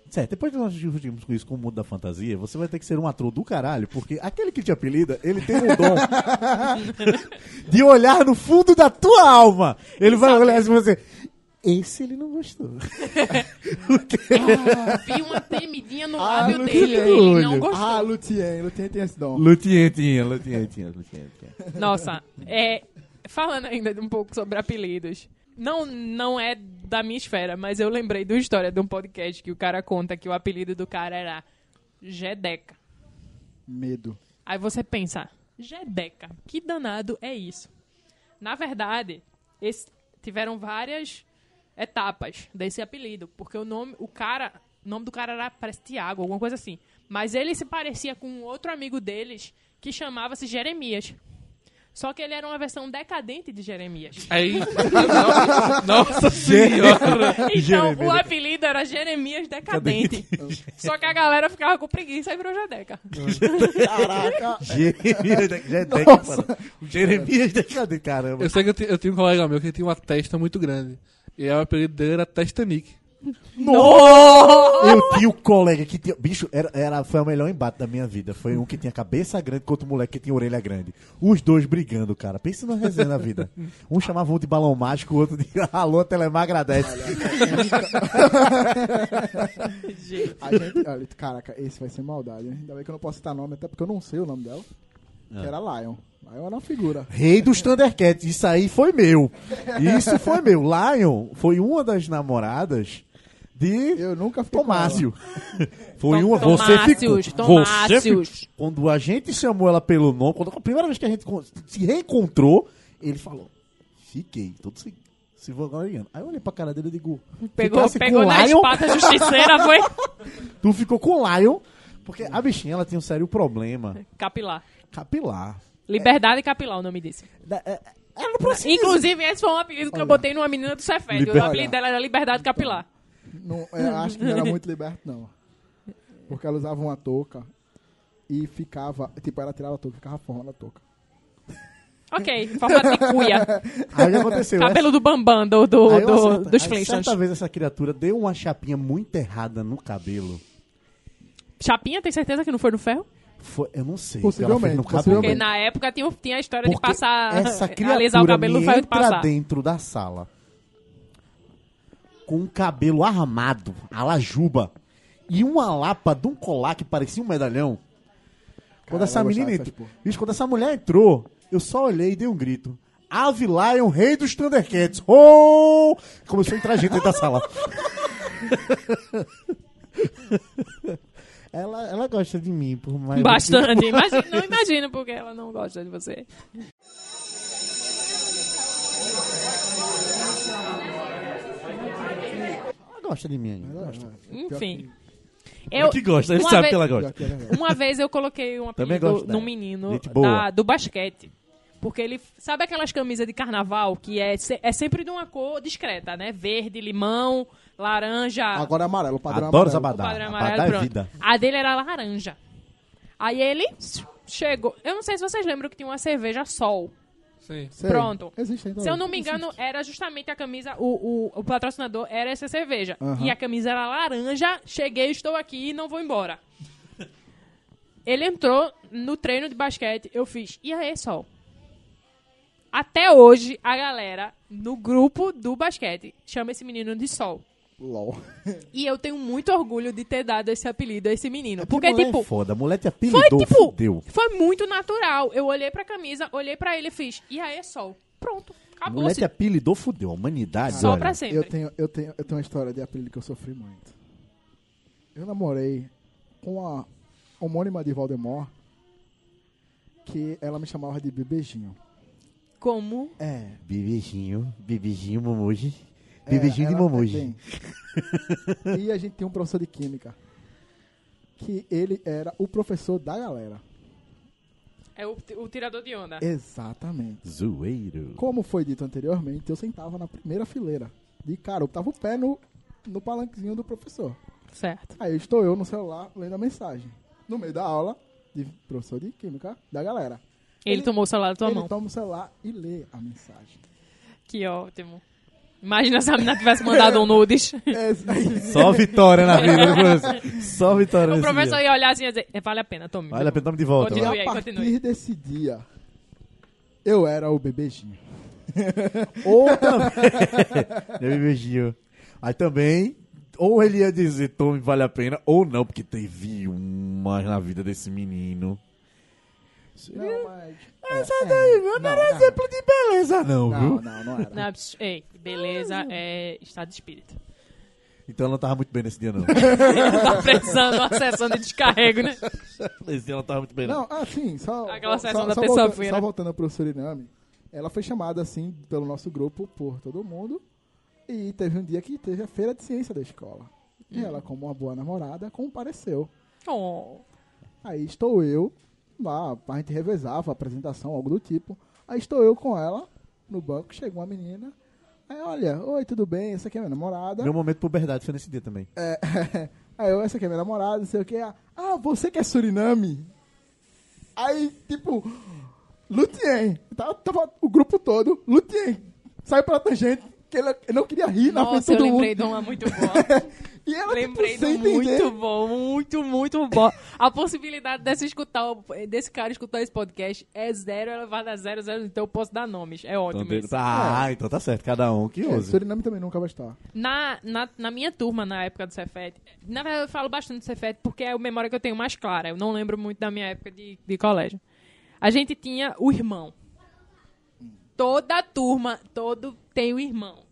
Speaker 4: Certo, depois que nós discutimos com isso com o mundo da fantasia, você vai ter que ser um ator do caralho, porque aquele que te apelida, ele tem um dom de olhar no fundo da tua alma. Ele vai olhar assim pra você. Esse ele não gostou.
Speaker 1: Vi uma temidinha no
Speaker 2: Ah,
Speaker 1: lábio
Speaker 2: não
Speaker 1: dele.
Speaker 2: tem
Speaker 1: Ele não
Speaker 4: olho.
Speaker 1: gostou.
Speaker 2: Ah, Lutien, Lutien tem esse dom.
Speaker 4: Lutinha, tinha, lutinha, tinha, lutinha, tinha.
Speaker 1: Nossa, é, falando ainda de um pouco sobre apelidos. Não, não é da minha esfera, mas eu lembrei de uma história de um podcast que o cara conta que o apelido do cara era Gedeca.
Speaker 2: Medo.
Speaker 1: Aí você pensa, Gedeca, que danado é isso? Na verdade, esse- tiveram várias etapas desse apelido, porque o nome, o cara, o nome do cara era parece Tiago, alguma coisa assim. Mas ele se parecia com um outro amigo deles que chamava-se Jeremias. Só que ele era uma versão decadente de Jeremias.
Speaker 3: Aí. Nossa senhora!
Speaker 1: Então,
Speaker 4: Jeremias.
Speaker 1: o apelido era Jeremias Decadente. Só que a galera ficava com preguiça e virou Gedeca.
Speaker 2: Caraca.
Speaker 4: Jeremias da- já é década, mano. O Jeremias da cadê? Caramba.
Speaker 3: Eu sei que eu, ti- eu tinha um colega meu que tinha uma testa muito grande. E aí o apelido dele era Testa Nick.
Speaker 4: Eu tinha um colega que tinha. Bicho, era, era, foi o melhor embate da minha vida. Foi um que tinha cabeça grande contra um moleque que tinha orelha grande. Os dois brigando, cara. Pensa numa resenha na vida. Um chamava um de balão mágico, o outro de alô, Telemar agradece.
Speaker 1: Gente,
Speaker 2: A gente, olha, caraca, esse vai ser maldade. hein? Ainda bem que eu não posso citar nome, até porque eu não sei o nome dela. Que era Lion. Lion era uma figura.
Speaker 4: Rei dos Thundercats, isso aí foi meu. Isso foi meu. Lion foi uma das namoradas de
Speaker 2: Eu nunca fiquei com
Speaker 4: Tomásio. Foi
Speaker 1: Tom-
Speaker 4: uma. Você ficou.
Speaker 1: Tomásios, Tomásios.
Speaker 4: Você ficou. Quando a gente chamou ela pelo nome, quando a primeira vez que a gente con- se reencontrou, ele falou: Fiquei, todo se, se vangloriando. Aí eu olhei pra cara dele e digo:
Speaker 1: pegou,
Speaker 4: "Ficasse
Speaker 1: pegou
Speaker 4: com
Speaker 1: na
Speaker 4: Lion,
Speaker 1: espada justiceira, foi
Speaker 4: Tu ficou com o Lion, porque a bichinha ela tinha um sério problema
Speaker 1: capilar.
Speaker 4: capilar.
Speaker 1: Liberdade capilar, o nome disso.
Speaker 4: Da- é- é- Ela não precisa.
Speaker 1: Inclusive, esse foi um apelido que eu botei numa menina do Cefet.
Speaker 4: Liber-
Speaker 1: O apelido dela era Liberdade Capilar.
Speaker 2: Não, eu acho que não era muito liberto, não. Porque ela usava uma touca e ficava. Tipo, ela tirava a touca e ficava forrando a touca.
Speaker 1: Ok, formato de cuia.
Speaker 4: Aí o que aconteceu? Essa-
Speaker 1: Cabelo do Bambam, do, do-
Speaker 4: Aí Ah, eu
Speaker 1: do-
Speaker 4: acerta-
Speaker 1: dos
Speaker 4: aí
Speaker 1: Flintstones.
Speaker 4: Certa vez essa criatura deu uma chapinha muito errada no cabelo.
Speaker 1: Chapinha, tem certeza que não foi no ferro?
Speaker 4: Foi- eu não sei. o que ela fez
Speaker 2: Possivelmente,
Speaker 4: no cabelo.
Speaker 1: Porque
Speaker 2: possivelmente. Também.
Speaker 1: na época tinha, tinha a história de
Speaker 4: Porque
Speaker 1: passar,
Speaker 4: essa
Speaker 1: alisar o
Speaker 4: criatura
Speaker 1: cabelo no
Speaker 4: me
Speaker 1: ferro de
Speaker 4: entra
Speaker 1: passar.
Speaker 4: dentro da sala com o cabelo armado, a lajuba, e uma lapa de um colar que parecia um medalhão. Quando
Speaker 2: Cara,
Speaker 4: essa
Speaker 2: vai
Speaker 4: menina
Speaker 2: gostar
Speaker 4: entrou,
Speaker 2: dessas porra.
Speaker 4: bicho, quando essa mulher entrou, eu só olhei e dei um grito. Ave Lion, rei dos Thundercats. Oh! Começou a entrar gente dentro da sala. ela, ela gosta de mim, por mais.
Speaker 1: Bastante. Imagina, não imagino porque ela não gosta de você.
Speaker 4: Ela gosta de mim ainda.
Speaker 1: Enfim. Eu,
Speaker 4: É que gosta, ele
Speaker 1: uma
Speaker 4: sabe
Speaker 1: vez-
Speaker 4: que ela gosta.
Speaker 2: Pior que é verdade.
Speaker 1: Uma vez eu coloquei um
Speaker 4: Também
Speaker 1: apelido
Speaker 4: gosto dela.
Speaker 1: num menino
Speaker 4: Gente boa.
Speaker 1: da- do basquete. Porque ele. Sabe aquelas camisas de carnaval que é, se- é sempre de uma cor discreta, né? Verde, limão, laranja.
Speaker 2: Agora é amarelo, o padrão amarelo.
Speaker 4: Adoro
Speaker 1: o
Speaker 4: Zabadá.
Speaker 1: padrão
Speaker 4: Abadá
Speaker 1: amarelo,
Speaker 4: é
Speaker 1: pronto.
Speaker 4: vida.
Speaker 1: A dele era laranja. Aí ele chegou. Eu não sei se vocês lembram que tinha uma cerveja sol.
Speaker 3: Sim.
Speaker 2: Sei.
Speaker 1: Pronto.
Speaker 2: Existe, então.
Speaker 1: Se eu não me engano, era justamente a camisa, o, o, o patrocinador era essa cerveja.
Speaker 2: Aham.
Speaker 1: E a camisa era laranja, cheguei, estou aqui e não vou embora. Ele entrou no treino de basquete, eu fiz, e aí, Sol? Até hoje, a galera no grupo do basquete chama esse menino de Sol.
Speaker 2: LOL.
Speaker 1: E eu tenho muito orgulho de ter dado esse apelido a esse menino.
Speaker 4: É que
Speaker 1: porque,
Speaker 4: mulher
Speaker 1: tipo,
Speaker 4: É foda, a mulher te
Speaker 1: foi
Speaker 4: apelidou,
Speaker 1: tipo,
Speaker 4: fudeu.
Speaker 1: foi muito natural. Eu olhei pra camisa, olhei pra ele e fiz, e aí, Sol? Pronto,
Speaker 4: A
Speaker 1: acabou.
Speaker 4: mulher te apelidou, fudeu. A humanidade,
Speaker 1: Só
Speaker 4: olha.
Speaker 1: pra sempre.
Speaker 2: Eu tenho, eu, tenho, eu tenho uma história de apelido que eu sofri muito. Eu namorei com a homônima de Valdemar, que ela me chamava de Bebejinho.
Speaker 1: Como
Speaker 2: É.
Speaker 4: Bebejinho, bebejinho mamuji. Bebejinho de mamuji.
Speaker 2: tem. É, e a gente tem um professor de química, que ele era o professor da galera.
Speaker 1: É o, o tirador de onda.
Speaker 2: Exatamente.
Speaker 4: Zoeiro.
Speaker 2: Como foi dito anteriormente, eu sentava na primeira fileira. E, cara, eu tava o pé no, no palanquezinho do professor.
Speaker 1: Certo.
Speaker 2: Aí estou eu no celular lendo a mensagem. No meio da aula, de professor de química, da galera.
Speaker 1: Ele,
Speaker 2: Ele-
Speaker 1: tomou o celular da tua
Speaker 2: ele
Speaker 1: mão.
Speaker 2: toma o celular e lê a mensagem.
Speaker 1: Que ótimo. Imagina se a menina tivesse mandado um nudes.
Speaker 2: É, isso aí.
Speaker 4: Só vitória na vida do professor. Só vitória
Speaker 1: o
Speaker 4: nesse
Speaker 1: professor
Speaker 4: dia.
Speaker 1: ia olhar assim e ia dizer, "É, vale a pena, tome.
Speaker 4: Olha, tamo de volta.
Speaker 2: e
Speaker 1: Continue
Speaker 4: vai.
Speaker 2: a
Speaker 1: aí,
Speaker 2: partir
Speaker 1: continue.
Speaker 2: desse dia, eu era o bebezinho.
Speaker 4: Ou também... Meu beijinho. Aí também... Ou ele ia dizer, Tome, vale a pena, ou não, porque teve uma na vida desse menino.
Speaker 2: Não, mas...
Speaker 4: Essa
Speaker 2: é,
Speaker 4: daí, meu, não era
Speaker 2: não.
Speaker 4: exemplo Uhum. de beleza, não,
Speaker 2: Não,
Speaker 4: viu?
Speaker 2: não, não era.
Speaker 1: Não, pss, ei, beleza é estado de espírito.
Speaker 4: Então ela não tava muito bem nesse dia, não.
Speaker 1: Tá precisando de uma sessão de descarrego, né?
Speaker 4: Esse dia ela não tava muito bem, não.
Speaker 2: Não, ah, sim, só.
Speaker 1: Aquela
Speaker 2: só,
Speaker 1: sessão da né?
Speaker 2: só
Speaker 1: terça-feira.
Speaker 2: voltando- Só voltando pro Suriname, ela foi chamada assim pelo nosso grupo por todo mundo. E teve um dia que teve a feira de ciência da escola. E
Speaker 1: Hum.
Speaker 2: ela, como uma boa namorada, compareceu.
Speaker 1: Oh.
Speaker 2: Aí estou eu, lá, a gente revezava a apresentação, algo do tipo. Aí estou eu com ela, no banco, chegou uma menina. Aí, olha, oi, tudo bem? Essa aqui é minha namorada. É,
Speaker 4: Meu momento de puberdade foi nesse dia também.
Speaker 2: Aí eu, essa aqui é minha namorada, não sei o que. Ah, você que é Suriname? Aí, tipo, Lutien, tava, tava o grupo todo, Lutien, sai pra tangente, que ele, ele não queria rir na frente
Speaker 1: Nossa, eu
Speaker 2: de todo
Speaker 1: lembrei
Speaker 2: mundo.
Speaker 1: de uma é muito boa.
Speaker 2: E ela,
Speaker 1: Lembrei de
Speaker 2: tipo,
Speaker 1: um
Speaker 2: sem entender,
Speaker 1: muito bom, muito, muito bom. A possibilidade desse, escutar, o- desse cara escutar esse podcast é zero elevado a zero, zero, então eu posso dar nomes. É ótimo
Speaker 4: Então,
Speaker 1: isso.
Speaker 4: tá, então tá certo, cada um que
Speaker 2: É,
Speaker 4: use.
Speaker 2: Suriname também nunca vai estar.
Speaker 1: Na, na, na minha turma, na época do Cefet, na verdade eu falo bastante do Cefet porque é a memória que eu tenho mais clara. Eu não lembro muito da minha época de, de colégio. A gente tinha o irmão. Toda a turma, todo tem o irmão.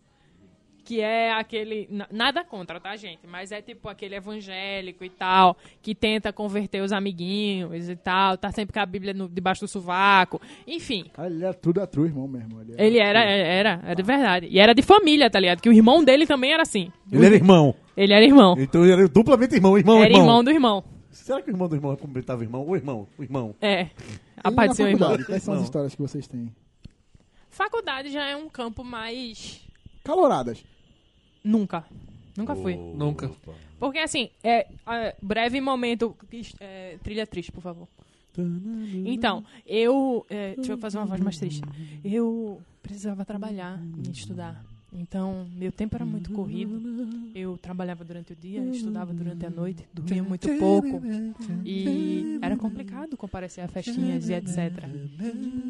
Speaker 1: Que é aquele. na- Nada contra, tá, gente? Mas é tipo aquele evangélico e tal, que tenta converter os amiguinhos e tal, tá sempre com a Bíblia no- debaixo do sovaco. Enfim.
Speaker 2: Cara, ele era tudo a true, irmão mesmo. Ele é era,
Speaker 1: Ele era, era, era de verdade. E era de família, tá ligado? Que o irmão dele também era assim.
Speaker 4: Ele era irmão.
Speaker 1: Ele era irmão.
Speaker 4: Então ele era duplamente irmão, irmão,
Speaker 1: Era
Speaker 4: irmão.
Speaker 1: irmão do irmão.
Speaker 4: Será que o irmão é do irmão cumprimentava o irmão? O irmão, o irmão.
Speaker 1: É. A
Speaker 2: E
Speaker 1: parte
Speaker 2: na
Speaker 1: do seu irmão.
Speaker 2: faculdade, Quais são as
Speaker 4: Não.
Speaker 2: histórias que vocês têm?
Speaker 1: Faculdade já é um campo mais.
Speaker 2: Caloradas.
Speaker 1: Nunca. Nunca fui.
Speaker 3: Nunca.
Speaker 1: Porque assim, é. é, breve momento. é, trilha triste, por favor. Então, eu. é, deixa eu fazer uma voz mais triste. Eu precisava trabalhar e estudar. Então, meu tempo era muito corrido. Eu trabalhava durante o dia, estudava durante a noite, dormia muito pouco. E era complicado comparecer a festinhas e etc.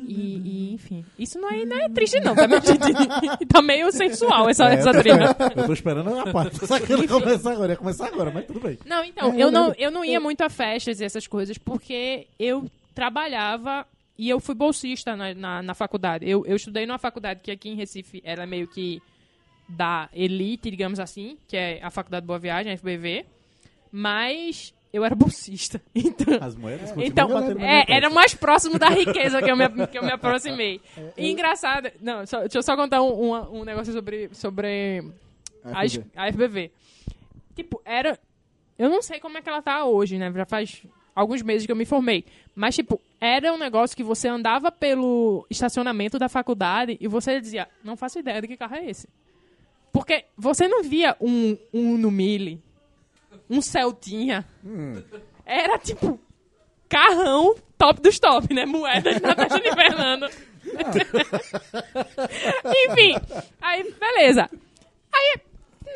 Speaker 1: E, e, enfim, isso não é, não é triste, não. Tá meio, tá meio sensual essa, essa trilha.
Speaker 4: Eu tô esperando a parte. Só que ele começar agora, ia começar agora, mas tudo bem.
Speaker 1: Não, então,
Speaker 2: É,
Speaker 1: eu
Speaker 2: eu
Speaker 1: não,
Speaker 2: lembro-
Speaker 1: eu não ia muito a festas e essas coisas porque eu trabalhava e eu fui bolsista na, na, na faculdade. Eu, eu estudei numa faculdade que aqui em Recife era meio que da elite, digamos assim, que é a Faculdade Boa Viagem, a FBV, mas eu era bolsista. Então,
Speaker 4: As moedas continuam
Speaker 1: Então,
Speaker 4: batendo na minha
Speaker 1: é,
Speaker 4: testa.
Speaker 1: era o mais próximo da riqueza que eu me, que eu me aproximei.
Speaker 4: É,
Speaker 1: E engraçado. Não, só- deixa eu só contar um, um, um negócio sobre, sobre a, es-
Speaker 2: FB.
Speaker 1: a FBV. Tipo, era. Eu não sei como é que ela tá hoje, né? Já faz alguns meses que eu me formei. Mas, tipo, era um negócio que você andava pelo estacionamento da faculdade e você dizia, não faço ideia do que carro é esse. Porque você não via um, um Uno Mille, um Celtinha. Era tipo carrão top dos top, né? Moedas na taxa de Fernando. Enfim, aí beleza. Aí,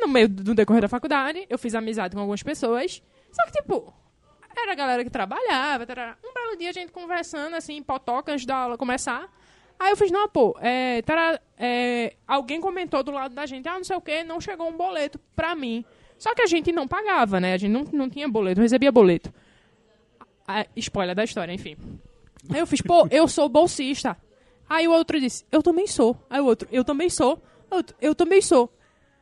Speaker 1: no meio do do decorrer da faculdade, eu fiz amizade com algumas pessoas. Só que, tipo, era a galera que trabalhava. tarará. Um belo dia a gente conversando, assim, potoca antes da aula começar. Aí eu fiz, não, pô, é, tará, é, alguém comentou do lado da gente, ah, não sei o que, não chegou um boleto pra mim. Só que a gente não pagava, né? A gente não, não tinha boleto, não recebia boleto. Ah, spoiler da história, enfim. Aí eu fiz, pô, eu sou bolsista. Aí o outro disse, eu também sou. Aí o outro, eu também sou. Outro, eu também sou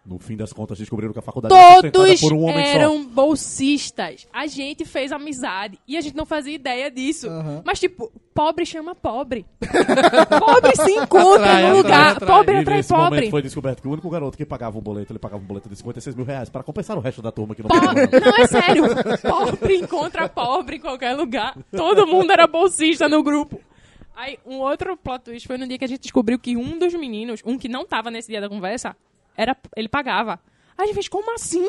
Speaker 4: No fim das contas, descobriram que a faculdade era sustentada
Speaker 1: todos
Speaker 4: por um homem
Speaker 1: eram
Speaker 4: só.
Speaker 1: bolsistas. A gente fez amizade e a gente não fazia ideia disso.
Speaker 2: Aham.
Speaker 1: Mas, tipo, pobre chama pobre. pobre se encontra
Speaker 3: Atrai,
Speaker 1: no lugar.
Speaker 3: atrai, atrai.
Speaker 1: Pobre
Speaker 4: E
Speaker 1: atrai
Speaker 4: nesse
Speaker 1: tá pobre.
Speaker 4: momento foi descoberto que o único garoto que pagava um boleto, ele pagava um boleto de 56 mil reais para compensar o resto da turma que não
Speaker 1: Po-
Speaker 4: pagava. nada.
Speaker 1: Não, é sério. Pobre encontra pobre em qualquer lugar. Todo mundo era bolsista no grupo. Aí, um outro plot twist foi no dia que a gente descobriu que um dos meninos, um que não tava nesse dia da conversa, era ele pagava. Aí a gente fez, como assim?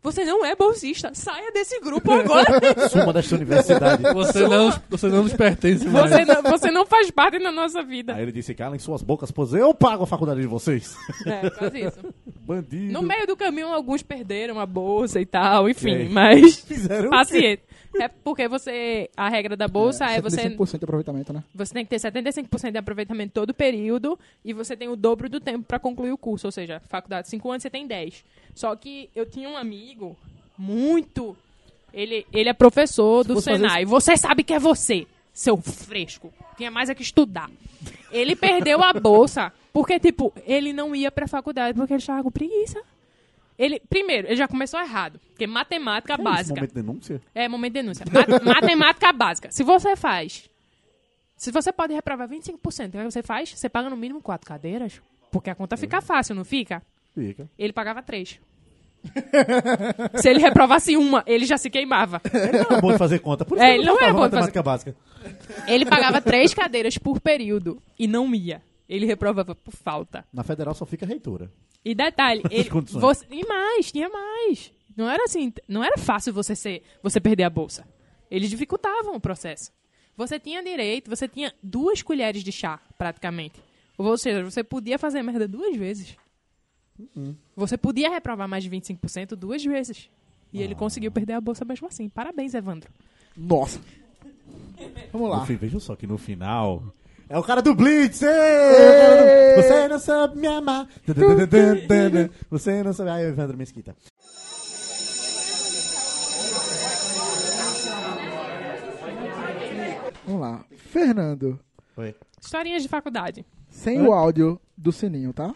Speaker 1: Você não é bolsista. Saia desse grupo agora.
Speaker 4: Suma desta universidade.
Speaker 3: Você não, você não nos pertence mais.
Speaker 1: você,
Speaker 4: É.
Speaker 1: não, você não faz parte da nossa vida.
Speaker 4: Aí ele disse, calem suas bocas, pois eu pago a faculdade de vocês.
Speaker 1: É, quase isso.
Speaker 4: Bandido.
Speaker 1: No meio do caminho, alguns perderam a bolsa e tal, enfim, mas.
Speaker 4: Fizeram o quê?
Speaker 1: Paciente. É porque você. A regra da bolsa é, você.
Speaker 2: 75% de aproveitamento, né?
Speaker 1: Você tem que ter 75% de aproveitamento todo o período e você tem o dobro do tempo para concluir o curso, ou seja, faculdade 5 anos você tem 10. Só que eu tinha um amigo muito ele ele é professor do
Speaker 4: fosse fazer
Speaker 1: Senai. Você sabe que é você, seu fresco. Tinha mais é que estudar. Ele perdeu a bolsa porque tipo, ele não ia para faculdade porque ele estava com preguiça. Ele, primeiro, ele já começou errado, porque matemática
Speaker 4: é Esse
Speaker 1: básica.
Speaker 4: momento de denúncia?
Speaker 1: É, momento de denúncia. Mat- matemática básica. Se você faz. Se você pode reprovar 25%, o que você faz? Você paga no mínimo quatro cadeiras. Porque a conta fica fácil, não fica?
Speaker 4: Fica.
Speaker 1: Ele pagava três. se ele reprovasse uma, ele já se queimava.
Speaker 4: Ele não era bom de fazer conta. Por isso
Speaker 1: É,
Speaker 4: que
Speaker 1: ele não
Speaker 4: passava
Speaker 1: era bom de
Speaker 4: matemática básica.
Speaker 1: Ele pagava três cadeiras por período e não ia. Ele reprovava por falta.
Speaker 4: Na federal só fica a reitora.
Speaker 1: E detalhe, ele,
Speaker 4: condições.
Speaker 1: você, e mais, tinha mais. Não era assim, não era fácil você ser, você perder a bolsa. Eles dificultavam o processo. Você tinha direito, você tinha duas colheres de chá, praticamente. Ou seja, você podia fazer merda duas vezes.
Speaker 4: Uhum.
Speaker 1: Você podia reprovar mais de 25% duas vezes. E
Speaker 4: Ah.
Speaker 1: ele conseguiu perder a bolsa mesmo assim. Parabéns, Evandro.
Speaker 2: Nossa. Vamos
Speaker 4: No
Speaker 2: lá.
Speaker 4: fim, vejam só que no final. É o cara do Blitz! Ei! Você não sabe me amar. Tan, tan, tan, tan, tan, tan. Você não sabe. Ai, Evandro Mesquita.
Speaker 2: Vamos lá. Fernando,
Speaker 4: Oi.
Speaker 1: Historinhas de faculdade.
Speaker 2: sem o áudio do sininho, tá?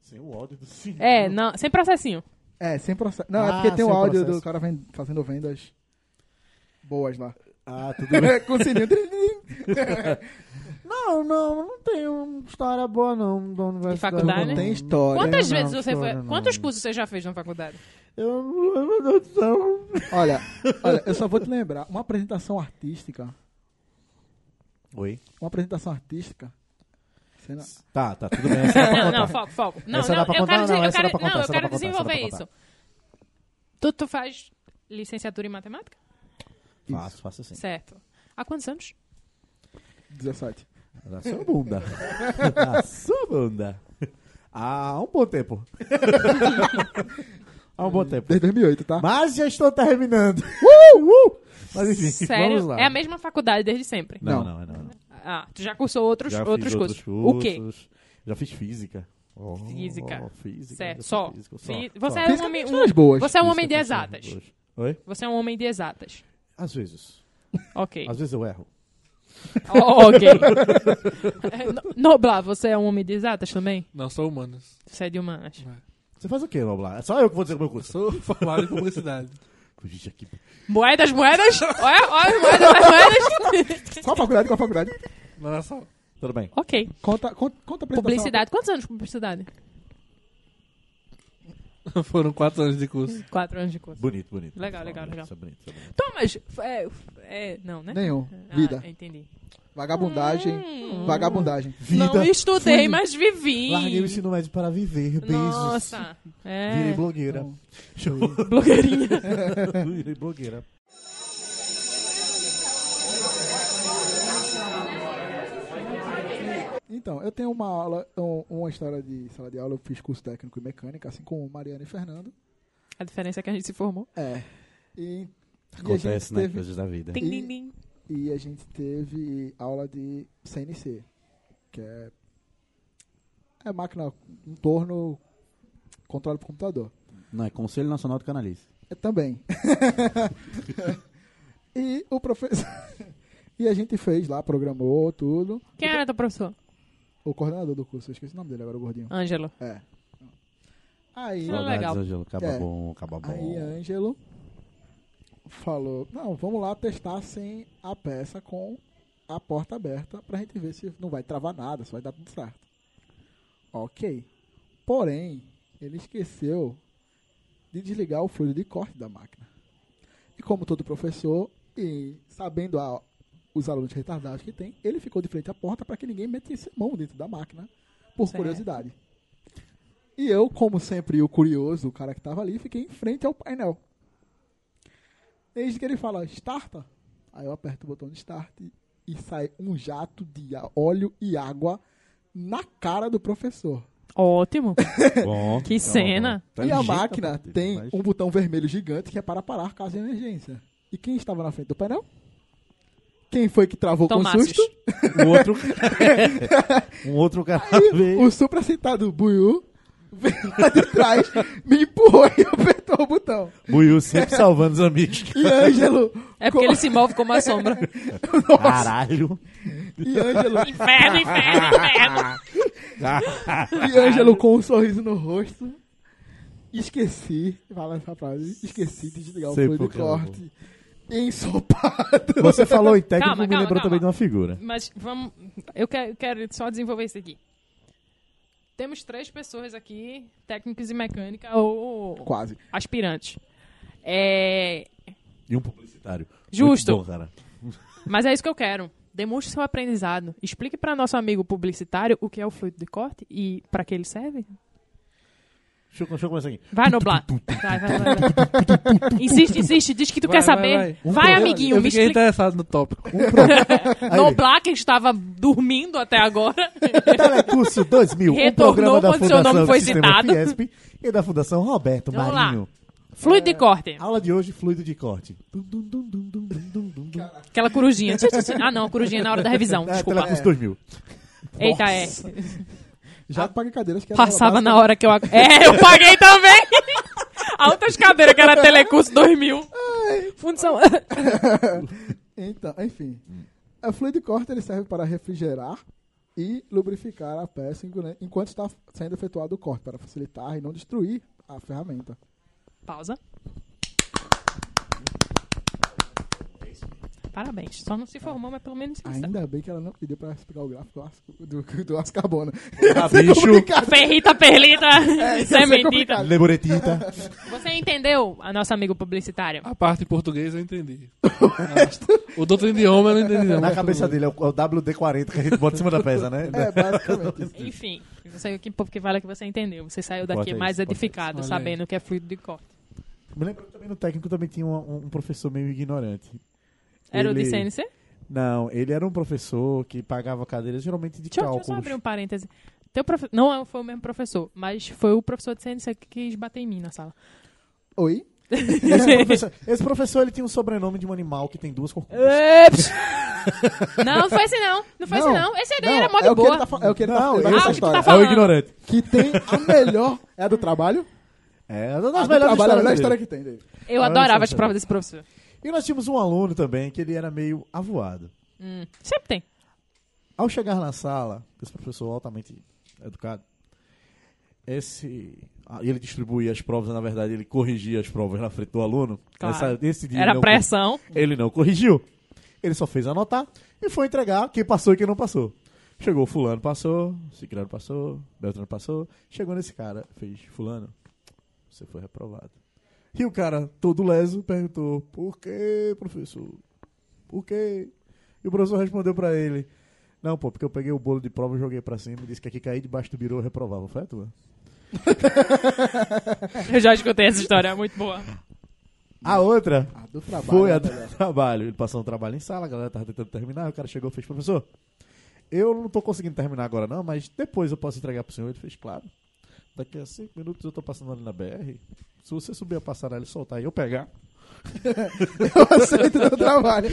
Speaker 4: Sem o ódio do sim.
Speaker 1: É, não, sem processinho.
Speaker 2: É, sem processo. Não, é
Speaker 4: Ah,
Speaker 2: porque tem o
Speaker 4: sem
Speaker 2: áudio
Speaker 4: processo.
Speaker 2: do cara ven- fazendo vendas boas lá.
Speaker 4: Ah, tudo bem.
Speaker 2: Com o sininho.
Speaker 4: Não, não, não tenho história boa não da universidade.
Speaker 1: faculdade?
Speaker 4: não.
Speaker 2: Não tem história.
Speaker 1: Tá, né? Quantas
Speaker 4: não,
Speaker 1: vezes você
Speaker 4: história
Speaker 1: foi,
Speaker 4: não.
Speaker 1: quantos cursos você já fez na faculdade?
Speaker 4: Eu não, meu Deus do céu.
Speaker 2: Olha, olha, eu só vou te lembrar. Uma apresentação artística.
Speaker 4: Oi.
Speaker 2: Uma apresentação artística. Você não-
Speaker 4: Tá, tá, tudo bem. Essa dá pra
Speaker 1: Não,
Speaker 4: contar.
Speaker 1: não, foco, foco. Não,
Speaker 4: Essa dá
Speaker 1: não,
Speaker 4: pra
Speaker 1: eu
Speaker 4: contar?
Speaker 1: quero, dizer-
Speaker 4: Não,
Speaker 1: eu
Speaker 4: essa dá
Speaker 1: quero,
Speaker 4: pra contar,
Speaker 1: não, eu
Speaker 4: essa dá
Speaker 1: quero
Speaker 4: pra contar,
Speaker 1: desenvolver
Speaker 4: essa dá
Speaker 1: isso. Tu, tu faz licenciatura em matemática?
Speaker 4: Faço, faço assim. sim.
Speaker 1: Certo. Há quantos anos?
Speaker 2: 17.
Speaker 4: Na sua bunda. Na sua bunda. Há um bom tempo. Há um bom tempo.
Speaker 2: Desde 2008, tá?
Speaker 4: Mas já estou terminando. Uh, uh. Mas enfim, vamos
Speaker 1: Sério?
Speaker 4: lá.
Speaker 1: É a mesma faculdade desde sempre.
Speaker 4: Não,
Speaker 2: Não.
Speaker 4: não, não. não.
Speaker 1: Ah, tu já cursou outros,
Speaker 4: Já fiz
Speaker 1: outros, cursos. O quê?
Speaker 4: cursos, Já fiz física. Oh,
Speaker 1: Física.
Speaker 4: física.
Speaker 1: Certo,
Speaker 4: já fiz
Speaker 1: só.
Speaker 4: física,
Speaker 1: Fi- Você
Speaker 4: só.
Speaker 1: é um
Speaker 2: Física
Speaker 1: homem,
Speaker 2: tem
Speaker 1: um-
Speaker 2: histórias boas.
Speaker 1: você é um
Speaker 4: Física
Speaker 1: homem de
Speaker 4: tem só
Speaker 1: exatas.
Speaker 4: duas. Oi?
Speaker 1: Você é um homem de exatas.
Speaker 4: Às vezes.
Speaker 1: Ok.
Speaker 4: Às vezes eu erro.
Speaker 1: Oh, ok. É, no- Noblar, você é um homem de exatas também?
Speaker 3: Não, sou humanas.
Speaker 1: Você é de humanas.
Speaker 4: Você faz o quê, Noblar? É só eu que vou dizer o meu curso.
Speaker 3: Sou formado em publicidade.
Speaker 4: Puxa, que-
Speaker 1: Moedas, moedas? Olha, olha, moedas, moedas.
Speaker 2: Qual a faculdade? Qual a faculdade?
Speaker 3: Não era só.
Speaker 4: Tudo bem.
Speaker 1: ok.
Speaker 2: Conta, conta, conta a apresentação.
Speaker 1: Publicidade. Quantos anos de publicidade?
Speaker 3: Foram quatro anos de curso.
Speaker 1: Quatro anos de curso.
Speaker 4: Bonito, bonito.
Speaker 1: Legal, legal,
Speaker 4: Bonito,
Speaker 1: legal.
Speaker 4: Isso é bonito, isso é bonito.
Speaker 1: Thomas, é, é, não, né?
Speaker 2: Nenhum.
Speaker 1: Ah,
Speaker 2: Vida.
Speaker 1: entendi. Hum.
Speaker 2: Vagabundagem. Vagabundagem.
Speaker 1: Não
Speaker 4: Vida.
Speaker 1: estudei,
Speaker 4: Fui-
Speaker 1: mas vivi.
Speaker 4: Larguei o ensino médio para viver. Beijos.
Speaker 1: Nossa.
Speaker 4: Virei
Speaker 1: É.
Speaker 4: blogueira. Show.
Speaker 1: Blogueirinha.
Speaker 4: Virei blogueira.
Speaker 2: Então, eu tenho uma aula, um- uma história de sala de aula, eu fiz curso técnico e mecânica, assim como Mariana e Fernando.
Speaker 1: A diferença é que a gente se formou.
Speaker 2: É. E, e a gente
Speaker 4: Acontece, né?
Speaker 2: teve,
Speaker 4: Coisas da vida.
Speaker 1: Tim, tim, tim.
Speaker 2: E a gente teve aula de CNC, que é, é máquina em torno controle por computador.
Speaker 5: Não, é Conselho Nacional do Canalice.
Speaker 2: É, também. e o professor. e a gente fez lá, programou tudo.
Speaker 1: Quem era teu professor?
Speaker 2: O coordenador do curso, eu esqueci o nome dele agora, o gordinho.
Speaker 1: Ângelo.
Speaker 2: É. Aí.
Speaker 4: Tá
Speaker 1: Não, legal.
Speaker 5: Angelo. Acaba
Speaker 2: É.
Speaker 5: bom, acaba bom.
Speaker 2: Aí Ângelo falou: Não, vamos lá testar sem a peça com a porta aberta pra gente ver se não vai travar nada, se vai dar tudo certo. Ok. Porém, ele esqueceu de desligar o fluido de corte da máquina. E como todo professor, e sabendo a- os alunos retardados que tem, ele ficou de frente à porta para que ninguém metesse mão dentro da máquina, por
Speaker 1: Certo.
Speaker 2: curiosidade. E eu, como sempre, o curioso, o cara que tava ali, fiquei em frente ao painel. Desde que ele fala, starta. Aí eu aperto o botão de start e- e sai um jato de a- óleo e água na cara do professor.
Speaker 1: Ótimo.
Speaker 8: Bom,
Speaker 1: Que cena.
Speaker 8: Tá
Speaker 2: é. e a
Speaker 8: ligeiro,
Speaker 2: máquina
Speaker 8: rapaz,
Speaker 2: tem
Speaker 8: mas-
Speaker 2: um botão vermelho gigante que é para parar caso de emergência. E quem estava na frente do painel? Quem foi que travou com o
Speaker 1: Tomácios.
Speaker 2: susto?
Speaker 8: O outro
Speaker 4: Um outro cara
Speaker 2: Aí
Speaker 4: veio.
Speaker 2: o supracitado Buiu veio lá de trás, me empurrou e apertou o botão.
Speaker 4: Buiu sempre salvando os amigos.
Speaker 2: E Ângelo.
Speaker 1: É porque ele se move como a sombra.
Speaker 4: Caralho.
Speaker 2: E Ângelo,
Speaker 1: Inferno, inferno, inferno.
Speaker 2: e Ângelo com um sorriso no rosto. Esqueci. Fala essa frase. Esqueci de desligar
Speaker 4: Sei
Speaker 2: o fone
Speaker 4: por
Speaker 2: de
Speaker 4: que ela
Speaker 2: corte. Ensopado.
Speaker 4: Você falou em técnico,
Speaker 1: Calma,
Speaker 4: me
Speaker 1: calma,
Speaker 4: lembrou
Speaker 1: calma.
Speaker 4: também de uma figura.
Speaker 1: Mas vamos. Eu quero, eu quero só desenvolver isso aqui. Temos três pessoas aqui, técnicos e mecânica ou
Speaker 2: Quase.
Speaker 1: aspirantes. É,
Speaker 4: E um publicitário.
Speaker 1: Justo.
Speaker 4: Muito bom, cara.
Speaker 1: Mas é isso que eu quero. Demonstre seu aprendizado. Explique para nosso amigo publicitário o que é o fluido de corte e para que ele serve.
Speaker 4: Deixa eu, deixa eu começar aqui.
Speaker 1: Vai, Noblar. Vai, vai, vai, vai. Insiste, insiste. Diz que tu
Speaker 3: Vai,
Speaker 1: quer
Speaker 3: vai,
Speaker 1: saber.
Speaker 3: vai.
Speaker 1: Vai,
Speaker 3: Eu-
Speaker 1: amiguinho.
Speaker 3: Eu
Speaker 1: me
Speaker 3: fiquei
Speaker 1: explica.
Speaker 3: interessado no tópico.
Speaker 1: Noblar, que estava dormindo até agora.
Speaker 4: Telecurso 2000, um
Speaker 1: Retornou
Speaker 4: programa da
Speaker 1: quando seu nome
Speaker 4: Fundação
Speaker 1: foi
Speaker 4: do Sistema
Speaker 1: citado.
Speaker 4: Fiesp e da Fundação Roberto
Speaker 1: Vamos lá.
Speaker 4: Marinho.
Speaker 1: fluido de corte.
Speaker 4: Aula de hoje, fluido de corte. Dum, dum, dum, dum, dum, dum, dum, dum, dum.
Speaker 1: Aquela corujinha. Ah, não. a Corujinha na hora da revisão.
Speaker 4: É,
Speaker 1: Desculpa.
Speaker 4: Telecurso 2000.
Speaker 1: Eita, é.
Speaker 2: Já paguei cadeiras que era
Speaker 1: Passava
Speaker 2: básica.
Speaker 1: na hora que eu... ac- É, eu paguei também. Altas cadeiras, que era Telecurso 2000. Função...
Speaker 2: Então, enfim. É, O fluido corte ele serve para refrigerar e lubrificar a peça enquan- enquanto está sendo efetuado o corte, para facilitar e não destruir a ferramenta.
Speaker 1: Pausa. Parabéns. Só não se formou, mas pelo menos se sabe.
Speaker 2: Ainda bem que ela não pediu para explicar o gráfico do asco- do, do ascarbona.
Speaker 4: Ah,
Speaker 2: Isso é
Speaker 4: bicho.
Speaker 2: complicado.
Speaker 1: Ferrita, perlita,
Speaker 2: ia ser
Speaker 1: sementita.
Speaker 2: complicado.
Speaker 4: Leboretita.
Speaker 1: Você entendeu, a nossa amigo publicitário?
Speaker 3: A parte em português eu entendi. o doutor idioma eu não entendi. não,
Speaker 4: Na
Speaker 3: mas
Speaker 4: cabeça
Speaker 3: tudo
Speaker 4: dele é o, é o WD-40 que a gente bota em cima da peça, né?
Speaker 2: É, basicamente isso.
Speaker 1: Enfim, você, o que, o que vale é que você entendeu. Você saiu daqui
Speaker 4: Bota isso,
Speaker 1: mais
Speaker 4: bota
Speaker 1: edificado,
Speaker 3: isso. Olha aí.
Speaker 1: sabendo que é fluido de corte.
Speaker 4: Me lembro que também no técnico também tinha um, um professor meio ignorante.
Speaker 1: Era o
Speaker 4: Ele-
Speaker 1: de CNC?
Speaker 4: Não, ele era um professor que pagava cadeiras geralmente de
Speaker 1: Deixa eu, deixa eu só
Speaker 4: cálculos.
Speaker 1: abrir um parêntese. Teu profe- Não é- foi o mesmo professor, mas foi o professor de CNC que quis bater em mim na sala.
Speaker 2: Oi? é
Speaker 4: Esse professor, esse professor, ele tinha um sobrenome de um animal que tem duas corcundas.
Speaker 1: É. não, não foi assim não. Não foi assim não. Esse daí era mó de
Speaker 2: é o que
Speaker 1: boa.
Speaker 2: ele tá fa- é o que ele
Speaker 4: Não,
Speaker 2: tá
Speaker 4: eu-
Speaker 2: falando.
Speaker 4: Ah,
Speaker 2: essa
Speaker 4: o
Speaker 1: que tu tá
Speaker 2: história.
Speaker 4: É o
Speaker 1: falando.
Speaker 4: ignorante.
Speaker 2: Que tem a melhor. É a do trabalho?
Speaker 4: É uma
Speaker 2: A
Speaker 4: das
Speaker 2: do
Speaker 4: melhores
Speaker 2: trabalho é a melhor
Speaker 4: histórias
Speaker 2: história
Speaker 4: dele.
Speaker 2: que tem dele.
Speaker 1: Eu
Speaker 4: Ah,
Speaker 1: adorava as
Speaker 4: deixa eu
Speaker 1: provas desse professor.
Speaker 4: E nós tínhamos um aluno também que ele era meio avoado.
Speaker 1: Hum, sempre tem.
Speaker 4: Ao chegar na sala, esse professor altamente educado, esse ah, ele distribuía as provas, na verdade ele corrigia as provas na frente do aluno.
Speaker 1: Claro.
Speaker 4: esse dia ele
Speaker 1: Era
Speaker 4: não-
Speaker 1: pressão.
Speaker 4: Ele não corrigiu. Ele só fez anotar e foi entregar quem passou e quem não passou. Chegou fulano, passou, Ciclano passou, Beltrano passou. Chegou nesse cara, fez fulano, você foi reprovado. E o cara, todo leso, perguntou, por quê, professor? Por quê? E o professor respondeu pra ele, não, pô, porque eu peguei o bolo de prova, joguei pra cima e disse que aqui cair debaixo do birô eu reprovava. Foi a tua?
Speaker 1: Eu já escutei essa história, é muito boa.
Speaker 4: A outra
Speaker 2: A do trabalho.
Speaker 4: Foi
Speaker 2: é
Speaker 4: a
Speaker 2: a
Speaker 4: do
Speaker 2: melhor.
Speaker 4: trabalho. Ele passou um trabalho em sala, a galera tava tentando terminar, o cara chegou e fez, professor, eu não tô conseguindo terminar agora não, mas depois eu posso entregar pro senhor. Ele fez, claro. Daqui a cinco minutos eu tô passando ali na BR. Se você subir a passarela e soltar e eu pegar,
Speaker 2: Eu aceito do trabalho.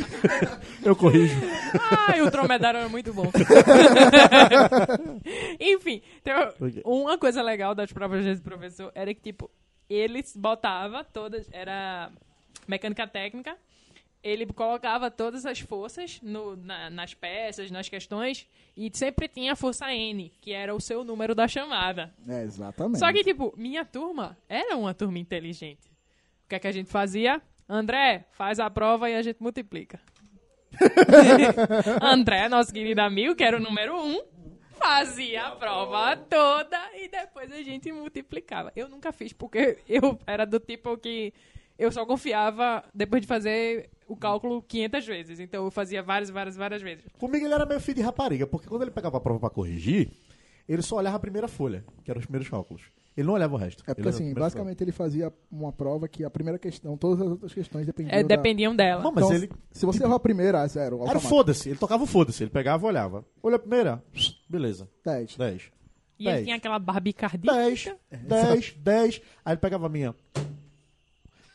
Speaker 4: eu corrijo.
Speaker 1: Ai, o dromedário era muito bom. Enfim, tem uma coisa legal das provas desse professor era que, tipo, ele botava todas. Era mecânica técnica. Ele colocava todas as forças no- na- nas peças, nas questões, e sempre tinha a força N, que era o seu número da chamada.
Speaker 2: É, exatamente.
Speaker 1: Só que, tipo, minha turma era uma turma inteligente. O que é que a gente fazia? André, faz a prova e a gente multiplica. André, nosso querido amigo, que era o número um, fazia a prova toda e depois a gente multiplicava. Eu nunca fiz, porque eu era do tipo que eu só confiava depois de fazer o cálculo 500 vezes. Então eu fazia várias, várias, várias vezes.
Speaker 4: Comigo ele era meio filho de rapariga, porque quando ele pegava a prova pra corrigir, ele só olhava a primeira folha, que eram os primeiros cálculos. Ele não olhava o resto.
Speaker 2: É
Speaker 4: Ele
Speaker 2: porque
Speaker 4: olhava
Speaker 2: assim,
Speaker 4: apenas pra-
Speaker 2: basicamente ele fazia uma prova que a primeira questão, todas as outras questões dependiam
Speaker 1: É,
Speaker 2: da-
Speaker 1: dependiam dela.
Speaker 4: Não, mas
Speaker 2: Então,
Speaker 4: ele.
Speaker 2: Se você errou a primeira, é zero.
Speaker 4: Era
Speaker 2: automático.
Speaker 4: foda-se. Ele tocava o foda-se. Ele pegava e olhava. Olhou a primeira. Beleza.
Speaker 2: 10.
Speaker 4: 10.
Speaker 1: e ele
Speaker 4: dez.
Speaker 1: tinha aquela barbicardia.
Speaker 4: 10, 10, 10. Aí ele pegava a minha.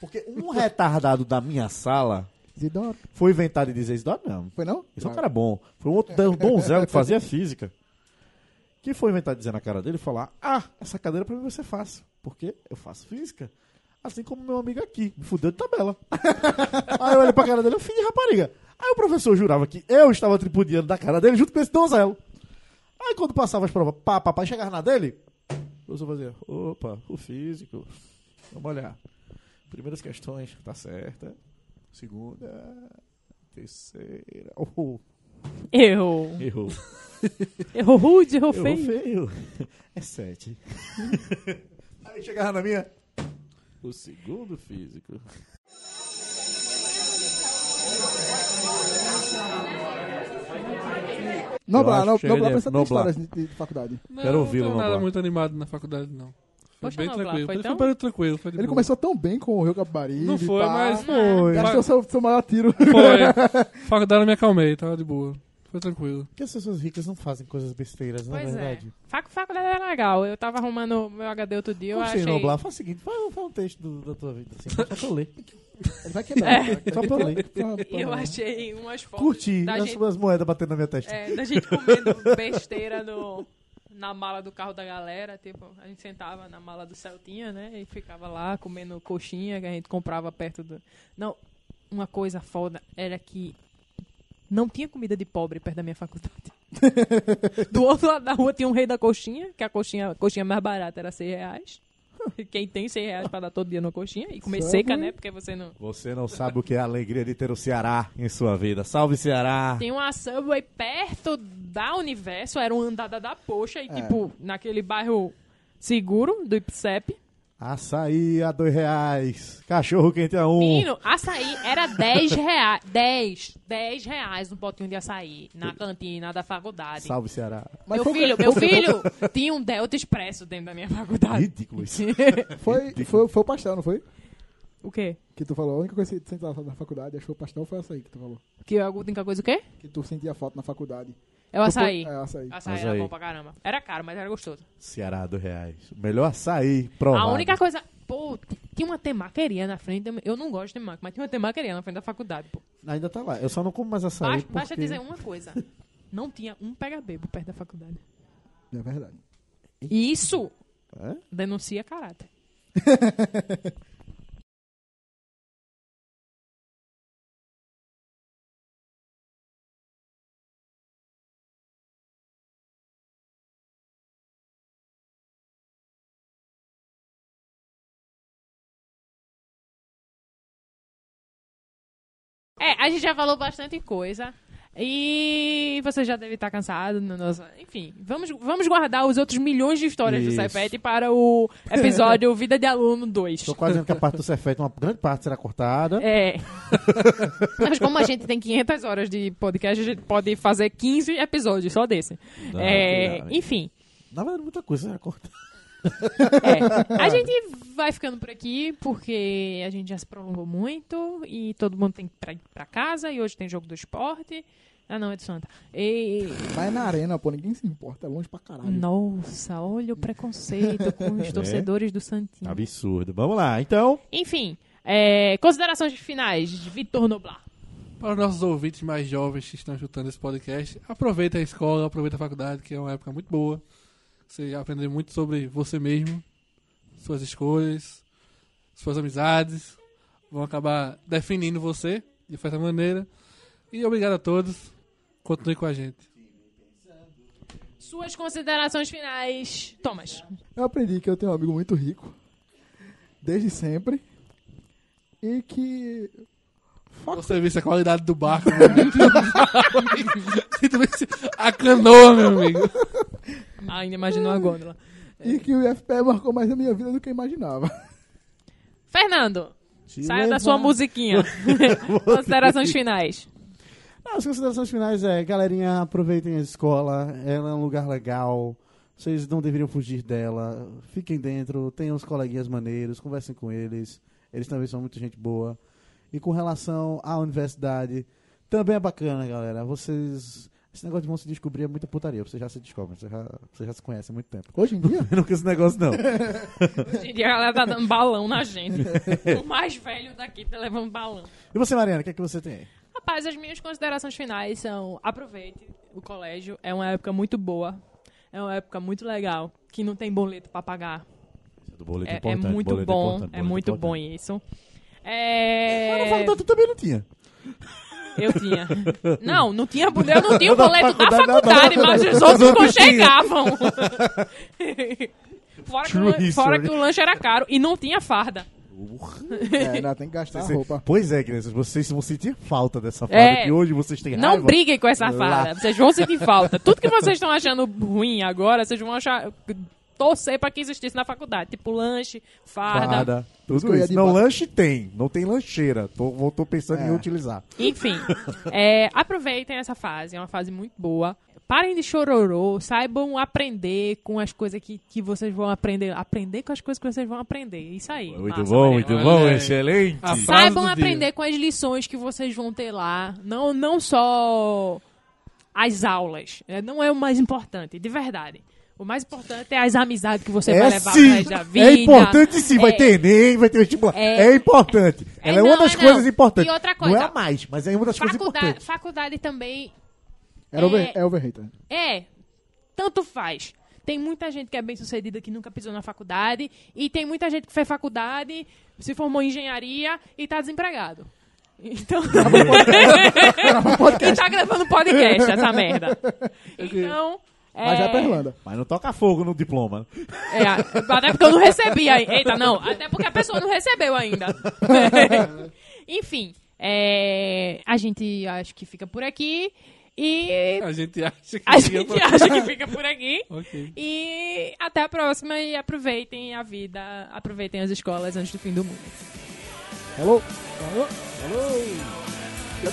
Speaker 4: Porque um retardado da minha sala
Speaker 2: Zidoro.
Speaker 4: foi inventado e dizer isso. Não, não.
Speaker 2: Foi não?
Speaker 4: Isso é um cara bom. Foi um outro dan- donzelo que fazia física. Que foi inventar dizer na cara dele e falar: Ah, essa cadeira pra mim vai ser fácil. Porque eu faço física. Assim como meu amigo aqui. Me fudeu de tabela. Aí eu olhei pra cara dele, eu fui de rapariga. Aí o professor jurava que eu estava tripudiando da cara dele junto com esse donzelo. Aí quando passava as provas, pá, pá, pá, chegava na dele, o professor fazia: Opa, o físico. Vamos olhar. Primeiras questões, tá certa. Segunda. Terceira. Oh,
Speaker 1: Errou.
Speaker 4: errou.
Speaker 1: Errou rude, errou
Speaker 4: Eu
Speaker 1: feio.
Speaker 4: feio. É sete. Aí chegava na minha. O segundo físico.
Speaker 2: Noblar,
Speaker 4: acho
Speaker 2: no-
Speaker 4: que chega
Speaker 2: Noblar
Speaker 4: de-
Speaker 2: pensa em
Speaker 4: Noblar.
Speaker 2: histórias de, de faculdade.
Speaker 3: Não,
Speaker 4: Quero ouvi-lo,
Speaker 3: não tava
Speaker 4: Noblar.
Speaker 3: nada muito animado na faculdade, não. Foi
Speaker 1: Poxa,
Speaker 3: bem
Speaker 1: Noblar,
Speaker 3: tranquilo.
Speaker 1: foi
Speaker 3: Ele
Speaker 1: tão-
Speaker 3: foi bem tranquilo. Foi de
Speaker 2: Ele
Speaker 3: boa.
Speaker 2: começou tão bem com o Rio Gabaribe.
Speaker 3: Não foi,
Speaker 2: pá.
Speaker 3: mas É,
Speaker 1: Foi.
Speaker 2: Gastou é seu, seu maior tiro.
Speaker 3: Foi. Faculdade eu me acalmei, tava de boa. Foi tranquilo.
Speaker 4: Porque as pessoas ricas não fazem coisas besteiras, não é
Speaker 1: Pois é.
Speaker 4: verdade?
Speaker 1: Fac- Faculdade era legal. Eu tava arrumando meu HD outro dia, eu
Speaker 4: Como
Speaker 1: achei...
Speaker 4: você, Noblar? Faz o seguinte, faz, faz um texto do- da tua vida, assim, só pra eu ler.
Speaker 2: Ele vai quebrar.
Speaker 1: É.
Speaker 4: Só pra eu ler.
Speaker 1: Eu achei umas fotos
Speaker 4: Curti
Speaker 1: da
Speaker 4: as
Speaker 1: gente,
Speaker 4: suas moedas batendo na minha testa.
Speaker 1: é, da gente comendo besteira no, na mala do carro da galera. Tipo, a gente sentava na mala do Celtinha, né? E ficava lá comendo coxinha que a gente comprava perto do... Não, uma coisa foda era que não tinha comida de pobre perto da minha faculdade. do outro lado da rua tinha um rei da coxinha, que a coxinha, a coxinha mais barata era 6 reais. Quem tem 100 reais pra dar todo dia numa coxinha e comer
Speaker 2: Hum. Isso é
Speaker 1: seca,
Speaker 2: ruim.
Speaker 1: né? Porque você não...
Speaker 4: Você não sabe o que é a alegria de ter o Ceará em sua vida. Salve, Ceará!
Speaker 1: Tem uma Subway perto da Universo, era uma andada da poxa, e
Speaker 2: É.
Speaker 1: tipo, naquele bairro seguro do IPSEP.
Speaker 4: Açaí a dois reais, cachorro quente a um.
Speaker 1: Menino, açaí era 10 reais. 10, 10 reais um potinho de açaí na cantina da faculdade.
Speaker 4: Salve, Ceará.
Speaker 1: meu filho, meu filho tinha um Delta Expresso dentro da minha faculdade.
Speaker 4: Ridículo isso.
Speaker 2: Foi, foi, foi o pastel, não foi?
Speaker 1: o quê?
Speaker 2: Que tu falou. A única coisa que tu sentia na- na faculdade, achou o pastel, foi açaí que tu falou.
Speaker 1: Que a única coisa o quê?
Speaker 2: Que tu sentia falta na faculdade.
Speaker 1: É o açaí.
Speaker 2: É, açaí.
Speaker 1: Açaí era
Speaker 4: Açaí.
Speaker 1: bom pra caramba. Era caro, mas era gostoso.
Speaker 4: Ceará, dois reais. O melhor açaí, provado.
Speaker 1: A única coisa. Pô, t- tinha uma temaqueria na frente. da- Eu não gosto de temac, mas tinha uma temaqueria na frente da faculdade, pô.
Speaker 4: Ainda tá lá. Eu só não como mais açaí
Speaker 1: Basta,
Speaker 4: porque...
Speaker 1: basta dizer uma coisa. Não tinha um pega-bebo perto da faculdade.
Speaker 2: É verdade.
Speaker 1: E isso
Speaker 4: É?
Speaker 1: denuncia caráter. É, a gente já falou bastante coisa. E você já deve estar cansado. No nosso... Enfim, vamos, vamos guardar os outros milhões de histórias
Speaker 4: Isso.
Speaker 1: do Cefet para o episódio Vida de Aluno 2.
Speaker 4: Tô quase dizendo que a parte do Cefete, uma grande parte será cortada.
Speaker 1: É. Mas como a gente tem 500 horas de podcast, a gente pode fazer 15 episódios só desse.
Speaker 4: Não,
Speaker 1: É,
Speaker 4: não,
Speaker 1: enfim.
Speaker 4: Na verdade, muita coisa será cortada.
Speaker 1: É. A gente vai ficando por aqui porque a gente já se prolongou muito e todo mundo tem pra ir pra casa e hoje tem jogo do esporte. Ah, não, é de Santa. E...
Speaker 2: Vai é na arena, pô. Ninguém se importa. É longe pra caralho.
Speaker 1: Nossa, olha o preconceito com os torcedores do Santinho.
Speaker 4: Tá Absurdo. Vamos lá, então.
Speaker 1: Enfim, é, considerações finais, Vitor Noblar.
Speaker 3: Para os nossos ouvintes mais jovens que estão escutando esse podcast, aproveita a escola, aproveita a faculdade, que é uma época muito boa. Você aprende muito sobre você mesmo, suas escolhas, suas amizades, vão acabar definindo você de certa maneira. E obrigado a todos. Continue com a gente.
Speaker 1: Suas considerações finais, Thomas.
Speaker 2: Eu aprendi que eu tenho um amigo muito rico, desde sempre, e que. Fuck,
Speaker 3: Você visse a qualidade do barco, meu amigo. Se tu visse a canoa, meu amigo.
Speaker 1: Ah, ainda imaginou a gôndola.
Speaker 2: e que o IFPE é, marcou mais a minha vida do que eu imaginava.
Speaker 1: Fernando,
Speaker 4: Te
Speaker 1: saia da sua
Speaker 4: levar.
Speaker 1: musiquinha. considerações finais.
Speaker 4: Ah, As considerações finais é, galerinha, aproveitem a escola, ela é um lugar legal. Vocês não deveriam fugir dela. Fiquem dentro, tenham uns coleguinhas maneiros, conversem com eles. Eles também são muita gente boa. E com relação à universidade, também é bacana, galera. Vocês. Esse negócio de vão se descobrir é muita putaria. Vocês já se descobrem, vocês já, vocês já se conhecem há muito tempo.
Speaker 2: Hoje em dia,
Speaker 4: Eu não quero esse negócio, não.
Speaker 1: Hoje em dia a galera tá dando balão na gente. o mais velho daqui tá levando balão.
Speaker 4: E você, Mariana, o que é que você tem aí?
Speaker 1: Rapaz, as minhas considerações finais são: aproveite o colégio, é uma época muito boa, é uma época muito legal, que não tem boleto pra pagar.
Speaker 5: Do boleto
Speaker 1: É, é
Speaker 5: importante,
Speaker 1: muito
Speaker 5: boleto
Speaker 1: bom,
Speaker 5: importante,
Speaker 1: é
Speaker 5: boleto
Speaker 1: muito bom
Speaker 5: importante.
Speaker 1: isso. É...
Speaker 4: Mas na faculdade tu também Ah, não tinha.
Speaker 1: Eu tinha. Não, não tinha, eu não tinha o boleto da
Speaker 4: faculdade, não, da
Speaker 1: faculdade, mas os outros
Speaker 4: faculdade.
Speaker 1: não
Speaker 4: Os outros tinham.
Speaker 1: chegavam. Fora que, o, lan-
Speaker 4: True
Speaker 1: fora
Speaker 4: history.
Speaker 1: que o lanche era caro e não tinha farda.
Speaker 2: é, ainda tem que gastar a roupa.
Speaker 4: Pois é, crianças, vocês vão sentir falta dessa fala
Speaker 1: É.
Speaker 4: que hoje vocês têm
Speaker 1: Não
Speaker 4: raiva.
Speaker 1: briguem com essa
Speaker 4: Lá.
Speaker 1: farda. Vocês vão sentir falta. Tudo que vocês estão achando ruim agora, vocês vão achar. Torcer pra que existisse na faculdade. Tipo lanche, farda.
Speaker 4: Farda,
Speaker 2: Isso que
Speaker 4: tudo
Speaker 2: eu ia
Speaker 4: isso.
Speaker 2: de
Speaker 4: Não,
Speaker 2: ba-
Speaker 4: lanche tem. Não tem lancheira. Tô, vou- tô pensando
Speaker 2: É.
Speaker 4: em utilizar.
Speaker 1: Enfim, é, aproveitem essa fase, é uma fase muito boa. Parem de chororô, saibam aprender com as coisas que, que vocês vão aprender. Aprender com as coisas que vocês vão aprender. Isso aí.
Speaker 5: Muito
Speaker 1: Massa, Mariana.
Speaker 5: bom, muito
Speaker 3: Olha
Speaker 5: bom,
Speaker 3: aí.
Speaker 5: excelente.
Speaker 3: A frase
Speaker 1: Saibam
Speaker 3: do dia.
Speaker 1: aprender com as lições que vocês vão ter lá. Não, não só as aulas. É, não é o mais importante, de verdade. O mais importante é as amizades que você vai
Speaker 4: é
Speaker 1: levar
Speaker 4: sim.
Speaker 1: atrás da vida.
Speaker 4: É importante sim. Vai
Speaker 1: É-
Speaker 4: ter Enem, vai ter vestibular.
Speaker 1: É-
Speaker 4: É, importante.
Speaker 1: É,
Speaker 4: Ela é uma
Speaker 1: não,
Speaker 4: das
Speaker 1: é
Speaker 4: coisas
Speaker 1: não.
Speaker 4: importantes.
Speaker 1: E outra coisa.
Speaker 4: Não é a mais, mas é uma das coisas
Speaker 1: Faculdade,
Speaker 4: importantes.
Speaker 1: faculdade também
Speaker 2: Era over,
Speaker 1: É.
Speaker 2: é overrated.
Speaker 1: É, tanto faz. Tem muita gente que é bem sucedida que nunca pisou na faculdade, e tem muita gente que fez faculdade, se formou em engenharia e tá desempregado. Então. e tá gravando podcast, essa merda. Então. É,
Speaker 2: Mas é pra Irlanda.
Speaker 4: Mas não toca fogo no diploma.
Speaker 1: é, até porque eu não recebi aí. Eita, não. Até porque a pessoa não recebeu ainda. Enfim, é, a gente acho que fica por aqui. E
Speaker 3: A gente acha que.
Speaker 1: a
Speaker 3: ia
Speaker 1: gente
Speaker 3: É, pra-
Speaker 1: acha que fica por aqui.
Speaker 3: Ok.
Speaker 1: E até a próxima e aproveitem a vida, aproveitem as escolas antes do fim do mundo.
Speaker 2: Hello? Hello? Hello?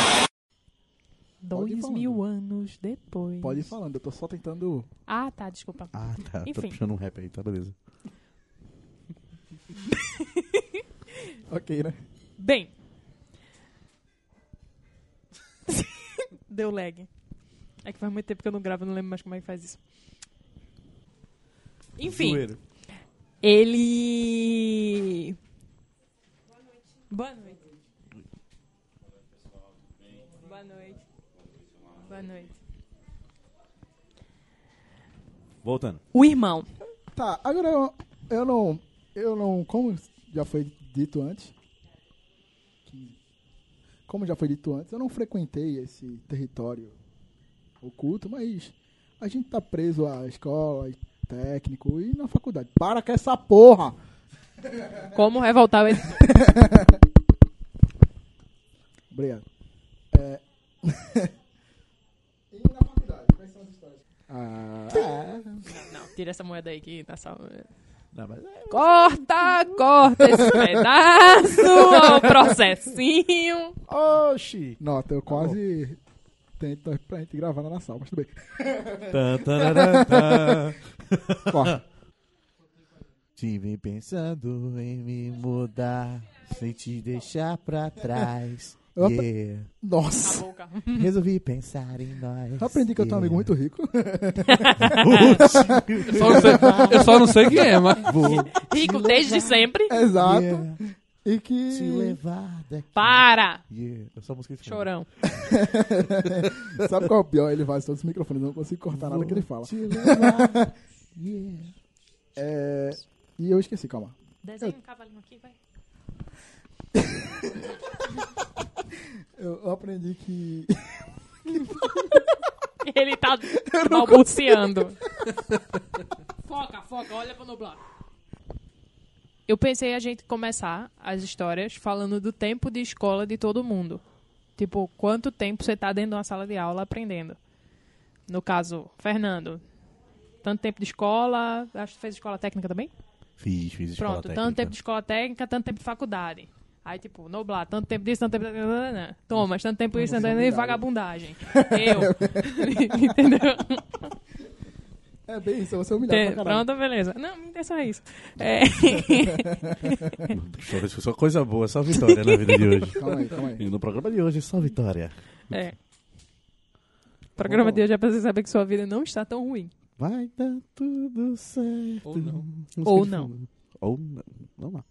Speaker 2: Pode ir
Speaker 1: Dois
Speaker 2: falando.
Speaker 1: mil anos depois.
Speaker 2: Pode ir falando, eu tô só tentando.
Speaker 1: Ah, tá, desculpa.
Speaker 4: Ah, tá.
Speaker 1: Enfim.
Speaker 4: Tô puxando um rap aí, tá beleza.
Speaker 2: Ok, né?
Speaker 1: Bem. Deu lag. É que faz muito tempo que eu não gravo, eu não lembro mais como é que faz isso. Enfim.
Speaker 4: Zoeira.
Speaker 1: Ele. Boa noite. Boa noite. Boa noite.
Speaker 5: Voltando.
Speaker 1: O irmão.
Speaker 2: Tá, agora eu, eu não. Eu não. Como já foi dito antes. que- Como já foi dito antes, eu não frequentei esse território oculto, mas a gente tá preso à escola, e técnico e na faculdade. Para com essa porra!
Speaker 1: Como revoltar o ele.
Speaker 2: Obrigado. É... e na faculdade, quais são as histórias? Ah,
Speaker 1: Não, tira essa moeda aí que tá só.
Speaker 4: Não, mas é-
Speaker 1: Corta, corta esse pedaço, ó, processinho.
Speaker 4: Oxi!
Speaker 2: nota, eu quase tento pra gente gravar na sala, mas tudo bem.
Speaker 4: Tan, tan, tan, tan.
Speaker 2: Corta.
Speaker 4: Tive pensando em me mudar, sem te deixar pra trás.
Speaker 2: Opa.
Speaker 4: Yeah.
Speaker 1: A
Speaker 2: Nossa!
Speaker 1: boca.
Speaker 4: Resolvi pensar em nós.
Speaker 2: Eu aprendi que eu tenho um amigo muito rico.
Speaker 3: Eu só não sei- eu só não sei quem é, mas.
Speaker 1: Rico desde sempre.
Speaker 2: Exato.
Speaker 4: Yeah.
Speaker 2: E E que.
Speaker 4: Se levar daqui.
Speaker 1: Para!
Speaker 4: Yeah. Essa música de fundo.
Speaker 1: Chorão.
Speaker 2: Sabe qual é o pior? Ele vai todos os microfones, eu não consigo cortar Tá nada que ele fala.
Speaker 4: Se levar. yeah.
Speaker 2: É, E eu esqueci, calma.
Speaker 1: Desenha um cavalinho aqui, vai.
Speaker 2: Eu eu aprendi que.
Speaker 1: Ele tá balbuciando. foca, foca, olha pro nublar. Eu pensei a gente começar as histórias falando do tempo de escola de todo mundo. Tipo, quanto tempo você tá dentro de uma sala de aula aprendendo. No caso, Fernando, tanto tempo de escola, acho que fez escola técnica também?
Speaker 5: Fiz, fiz escola
Speaker 1: Pronto, então
Speaker 5: técnica.
Speaker 1: tanto tempo de escola técnica, tanto tempo de faculdade. Aí, tipo, noblar, tanto tempo disso, tanto tempo. Thomas, tanto tempo isso, tanto tempo de vagabundagem. Eu. Entendeu?
Speaker 2: É bem isso, você é humilhado
Speaker 1: Tem-
Speaker 2: pra caralho.
Speaker 1: Pronto, beleza. Não, me dê só isso. É,
Speaker 5: então.
Speaker 4: Só- Só coisa boa, só
Speaker 5: Vitória na vida de hoje.
Speaker 2: Calma aí, calma aí.
Speaker 4: E no programa de hoje, só vitória.
Speaker 1: é. O programa de hoje é pra você saber que sua vida não está tão ruim.
Speaker 4: Vai dar tudo certo.
Speaker 3: Ou não.
Speaker 4: Música
Speaker 1: Ou
Speaker 4: de
Speaker 1: não.
Speaker 4: fundo. Ou não. Vamos lá.